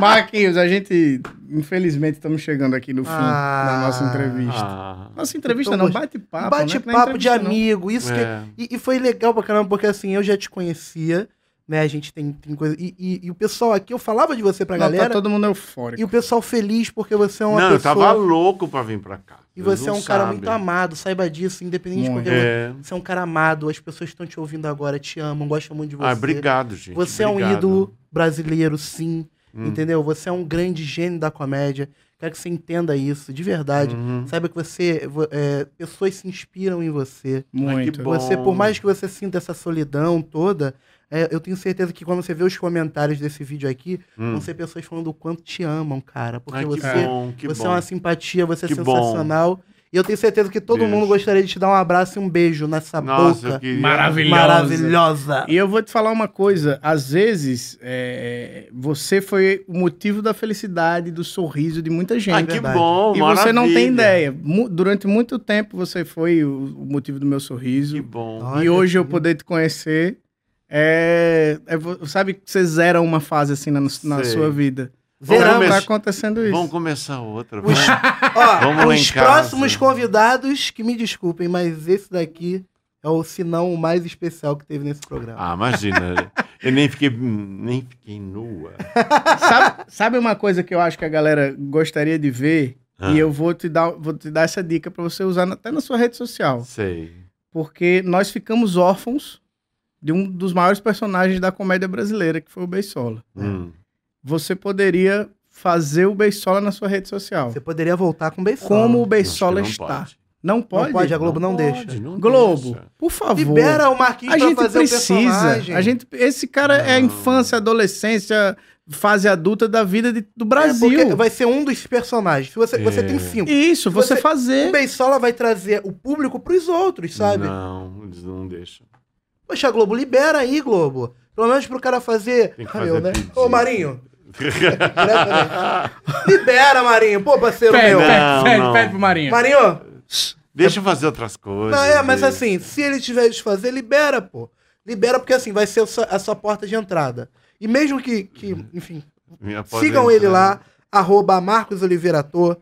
B: Marquinhos, a gente, infelizmente, estamos chegando aqui no fim
A: Ah.
B: da nossa entrevista.
C: Ah,
B: Nossa entrevista
A: Então,
B: não,
A: gost-
B: bate-papo. né? Que não é
A: Bate-papo de
B: entrevista, não.
A: amigo, isso que
C: é.
A: E, e foi legal pra caramba, porque assim, eu já te conhecia, né? A gente tem, tem coisa. E, e- e o pessoal aqui, eu falava de você pra
B: Não,
A: galera,
B: Tá todo mundo eufórico.
A: e o pessoal feliz porque você é uma
C: Não, eu
A: pessoa.
C: tava louco pra vir pra cá.
A: E
C: Vocês
A: você é
C: não
A: um cara
C: sabem.
A: muito amado, saiba disso, independente
B: Muito.
A: de qualquer
C: É.
A: coisa. Você é um cara amado, as pessoas estão te ouvindo agora, te amam, gostam muito de você.
C: Ah, obrigado, gente.
A: Você é um
C: obrigado.
A: ídolo brasileiro, sim.
C: Hum.
A: Entendeu? Você é um grande gênio da comédia. Quero que você entenda isso, de verdade.
C: Uhum.
A: Saiba que você. vo- é, pessoas se inspiram em você.
B: Muito.
C: Ai, que bom.
A: Você, por mais que você sinta essa solidão toda, é, eu tenho certeza que quando você vê os comentários desse vídeo aqui,
C: Hum.
A: vão ser pessoas falando o quanto te amam, cara. Porque
C: Ai, que
A: você,
C: bom, que
A: você
C: bom.
A: é uma simpatia, você é
C: Que bom.
A: sensacional. E eu tenho certeza que todo
C: Beijo.
A: mundo gostaria de te dar um abraço e um beijo nessa
C: Nossa, eu
A: boca
C: queria.
E: Maravilhoso.
A: maravilhosa.
B: E eu vou te falar uma coisa. Às vezes, é, você foi o motivo da felicidade, do sorriso de muita gente.
C: Ai, que
A: verdade.
C: bom,
B: E você não tem
C: maravilha.
B: ideia. Mu- Durante muito tempo você foi o, o motivo do meu sorriso.
C: Que bom.
A: Olha,
B: e hoje eu
A: que
B: poder te conhecer. É, é vo- sabe que você zera uma fase assim na, na
C: Sei.
B: sua vida.
C: Vamos
A: Verão,
B: tá
C: começar.
B: acontecendo isso.
C: Vamos começar outra. então.
A: Os,
C: vamos.
A: ó,
C: Vamos lá
A: os
C: em casa.
A: próximos convidados, que me desculpem, mas esse daqui é É o sinão mais especial que teve nesse programa.
C: Ah, imagina. Eu nem fiquei, nem fiquei nua.
B: Sabe, sabe uma coisa que eu acho que a galera gostaria de ver?
C: Ah.
B: E eu vou te dar, vou te dar essa dica pra você usar na- até na sua rede social.
C: Sei.
B: Porque nós ficamos órfãos de um dos maiores personagens da comédia brasileira, que foi o Beisola.
A: É.
C: Hum.
B: Você poderia fazer o Beisola na sua rede social.
A: Você poderia voltar com beição.
B: Ah. Como o
C: Acho que
B: Beisola
C: não
B: está.
C: pode.
B: Não
A: Não
B: pode?
A: pode, a Globo não,
C: pode, é
A: deixa.
C: não
B: Globo,
C: deixa.
B: por favor.
A: Libera o Marquinhos
B: A gente
A: pra fazer o personagem.
B: precisa. A gente, esse cara é a
C: Não.
B: infância, adolescência, fase adulta da vida de- do
A: É,
B: Brasil.
A: porque vai ser um dos personagens. Se você, você
C: É.
A: tem cinco.
B: Isso, você,
A: Você- O
B: fazer.
A: Beisola vai trazer o público pros outros, sabe?
C: Não, eles não deixam.
A: Poxa, Globo, libera aí, Globo. Pelo menos pro cara fazer.
C: Tem que
A: Ah,
C: fazer
A: eu, né?
C: pedido.
A: Ô, Marinho. libera, Marinho. Pô, parceiro
E: Pede,
A: meu.
E: pede,
C: Não,
E: pede,
C: não.
E: pede pro Marinho.
A: Marinho,
C: Deixa eu fazer outras coisas.
A: Não, é, mas
C: deixa.
A: assim, se ele tiver de fazer, libera, pô. Libera, porque assim, vai ser a sua, a sua porta de entrada. E mesmo que, que
C: Uhum.
A: enfim,
C: Minha
A: assim, sigam
C: podre-
A: ele lá, arroba Marcos Oliveira Ator.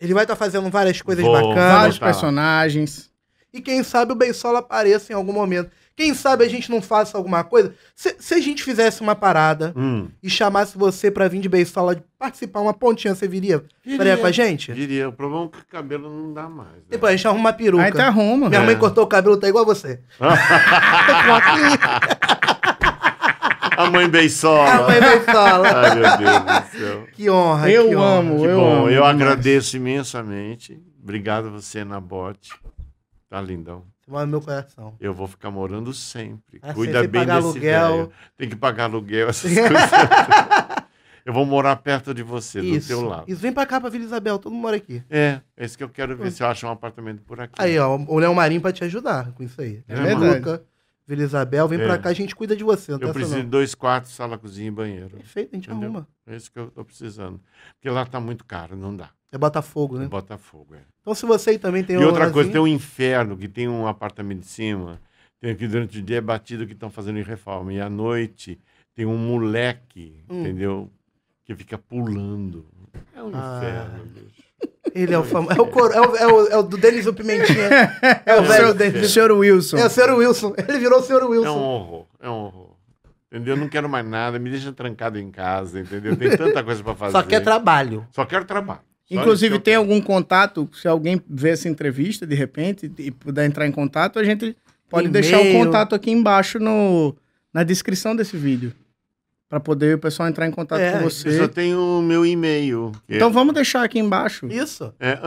A: Ele vai estar fazendo várias coisas
C: Vou,
A: bacanas.
B: Vários
C: voltar.
B: personagens.
A: E quem sabe o Beisola apareça em algum momento. Quem sabe a gente não faça alguma coisa. Se, se a gente fizesse uma parada
C: Hum,
A: e chamasse você pra vir de Beisola de participar uma pontinha, você viria? Estaria com a gente?
C: diria, o problema é que o cabelo não dá mais. né?
A: Depois a gente arruma uma peruca.
B: Aí tá Roma.
A: Minha
C: É.
A: mãe cortou o cabelo, tá igual você.
C: A mãe
A: Ah,
C: Beisola.
A: mãe Beisola.
C: Ai, meu Deus do céu.
A: Que honra, que
B: Eu
A: honra.
B: amo,
C: Que
B: eu
C: bom,
B: amo.
C: eu
B: demais.
C: agradeço imensamente. Obrigado a você na bote. Tá lindão.
A: Você mora no meu coração.
C: Eu vou ficar morando sempre.
A: Ah,
C: Cuida
A: sem
C: bem
A: pagar
C: desse
A: aluguel.
C: velho. Tem que pagar aluguel, essas coisas. eu vou morar perto de você, do teu lado.
A: É Isso, vem pra cá, pra Vila Isabel, todo mundo mora aqui.
C: É, é isso que eu quero ver se eu acho um apartamento por aqui.
A: Aí, ó, o Léo Marinho pra te ajudar com isso aí.
C: É
B: verdade.
A: Luca, Vila Isabel, vem
C: É.
A: pra cá, a gente cuida de você, não tá tem
C: eu
A: essa
C: preciso de
A: não.
C: dois quartos, sala, cozinha e banheiro.
A: Perfeito, a gente
C: Entendeu?
A: arruma.
C: É isso que eu tô precisando. Porque lá tá muito caro, não dá.
A: É Botafogo, né?
C: Botafogo, é.
A: Então se você aí também tem
C: E outra coisa,
A: razinho,
C: tem um inferno que tem um apartamento em cima, tem aqui durante o dia é batido que estão fazendo em reforma. E à noite tem um moleque,
A: Hum.
C: entendeu? Que fica pulando. É um
A: Ah.
C: inferno, bicho. um-
A: Ele é o famoso... É o, coro- é o, é o- é o do Denis o Pimentinha. É o
B: O
A: velho
B: senhor,
A: Denis.
B: o senhor Wilson.
A: É o Sr. Wilson. Ele virou o Sr.
C: É um
A: Wilson.
C: horror, é um horror. Entendeu? Não quero mais nada, me deixa trancado em casa, entendeu? Tem tanta coisa pra fazer.
A: Só que é trabalho.
C: Só quero trabalho. Só
B: Inclusive,
C: isso é que
B: tem
C: eu
B: algum contato? Se alguém ver essa entrevista de repente e puder entrar em contato, a gente pode
A: E-mail.
B: deixar o contato aqui embaixo no, na descrição desse vídeo. Pra poder o pessoal entrar em contato
A: É,
B: com
C: quero.
B: você.
C: Eu só tenho o meu e-mail. que
B: Então vamos deixar aqui embaixo.
A: Isso.
C: é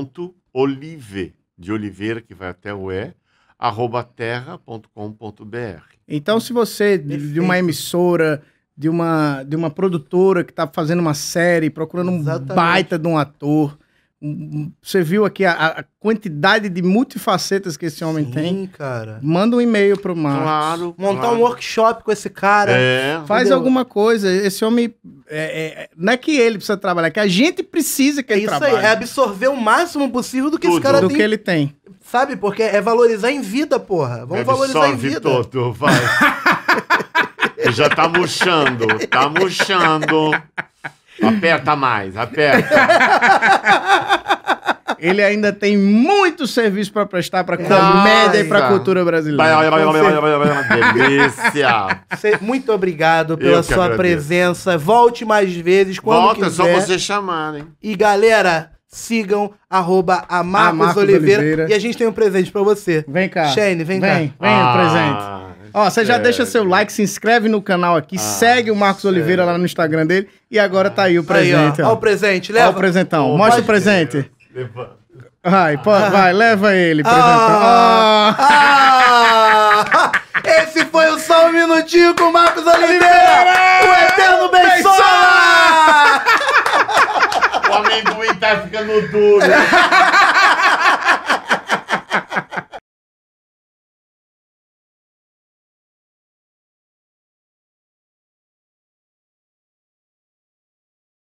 C: antônio.marcos.olive, de Oliveira, que vai até o E, arroba terra.com.br.
B: Então, se você de, de uma
A: Perfeito.
B: emissora, de uma, de uma produtora que está fazendo uma série, procurando
A: Exatamente.
B: um baita de um ator, um- um- você viu aqui a, a quantidade de multifacetas que esse homem tem?
A: Sim, cara.
B: Manda um e-mail pro Marcos.
C: Claro.
A: Montar
C: claro.
A: um workshop com esse cara.
C: É.
B: Faz
A: Entendeu?
B: alguma coisa. Esse homem. é- é- é- não é que ele precisa trabalhar, que a gente precisa que
A: É
B: ele
A: isso
B: trabalhe.
A: aí, é absorver o máximo possível do que esse
C: Tudo.
A: cara
B: do
A: tem.
B: que ele tem.
A: Sabe? Porque é valorizar em vida, porra. Vamos
C: Ele
A: valorizar em
C: sobe
A: vida.
C: todo, vai. Ele já tá murchando, tá murchando. Aperta mais, aperta.
B: Ele ainda tem muito serviço para prestar para comédia e para
C: Nossa.
B: cultura brasileira.
C: Vai, vai, vai, vai, vai, vai, vai, vai. Delícia.
A: Cê- muito obrigado
C: Eu
A: pela
C: que
A: sua
C: agradeço.
A: presença. Volte mais vezes quando
C: Volta, é
A: quiser.
C: só você chamar, hein?
A: E galera, sigam arroba a Marcos
B: Marcos
A: Oliveira.
B: Oliveira.
A: E a gente tem um presente pra você.
B: Vem cá.
A: Shane, vem
B: Vem,
A: cá.
B: vem presente.
C: Ah,
B: Ó, você já
C: é.
B: deixa seu like, se inscreve no canal aqui,
C: Ah,
B: segue o Marcos
C: sério.
B: Oliveira lá no Instagram dele. E agora tá aí o presente.
A: Aí, ó.
B: ó.
A: Ó o presente,
B: Ó
A: leva.
B: o presentão.
C: Oh,
B: Mostra
C: vai
B: o presente.
C: Levanta.
B: Vai, pô, vai, leva ele, presentão.
A: Ah,
B: Ah.
A: ah, esse foi o Só um Minutinho com o Marcos Oliveira, o eterno Bençola!
C: O amendoim tá ficando duro.